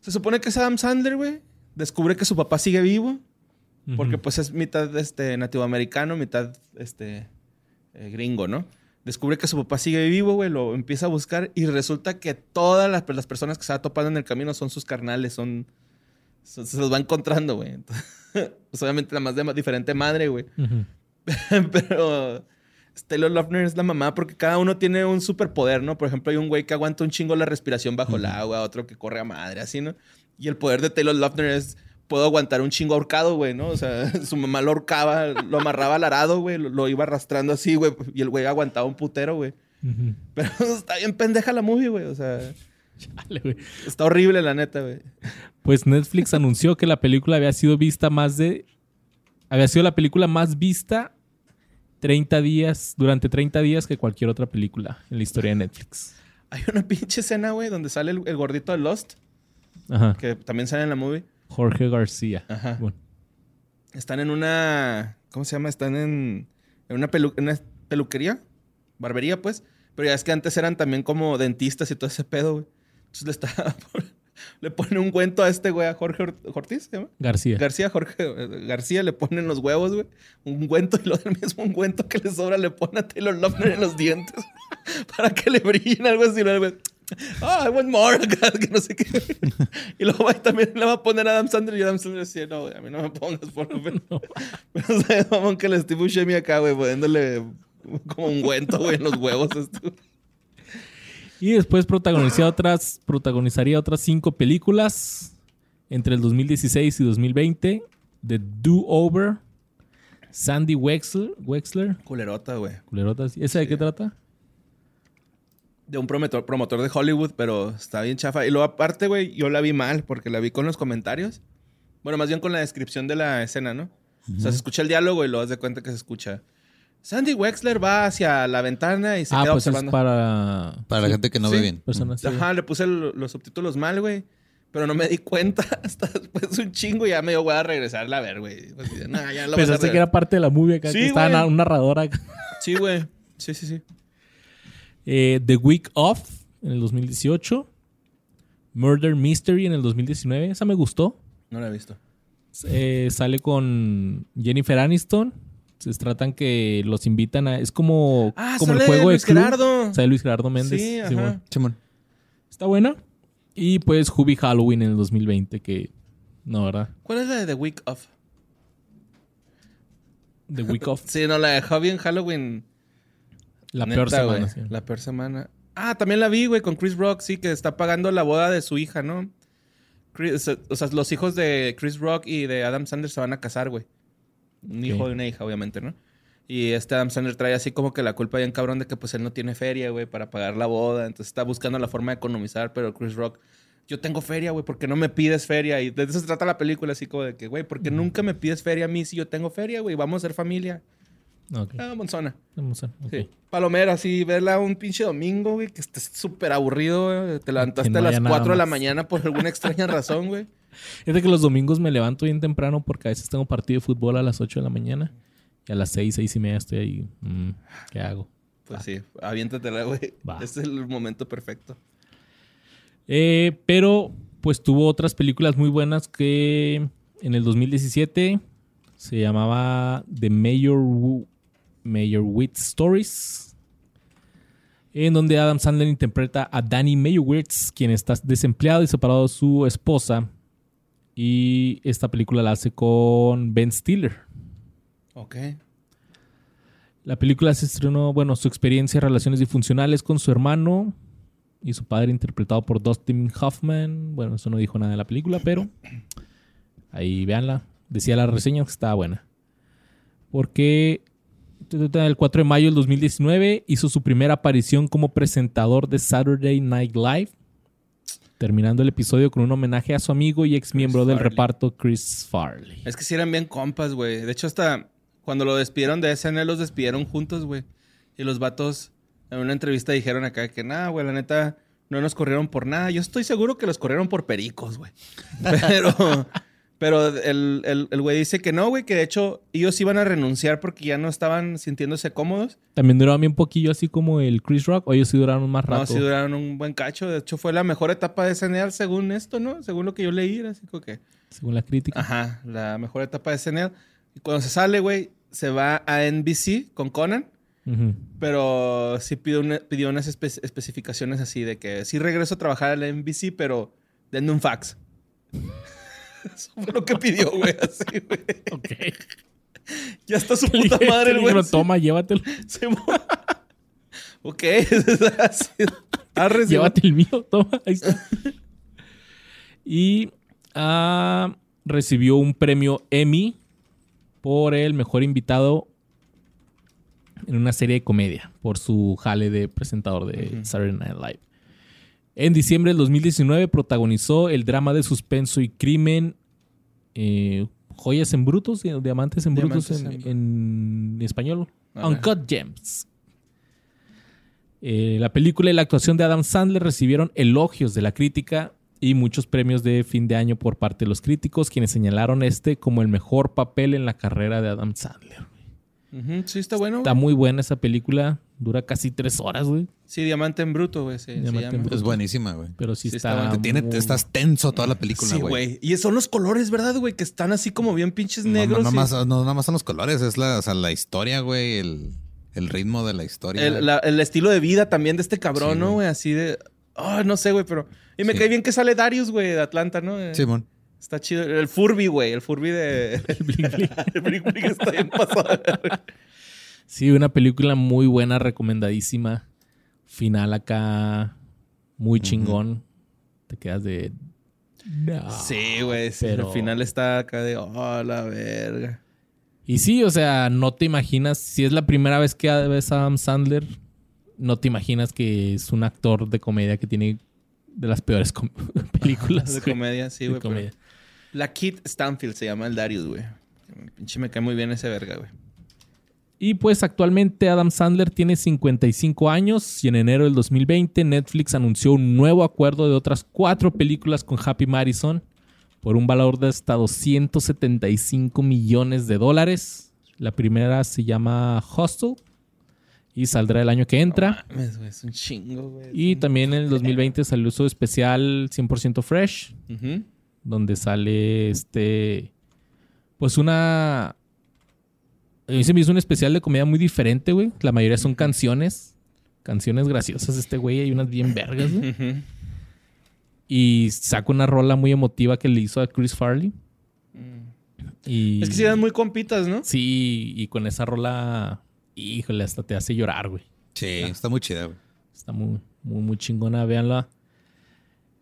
Speaker 2: Se supone que es Adam Sandler, güey. Descubre que su papá sigue vivo.
Speaker 1: Ujú.
Speaker 2: Porque pues es mitad este, nativoamericano, mitad este, eh, gringo, ¿no? Descubre que su papá sigue vivo, güey, lo empieza a buscar y resulta que todas las, las personas que se va topando en el camino son sus carnales, son... son- se los va encontrando, güey. Entonces, pues, obviamente la más de, diferente madre, güey.
Speaker 1: Ujú.
Speaker 2: Pero Taylor Lautner es la mamá porque cada uno tiene un superpoder, ¿no? Por ejemplo, hay un güey que aguanta un chingo la respiración bajo el agua, otro que corre a madre, así, ¿no? Y el poder de Taylor Lautner es puedo aguantar un chingo ahorcado, güey, ¿no? O sea, su mamá lo ahorcaba, lo amarraba al arado, güey, lo, lo iba arrastrando así, güey, y el güey aguantaba un putero, güey.
Speaker 1: Ujú.
Speaker 2: Pero está bien pendeja la movie, güey, o sea,
Speaker 1: Chale, güey.
Speaker 2: está horrible la neta, güey.
Speaker 1: Pues Netflix anunció que la película había sido vista más de. Había sido la película más vista 30 días, durante 30 días que cualquier otra película en la historia de Netflix.
Speaker 2: Hay una pinche escena, güey, donde sale el, el gordito de Lost,
Speaker 1: Ajá.
Speaker 2: que también sale en la movie.
Speaker 1: Jorge García.
Speaker 2: Ajá.
Speaker 1: Bueno,
Speaker 2: Están en una. ¿Cómo se llama? Están en, en una, pelu- en una peluquería, barbería, pues. Pero ya es que antes eran también como dentistas y todo ese pedo, güey. Entonces le estaba. le pone un cuento a este güey, a Jorge Or- Ortiz, ¿se llama?
Speaker 1: García.
Speaker 2: García, Jorge eh, García le ponen los huevos, güey. Un cuento y lo del mismo ungüento que le sobra le pone a Taylor Lautner en los dientes para que le brillen algo así. luego, güey, Ah, I want more, acá, que no sé qué. Y luego va- también le va a poner a Adam Sandler y Adam Sandler dice, no, güey, a mí no me pongas por favor". Pero se mamón que le Steve Buscemi acá, güey, poniéndole como un cuento, güey, en los huevos. esto.
Speaker 1: Y después protagonizaría otras, protagonizaría otras cinco películas entre el 2016 y 2020. The Do-Over, Sandy Wexler. Wexler
Speaker 2: Culerota, güey.
Speaker 1: culerota, sí. ¿Esa de qué trata?
Speaker 2: de un promotor, promotor de Hollywood, pero está bien chafa. Y luego aparte, güey, yo la vi mal porque la vi con los comentarios. Bueno, más bien con la descripción de la escena, ¿no? O sea, se escucha el diálogo y lo das de cuenta que se escucha. Sandy Wexler va hacia la ventana y se
Speaker 1: ah,
Speaker 2: queda
Speaker 1: pues
Speaker 2: observando.
Speaker 1: es para...
Speaker 3: Para la gente que no
Speaker 2: sí. pues,
Speaker 3: ve bien.
Speaker 1: Personas. sí.
Speaker 2: Ajá, le puse lo- los subtítulos mal, güey. Pero no me di cuenta hasta después un chingo y ya me dio güey a regresarla a ver, güey. Pues, ya, nah, ya la vas a
Speaker 1: Pensaste
Speaker 2: rever-
Speaker 1: que era parte de la movie acá,
Speaker 2: Sí,
Speaker 1: que estaba
Speaker 2: güey.
Speaker 1: na- un narrador acá.
Speaker 2: Sí, güey. Sí, sí, sí.
Speaker 1: Eh, The Week Off en el 2018. Murder Mystery en el 2019. Esa me gustó.
Speaker 2: No la he visto.
Speaker 1: Eh, sale con Jennifer Aniston. Se tratan que los invitan a. Es como,
Speaker 2: Ah,
Speaker 1: como
Speaker 2: sale Luis
Speaker 1: club.
Speaker 2: Gerardo.
Speaker 1: Sale Luis Gerardo Méndez.
Speaker 2: Sí, ajá.
Speaker 1: Simón.
Speaker 3: Simón.
Speaker 1: Está buena. Y pues Hubby Halloween en el 2020, que. No, ¿verdad?
Speaker 2: ¿Cuál es la de The Week Off?
Speaker 1: The Week Off.
Speaker 2: Sí, no, la de Javi en Halloween.
Speaker 1: La
Speaker 2: Neta,
Speaker 1: peor semana.
Speaker 2: güey.
Speaker 1: sí.
Speaker 2: La peor semana. Ah, también la vi, güey, con Chris Rock, sí, que está pagando la boda de su hija, ¿no? Chris- o sea, los hijos de Chris Rock y de Adam Sandler se van a casar, güey. Un hijo
Speaker 1: Ok.
Speaker 2: y una hija, obviamente, ¿no? Y este Adam Sandler trae así como que la culpa bien cabrón de que pues él no tiene feria, güey, para pagar la boda. Entonces está buscando la forma de economizar, pero Chris Rock, yo tengo feria, güey, porque no me pides feria? Y de eso se trata la película, así como de que, güey, porque nunca me pides feria a mí si yo tengo feria, güey? Vamos a ser familia.
Speaker 1: Ok.
Speaker 2: Ah, monzona.
Speaker 1: Vamos a- ok.
Speaker 2: Sí. Palomera, sí, verla un pinche domingo, güey, que estés súper aburrido, güey. Te levantaste
Speaker 1: Que no
Speaker 2: a las
Speaker 1: haya nada
Speaker 2: 4 de la
Speaker 1: más.
Speaker 2: mañana por alguna extraña razón, güey.
Speaker 1: Es de que los domingos me levanto bien temprano porque a veces tengo partido de fútbol a las 8 de la mañana. Y a las 6, 6 y media estoy ahí. mm, ¿Qué hago?
Speaker 2: Pues sí, aviéntatela, güey.
Speaker 1: Va.
Speaker 2: Este es el momento perfecto.
Speaker 1: Eh, pero pues tuvo otras películas muy buenas que en el 2017 se llamaba The Mayor, Wu- Mayor Wit Stories. En donde Adam Sandler interpreta a Danny Meyerowitz, quien está desempleado y separado de su esposa. Y esta película la hace con Ben Stiller.
Speaker 2: Ok.
Speaker 1: La película se estrenó, bueno, su experiencia, relaciones disfuncionales con su hermano y su padre interpretado por Dustin Hoffman. Bueno, eso no dijo nada de la película, pero ahí véanla. Decía la reseña que estaba buena. Porque el 4 de mayo del 2019 hizo su primera aparición como presentador de Saturday Night Live, terminando el episodio con un homenaje a su amigo y ex miembro del
Speaker 2: Farley.
Speaker 1: reparto Chris Farley.
Speaker 2: Es que sí eran bien compas, güey. De hecho, hasta cuando lo despidieron de SNL, los despidieron juntos, güey. Y los vatos en una entrevista dijeron acá que, nada, güey, la neta, no nos corrieron por nada. Yo estoy seguro que los corrieron por pericos, güey. Pero, pero el, el, el güey dice que no, güey, que de hecho ellos iban a renunciar porque ya no estaban sintiéndose cómodos.
Speaker 1: También duraba bien poquillo, así como el Chris Rock, o ellos sí duraron más rato.
Speaker 2: No, sí duraron un buen cacho. De hecho, fue la mejor etapa de SNL según esto, ¿no? Según lo que yo leí, era así como que...
Speaker 1: Según la crítica.
Speaker 2: Ajá, la mejor etapa de SNL. Y cuando se sale, güey, se va a NBC con Conan,
Speaker 1: Ujú.
Speaker 2: pero sí pidió, una- pidió unas espe- especificaciones así de que sí regreso a trabajar a la NBC, pero denme un fax. Eso fue lo que pidió, güey, así, güey.
Speaker 1: Ok.
Speaker 2: Ya está su puta madre, el güey.
Speaker 1: Pero toma, llévatelo.
Speaker 2: Se mo- ok, así. Arre, sí,
Speaker 1: Llévate el mío, toma. Ahí está. Y ah, recibió un premio Emmy por el mejor invitado en una serie de comedia por su jale de presentador de
Speaker 2: Ujú.
Speaker 1: Saturday Night Live. En diciembre del 2019 protagonizó el drama de suspenso y crimen eh, Joyas en Brutos, eh, Diamantes en Brutos
Speaker 2: Diamantes
Speaker 1: en, en español.
Speaker 2: A ver.
Speaker 1: Uncut Gems. Eh, la película y la actuación de Adam Sandler recibieron elogios de la crítica y muchos premios de fin de año por parte de los críticos, quienes señalaron este como el mejor papel en la carrera de Adam Sandler.
Speaker 2: Ujú, sí, está bueno.
Speaker 1: Está muy buena esa película, dura casi tres horas, güey.
Speaker 2: Sí, Diamante en Bruto, güey. se- se
Speaker 1: Diamante en
Speaker 2: llama.
Speaker 1: Bruto.
Speaker 3: Es buenísima, güey.
Speaker 1: Pero sí,
Speaker 2: Sí,
Speaker 1: está.
Speaker 2: estaba-
Speaker 3: Te tiene,
Speaker 1: muy-
Speaker 3: estás tenso toda la película,
Speaker 2: Sí,
Speaker 3: güey.
Speaker 2: güey. Y son los colores, ¿verdad, güey? Que están así como bien pinches
Speaker 3: No,
Speaker 2: negros.
Speaker 3: No, no,
Speaker 2: y-
Speaker 3: más, no, nada más son los colores, es la, o sea, la historia, güey, el, el ritmo de la historia.
Speaker 2: El, la- el estilo de vida también de este cabrón,
Speaker 3: Sí,
Speaker 2: ¿no,
Speaker 3: güey.
Speaker 2: güey? Así de. Ah, no sé, güey, pero. Y me
Speaker 3: Sí.
Speaker 2: cae bien que sale Darius, güey, de Atlanta, ¿no? Eh,
Speaker 3: Simón.
Speaker 2: Está chido. El Furby, güey. El Furby de. El Bling Bling. el Bling Bling está bien pasado.
Speaker 1: Sí, una película muy buena, recomendadísima. Final acá, muy chingón. Te quedas de. No.
Speaker 3: Ah,
Speaker 2: sí, güey. Sí,
Speaker 1: pero-
Speaker 2: Al final está acá de. Oh, la verga.
Speaker 1: Y sí, o sea, no te imaginas, si es la primera vez que ves a Adam Sandler, no te imaginas que es un actor de comedia que tiene de las peores com- películas.
Speaker 2: De
Speaker 1: güey.
Speaker 2: comedia, sí,
Speaker 1: De
Speaker 2: güey. pero-
Speaker 1: comedia.
Speaker 2: La Kit Stanfield se llama el Darius, güey. Pinche me cae muy bien ese verga, güey.
Speaker 1: Y pues actualmente Adam Sandler tiene 55 años y en enero del 2020 Netflix anunció un nuevo acuerdo de otras cuatro películas con Happy Madison por un valor de hasta 275 millones de dólares. La primera se llama Hostel y saldrá el año que entra.
Speaker 2: No mames, güey, es un chingo, güey.
Speaker 1: Y también en el 2020 salió su especial 100% Fresh,
Speaker 2: Ujú.
Speaker 1: donde sale este. Pues una. A mí se me hizo un especial de comedia muy diferente, güey. La mayoría son canciones. Canciones graciosas, de este güey. Hay unas bien vergas, güey.
Speaker 2: Ujú.
Speaker 1: Y saca una rola muy emotiva que le hizo a Chris Farley. Y...
Speaker 2: Mm. Es que si eran muy compitas, ¿no?
Speaker 1: Sí, y con esa rola. Híjole, hasta te hace llorar, güey.
Speaker 3: Sí, está muy chida, güey.
Speaker 1: Está muy, muy, muy chingona, véanla.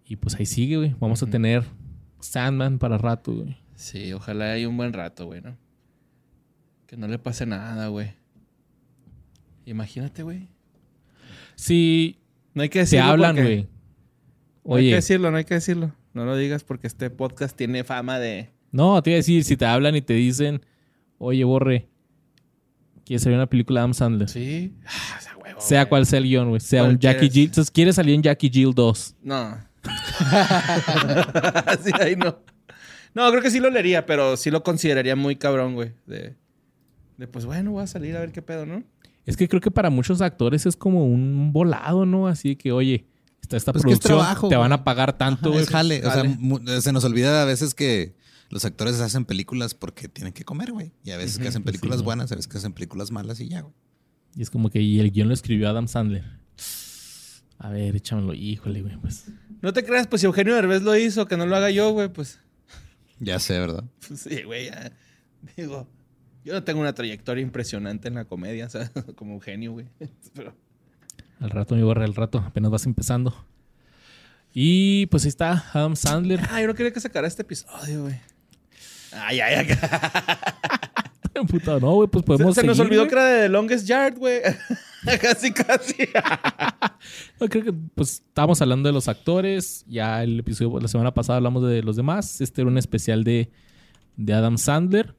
Speaker 1: Y pues ahí sigue, güey. Vamos a tener Sandman para rato, güey.
Speaker 2: Sí, ojalá hay un buen rato, güey, ¿no? Que no le pase nada, güey. Imagínate, güey.
Speaker 1: Si
Speaker 2: No hay que
Speaker 1: te
Speaker 2: decirlo.
Speaker 1: hablan,
Speaker 2: porque-
Speaker 1: güey.
Speaker 2: No hay que
Speaker 1: Oye,
Speaker 2: decirlo, no hay que decirlo. No lo digas porque este podcast tiene fama de.
Speaker 1: no, te iba a decir, si te hablan y te dicen, oye, borre, quieres salir en una película de Adam Sandler.
Speaker 2: Sí. Ah, esa huevo,
Speaker 1: Sea
Speaker 2: güey.
Speaker 1: cual sea el guión, güey. Sea
Speaker 2: ¿Cuál
Speaker 1: un Jackie
Speaker 2: quieres?
Speaker 1: Jill. Entonces, ¿quieres salir en Jackie Jill 2?
Speaker 2: No. sí, ahí no. No, creo que sí lo leería, pero sí lo consideraría muy cabrón, güey. De, de pues bueno, voy a salir a ver qué pedo, ¿no?
Speaker 1: Es que creo que para muchos actores es como un volado, ¿no? Así que, oye, está esta
Speaker 3: Pues que es
Speaker 1: producción,
Speaker 3: trabajo,
Speaker 1: te van
Speaker 3: güey.
Speaker 1: a pagar tanto, güey.
Speaker 3: Es jale. O sea,
Speaker 2: jale.
Speaker 3: mu- se nos olvida a veces que los actores hacen películas porque tienen que comer, güey. Y a veces que hacen
Speaker 1: pues sí,
Speaker 3: películas
Speaker 1: ¿no?
Speaker 3: buenas, a veces que hacen películas malas y ya, güey.
Speaker 1: Y es como que, y el guión lo escribió Adam Sandler. A ver, échamelo. Híjole, güey, pues.
Speaker 2: No te creas, pues si Eugenio Derbez lo hizo, que no lo haga yo, güey, pues.
Speaker 3: Ya sé, ¿verdad?
Speaker 2: Pues sí, güey, ya. Digo, yo no tengo una trayectoria impresionante en la comedia, ¿sabes? Como Eugenio, güey. Pero,
Speaker 1: Al rato, mi borra, al rato. Apenas vas empezando. Y pues ahí está Adam Sandler.
Speaker 2: ah, yo no quería que sacara este episodio, güey. Ay, ay, ay. Se-
Speaker 1: Puta, no, güey, pues
Speaker 2: Se,
Speaker 1: podemos
Speaker 2: nos
Speaker 1: seguir,
Speaker 2: olvidó
Speaker 1: güey.
Speaker 2: que era de The Longest Yard, güey. casi, casi.
Speaker 1: No, creo que pues estábamos hablando de los actores. Ya el episodio pues, la semana pasada hablamos de los demás. Este era un especial de, de Adam Sandler.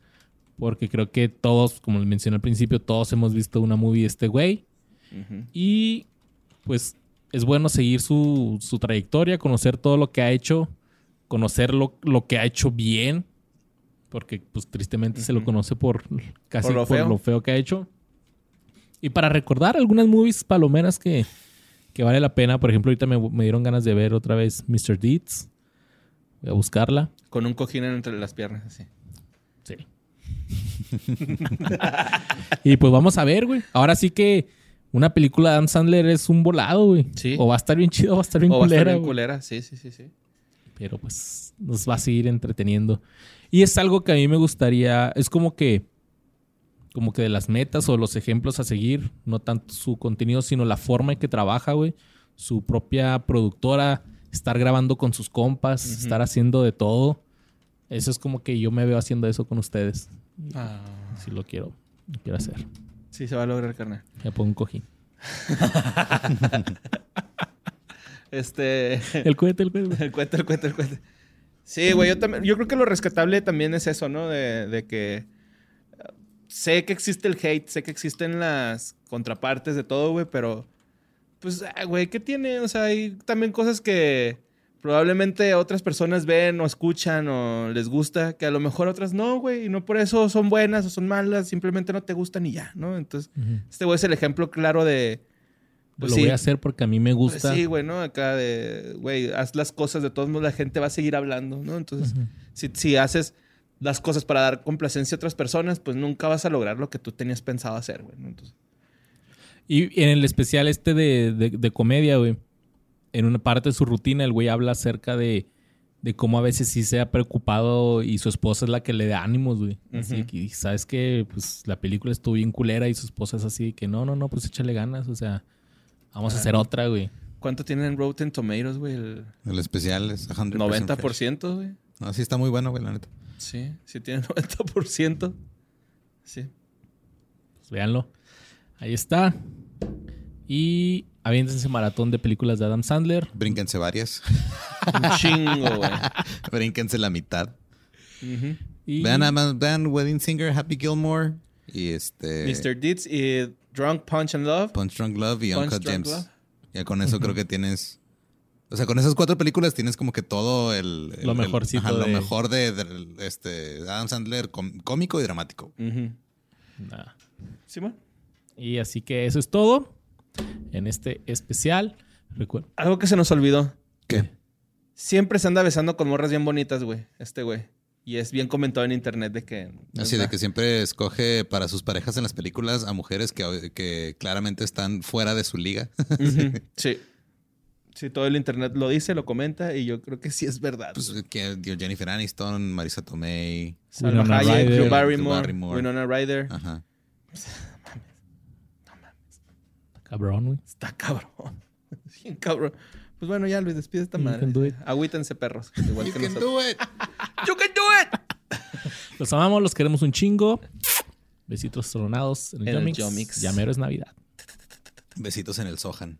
Speaker 1: Porque creo que todos, como les mencioné al principio, todos hemos visto una movie de este güey.
Speaker 2: Ujú.
Speaker 1: Y pues es bueno seguir su, su trayectoria, conocer todo lo que ha hecho, conocer lo, lo que ha hecho bien, porque pues tristemente se lo
Speaker 2: Ujú.
Speaker 1: conoce por casi
Speaker 2: Por
Speaker 1: por
Speaker 2: lo
Speaker 1: lo,
Speaker 2: feo.
Speaker 1: feo que ha hecho. Y para recordar algunas movies palomeras que, que vale la pena, por ejemplo, ahorita me, me dieron ganas de ver otra vez Mr. Deeds. Voy a buscarla.
Speaker 2: Con un cojín entre las piernas, así.
Speaker 1: Sí. y pues vamos a ver, güey. Ahora sí que una película de Adam Sandler es un volado, güey.
Speaker 2: Sí.
Speaker 1: O va a estar bien chido o va a estar bien
Speaker 2: o va a estar
Speaker 1: culera,
Speaker 2: bien
Speaker 1: güey.
Speaker 2: culera, sí, sí, sí, sí.
Speaker 1: Pero pues nos va a seguir entreteniendo. Y es algo que a mí me gustaría. Es como que. Como que de las metas o los ejemplos a seguir. No tanto su contenido, sino la forma en que trabaja, güey. Su propia productora. Estar grabando con sus compas.
Speaker 2: Ujú.
Speaker 1: Estar haciendo de todo. Eso es como que yo me veo haciendo eso con ustedes. Si lo quiero, lo quiero hacer.
Speaker 2: Sí, se va a lograr, carnal.
Speaker 1: Me pongo un cojín.
Speaker 2: Este,
Speaker 1: El cohete, el cohete.
Speaker 2: el cuento, el cuento, el cuento. Sí, güey, yo también, yo creo que lo rescatable también es eso, ¿no? De, de que eh, sé que existe el hate, sé que existen las contrapartes de todo, güey, pero pues, ah, güey, ¿qué tiene? O sea, hay también cosas que probablemente otras personas ven o escuchan o les gusta, que a lo mejor otras no, güey, y no por eso son buenas o son malas, simplemente no te gustan y ya, ¿no? Entonces,
Speaker 1: Ujú.
Speaker 2: Este güey es el ejemplo claro de Pues
Speaker 1: lo
Speaker 2: sí.
Speaker 1: voy a hacer porque a mí me
Speaker 2: Pues
Speaker 1: gusta.
Speaker 2: sí, güey, ¿no? Acá de, güey, haz las cosas, de todos modos la gente va a seguir hablando, ¿no? Entonces, si, si haces las cosas para dar complacencia a otras personas, pues nunca vas a lograr lo que tú tenías pensado hacer, güey. ¿no? Entonces,
Speaker 1: Y en el especial este de, de- de comedia, güey, en una parte de su rutina, el güey habla acerca de, de cómo a veces sí se ha preocupado y su esposa es la que le da ánimos, güey. Así
Speaker 2: Ujú.
Speaker 1: que, y sabes que, pues, la película estuvo bien culera y su esposa es así de que, no, no, no, pues échale ganas, o sea, vamos
Speaker 2: Ah.
Speaker 1: a hacer otra, güey.
Speaker 2: ¿cuánto tienen en Rotten Tomatoes, güey? El
Speaker 3: El especial es 100% fresh.
Speaker 2: 90%, güey.
Speaker 3: No, sí, está muy bueno, güey, la neta.
Speaker 2: Sí, sí tiene 90%. Sí.
Speaker 1: Pues, véanlo. Ahí está. Y aviéntense maratón de películas de Adam Sandler.
Speaker 3: Brínquense varias.
Speaker 2: Un chingo, güey.
Speaker 3: Brínquense la mitad.
Speaker 2: Ujú.
Speaker 1: Y
Speaker 3: Vean, nada más, vean Wedding Singer, Happy Gilmore y este.
Speaker 2: Mr. Deeds y Drunk Punch and Love.
Speaker 3: Punch Drunk Love y
Speaker 2: Punch
Speaker 3: Uncut
Speaker 2: Drunk
Speaker 3: Gems.
Speaker 2: Love.
Speaker 3: Ya con eso creo que tienes. O sea, con esas cuatro películas tienes como que todo el. el-
Speaker 1: Lo
Speaker 3: el-
Speaker 1: mejorcito
Speaker 3: ajá, Lo
Speaker 1: de-
Speaker 3: mejor de, de- este, Adam Sandler com- cómico y dramático.
Speaker 2: Ujú.
Speaker 1: Nah.
Speaker 2: Simón.
Speaker 1: Y así que eso es todo en este especial. Recuerda.
Speaker 2: Algo que se nos olvidó.
Speaker 3: ¿Qué?
Speaker 2: Siempre se anda besando con morras bien bonitas, güey. Este güey. Y es bien comentado en internet de que.
Speaker 3: Así de que siempre escoge para sus parejas en las películas a mujeres que, que claramente están fuera de su liga.
Speaker 2: Ujú. Sí. Sí, todo el internet lo dice, lo comenta y yo creo que sí es verdad.
Speaker 3: Pues, que dio Jennifer Aniston, Marisa Tomei.
Speaker 2: Salma
Speaker 1: Winona
Speaker 2: Hayek,
Speaker 1: Ryder.
Speaker 2: Drew Barrymore,
Speaker 3: Drew Barrymore.
Speaker 2: Winona Ryder.
Speaker 3: Ajá.
Speaker 1: Cabrón, güey.
Speaker 2: Está cabrón. Bien cabrón. Pues bueno, ya Luis, despide esta
Speaker 1: You can do
Speaker 2: madre.
Speaker 1: it.
Speaker 2: Agüítense, perros. Igual
Speaker 3: You
Speaker 2: que
Speaker 3: can
Speaker 2: nosotros.
Speaker 3: do it.
Speaker 2: You can do it.
Speaker 1: Los amamos, los queremos un chingo. Besitos tronados en el,
Speaker 2: En el
Speaker 1: Yomix.
Speaker 2: Yomix.
Speaker 1: Ya mero es Navidad.
Speaker 3: Besitos en el Sohan.